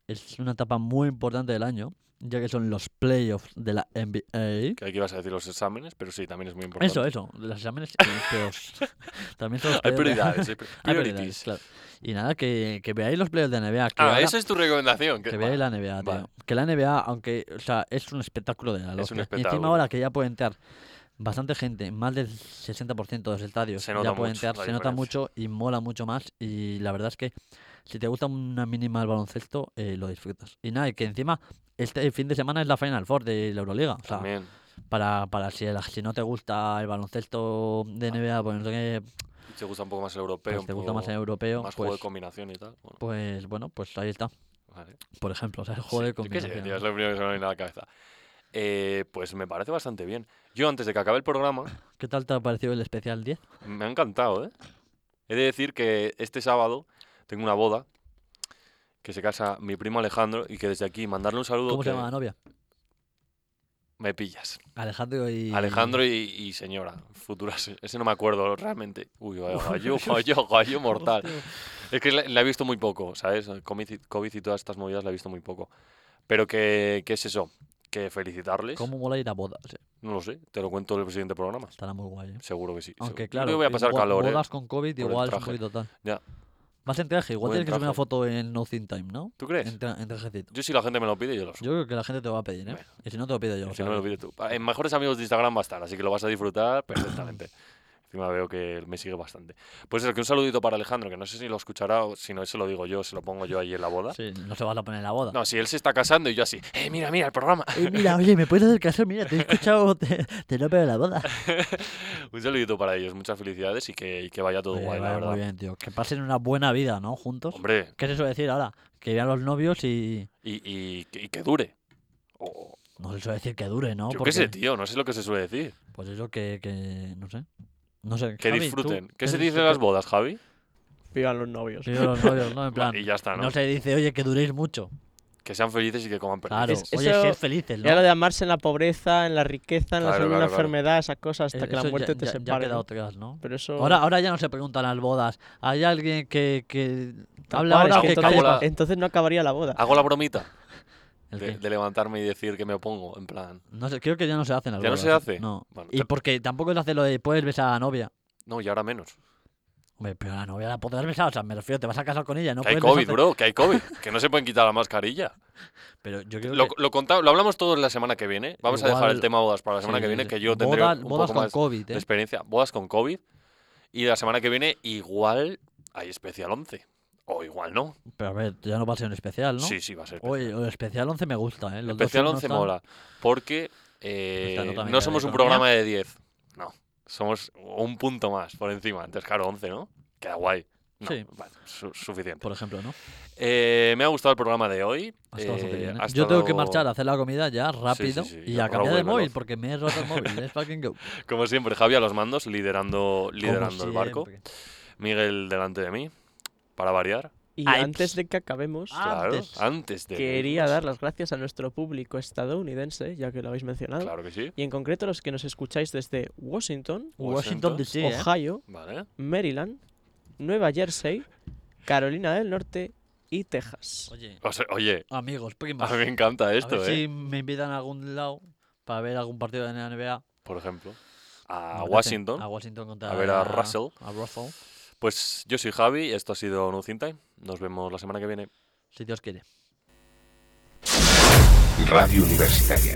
[SPEAKER 3] es una etapa muy importante del año, ya que son los playoffs de la NBA.
[SPEAKER 2] Que aquí ibas a decir los exámenes, pero sí, también es muy importante.
[SPEAKER 3] Eso, eso, los
[SPEAKER 2] *laughs*
[SPEAKER 3] exámenes eh, pero s- también son los
[SPEAKER 2] Hay
[SPEAKER 3] playoffs de-
[SPEAKER 2] prioridades, hay pri-
[SPEAKER 3] *laughs* hay
[SPEAKER 2] priorities.
[SPEAKER 3] prioridades, claro. Y nada, que, que veáis los playoffs de NBA. Que,
[SPEAKER 2] Ah,
[SPEAKER 3] ahora-
[SPEAKER 2] esa es tu recomendación.
[SPEAKER 3] que
[SPEAKER 2] Que,
[SPEAKER 3] veáis
[SPEAKER 2] vale.
[SPEAKER 3] la NBA, tío.
[SPEAKER 2] vale.
[SPEAKER 3] Que la NBA, aunque, o sea, es un espectáculo de
[SPEAKER 2] Es
[SPEAKER 3] la
[SPEAKER 2] un
[SPEAKER 3] hostia. Y encima
[SPEAKER 2] espectáculo.
[SPEAKER 3] ahora que ya puede entrar bastante gente, más del 60% de los estadios
[SPEAKER 2] Se nota
[SPEAKER 3] ya puede
[SPEAKER 2] mucho
[SPEAKER 3] entrar,
[SPEAKER 2] la
[SPEAKER 3] se nota
[SPEAKER 2] diferencia.
[SPEAKER 3] mucho y mola mucho más. Y la verdad es que si te gusta una mínima el baloncesto, eh, lo disfrutas. Y nada, y que encima este fin de semana es la Final Four de la Euroliga. O sea,
[SPEAKER 2] También.
[SPEAKER 3] para, para si, el- si no te gusta el baloncesto
[SPEAKER 2] Ah.
[SPEAKER 3] de NBA, pues, no sé qué,
[SPEAKER 2] Si te gusta un poco más el europeo.
[SPEAKER 3] pues
[SPEAKER 2] un
[SPEAKER 3] te gusta más el
[SPEAKER 2] poco
[SPEAKER 3] europeo,
[SPEAKER 2] Más juego
[SPEAKER 3] pues,
[SPEAKER 2] de combinación y tal. Bueno,
[SPEAKER 3] pues bueno, pues ahí está.
[SPEAKER 2] vale.
[SPEAKER 3] Por ejemplo, o sea, el juego
[SPEAKER 2] Sí,
[SPEAKER 3] de
[SPEAKER 2] yo qué sé,
[SPEAKER 3] combinación.
[SPEAKER 2] tío, es lo primero que se me viene a la cabeza. Eh, pues me parece bastante bien. Yo, antes de que acabe el programa,
[SPEAKER 3] ¿Qué tal te ha parecido el especial 10?
[SPEAKER 2] Me ha encantado, ¿eh? He de decir que este sábado tengo una boda que se casa mi primo Alejandro y que desde aquí mandarle un saludo
[SPEAKER 3] ¿Cómo se
[SPEAKER 2] que
[SPEAKER 3] llama la novia?
[SPEAKER 2] me pillas.
[SPEAKER 3] Alejandro y.
[SPEAKER 2] Alejandro y, y señora, futura se- *laughs* ese no me acuerdo realmente. Uy,
[SPEAKER 3] *laughs*
[SPEAKER 2] vaya gallo, gallo, gallo mortal. Es que la, la he visto muy poco, ¿sabes? COVID y, COVID y todas estas movidas la he visto muy poco. Pero que, ¿qué es eso? Que felicitarles.
[SPEAKER 3] ¿Cómo mola ir a boda? O sea,
[SPEAKER 2] No lo sé, te lo cuento en el siguiente programa.
[SPEAKER 3] estará muy guay. ¿eh?
[SPEAKER 2] Seguro que sí. seguro.
[SPEAKER 3] Aunque
[SPEAKER 2] Yo
[SPEAKER 3] claro,
[SPEAKER 2] creo que voy a
[SPEAKER 3] en
[SPEAKER 2] pasar
[SPEAKER 3] bo-
[SPEAKER 2] calor, ¿eh?
[SPEAKER 3] bodas con COVID
[SPEAKER 2] por el
[SPEAKER 3] igual es un
[SPEAKER 2] traje.
[SPEAKER 3] poquito tal.
[SPEAKER 2] Ya.
[SPEAKER 3] Vas en traje, igual
[SPEAKER 2] Voy en
[SPEAKER 3] tienes que subir una
[SPEAKER 2] traje.
[SPEAKER 3] foto en No Thin Time, ¿no?
[SPEAKER 2] ¿Tú crees?
[SPEAKER 3] En, tra- en trajecito.
[SPEAKER 2] Yo si la gente me lo pide, yo lo subo.
[SPEAKER 3] Yo creo que la gente te va a pedir, ¿eh?
[SPEAKER 2] Bueno.
[SPEAKER 3] Y si no, te lo pido yo.
[SPEAKER 2] Si no
[SPEAKER 3] ¿sabes?
[SPEAKER 2] me lo pides tú. Ah, En mejores amigos de Instagram va a estar, así que lo vas a
[SPEAKER 3] *coughs*
[SPEAKER 2] disfrutar perfectamente. Encima veo que me sigue bastante. Pues eso, que un saludito para Alejandro, que no sé si lo escuchará o si no, se lo digo yo, se lo pongo yo allí en la boda.
[SPEAKER 3] Sí, no se vas a poner en la boda.
[SPEAKER 2] No, si él se está casando y yo así, ¡eh, mira, mira el programa! *laughs*
[SPEAKER 3] Eh, mira, oye, ¿me puedes hacer caso? Mira, te he escuchado, *laughs* te, te lo veo en la boda.
[SPEAKER 2] un saludito para ellos, muchas felicidades y que, y que vaya todo
[SPEAKER 3] Oye,
[SPEAKER 2] guay, la
[SPEAKER 3] vaya muy
[SPEAKER 2] verdad.
[SPEAKER 3] bien, tío. Que pasen una buena vida, ¿no? Juntos.
[SPEAKER 2] Hombre,
[SPEAKER 3] ¿Qué es eso decir ahora? Que vean los novios y.
[SPEAKER 2] y, y- y que dure. O-
[SPEAKER 3] No se suele decir que dure, ¿no?
[SPEAKER 2] yo qué sé, tío, no sé lo que se suele decir.
[SPEAKER 3] Pues eso que, que. No sé. No sé.
[SPEAKER 2] Que
[SPEAKER 3] Javi, ¿tú
[SPEAKER 2] disfruten. ¿Qué
[SPEAKER 3] qué
[SPEAKER 2] se
[SPEAKER 3] dices
[SPEAKER 2] dice
[SPEAKER 3] tú?
[SPEAKER 2] en las bodas, Javi?
[SPEAKER 4] Vivan los novios.
[SPEAKER 3] Sí, los novios, ¿no? En
[SPEAKER 2] *laughs*
[SPEAKER 3] plan.
[SPEAKER 2] Y ya está, ¿no?
[SPEAKER 3] No se dice, oye, que duréis mucho.
[SPEAKER 2] Que sean felices y que coman perdices.
[SPEAKER 3] Claro,
[SPEAKER 4] Es-
[SPEAKER 3] oye,
[SPEAKER 4] eso-
[SPEAKER 3] ser felices, ¿no?
[SPEAKER 4] Ya lo de amarse en la pobreza, en la riqueza, en la
[SPEAKER 2] Claro,
[SPEAKER 4] salud, en la
[SPEAKER 2] claro, claro.
[SPEAKER 4] enfermedad, esas cosas, hasta
[SPEAKER 3] Eh,
[SPEAKER 4] que la
[SPEAKER 3] eso ya-
[SPEAKER 4] muerte te
[SPEAKER 3] ya, ya ha
[SPEAKER 4] separe.
[SPEAKER 3] quedado
[SPEAKER 4] ¿no?
[SPEAKER 3] atrás, ¿no?
[SPEAKER 4] Pero eso.
[SPEAKER 3] Ahora, ahora ya no se preguntan las bodas. Hay alguien que, que habla
[SPEAKER 4] Vale, es
[SPEAKER 3] ahora
[SPEAKER 4] que
[SPEAKER 3] que Ah,
[SPEAKER 2] cago
[SPEAKER 4] entonces,
[SPEAKER 2] la-
[SPEAKER 4] entonces no acabaría la boda.
[SPEAKER 2] Hago la bromita
[SPEAKER 3] ¿El
[SPEAKER 2] de-
[SPEAKER 3] qué?
[SPEAKER 2] de levantarme y decir que me opongo, en plan...
[SPEAKER 3] No sé, creo que ya no se hacen las
[SPEAKER 2] ¿Ya no
[SPEAKER 3] bodas,
[SPEAKER 2] se
[SPEAKER 3] ¿eh?
[SPEAKER 2] hace?
[SPEAKER 3] No.
[SPEAKER 2] Bueno,
[SPEAKER 3] y
[SPEAKER 2] te-
[SPEAKER 3] porque tampoco se hace lo de puedes besar a la novia.
[SPEAKER 2] No, y ahora menos.
[SPEAKER 3] Hombre, pero a la novia la podrás besar, o sea, me refiero, te vas a casar con ella, no
[SPEAKER 2] que hay
[SPEAKER 3] puedes
[SPEAKER 2] COVID,
[SPEAKER 3] besarte-
[SPEAKER 2] bro, que hay
[SPEAKER 3] *laughs*
[SPEAKER 2] COVID. que no se pueden quitar la mascarilla.
[SPEAKER 3] Pero yo creo
[SPEAKER 2] Lo,
[SPEAKER 3] que
[SPEAKER 2] lo, conta- lo hablamos todos la semana que viene. Vamos a dejar el
[SPEAKER 3] Igual-
[SPEAKER 2] tema bodas para la semana
[SPEAKER 3] sí,
[SPEAKER 2] que
[SPEAKER 3] sí,
[SPEAKER 2] viene,
[SPEAKER 3] sí.
[SPEAKER 2] que yo tendré
[SPEAKER 3] bodas,
[SPEAKER 2] un
[SPEAKER 3] bodas
[SPEAKER 2] poco
[SPEAKER 3] con
[SPEAKER 2] más
[SPEAKER 3] COVID,
[SPEAKER 2] de
[SPEAKER 3] ¿eh?
[SPEAKER 2] experiencia. Bodas con COVID. Y la semana que viene igual hay especial 11. O igual no.
[SPEAKER 3] Pero a ver, ya no va a ser un especial, ¿no?
[SPEAKER 2] Sí, sí, va a ser. especial.
[SPEAKER 3] Oye, el especial 11 me gusta, ¿eh? Los dos
[SPEAKER 2] especial
[SPEAKER 3] son- no
[SPEAKER 2] 11
[SPEAKER 3] están- Pues
[SPEAKER 2] mola. Porque eh,
[SPEAKER 3] Nuestra nota
[SPEAKER 2] no
[SPEAKER 3] media de
[SPEAKER 2] somos un
[SPEAKER 3] economía.
[SPEAKER 2] programa de 10. No. Somos un punto más por encima. Entonces, claro, 11, ¿no? Queda guay. No,
[SPEAKER 3] Sí.
[SPEAKER 2] vale, su- suficiente.
[SPEAKER 3] Por ejemplo, ¿no?
[SPEAKER 2] Eh, me ha gustado el programa de hoy.
[SPEAKER 3] Ha estado bastante
[SPEAKER 2] Eh,
[SPEAKER 3] bien, ¿eh?
[SPEAKER 2] ha
[SPEAKER 3] Yo tengo que
[SPEAKER 2] estado-
[SPEAKER 3] marchar a hacer la comida ya rápido
[SPEAKER 2] sí,
[SPEAKER 3] y
[SPEAKER 2] ya
[SPEAKER 3] a cambiar
[SPEAKER 2] robo
[SPEAKER 3] de
[SPEAKER 2] el
[SPEAKER 3] móvil
[SPEAKER 2] reloj.
[SPEAKER 3] porque me he roto el móvil.
[SPEAKER 2] *laughs*
[SPEAKER 3] Let's fucking go. Como
[SPEAKER 2] Como siempre, Javi a los mandos, liderando, liderando el barco.
[SPEAKER 3] siempre.
[SPEAKER 2] Miguel delante de mí, para variar.
[SPEAKER 4] Y
[SPEAKER 3] Ay,
[SPEAKER 4] antes de que acabemos,
[SPEAKER 3] Ah,
[SPEAKER 2] Claro,
[SPEAKER 3] Antes.
[SPEAKER 2] antes de...
[SPEAKER 4] quería dar las gracias a nuestro público estadounidense, ya que lo habéis mencionado.
[SPEAKER 2] Claro que sí.
[SPEAKER 4] Y en concreto los que nos escucháis desde Washington,
[SPEAKER 3] Washington
[SPEAKER 2] Washington.
[SPEAKER 3] DC, ¿eh?
[SPEAKER 4] Ohio,
[SPEAKER 2] Vale.
[SPEAKER 4] Maryland, Nueva Jersey, Carolina del Norte y Texas.
[SPEAKER 3] Oye,
[SPEAKER 2] O sea, oye,
[SPEAKER 3] amigos, primos.
[SPEAKER 2] a mí me encanta
[SPEAKER 3] a
[SPEAKER 2] esto,
[SPEAKER 3] ver
[SPEAKER 2] ¿eh?
[SPEAKER 3] si me invitan a algún lado para ver algún partido de la NBA.
[SPEAKER 2] Por ejemplo. A
[SPEAKER 3] Imagínate,
[SPEAKER 2] Washington.
[SPEAKER 3] A Washington contra.
[SPEAKER 2] A ver a Russell.
[SPEAKER 3] A Russell.
[SPEAKER 2] Pues yo soy Javi, y esto ha sido No Think Time. Nos vemos la semana que viene.
[SPEAKER 3] Si Dios quiere.
[SPEAKER 1] Radio Universitaria.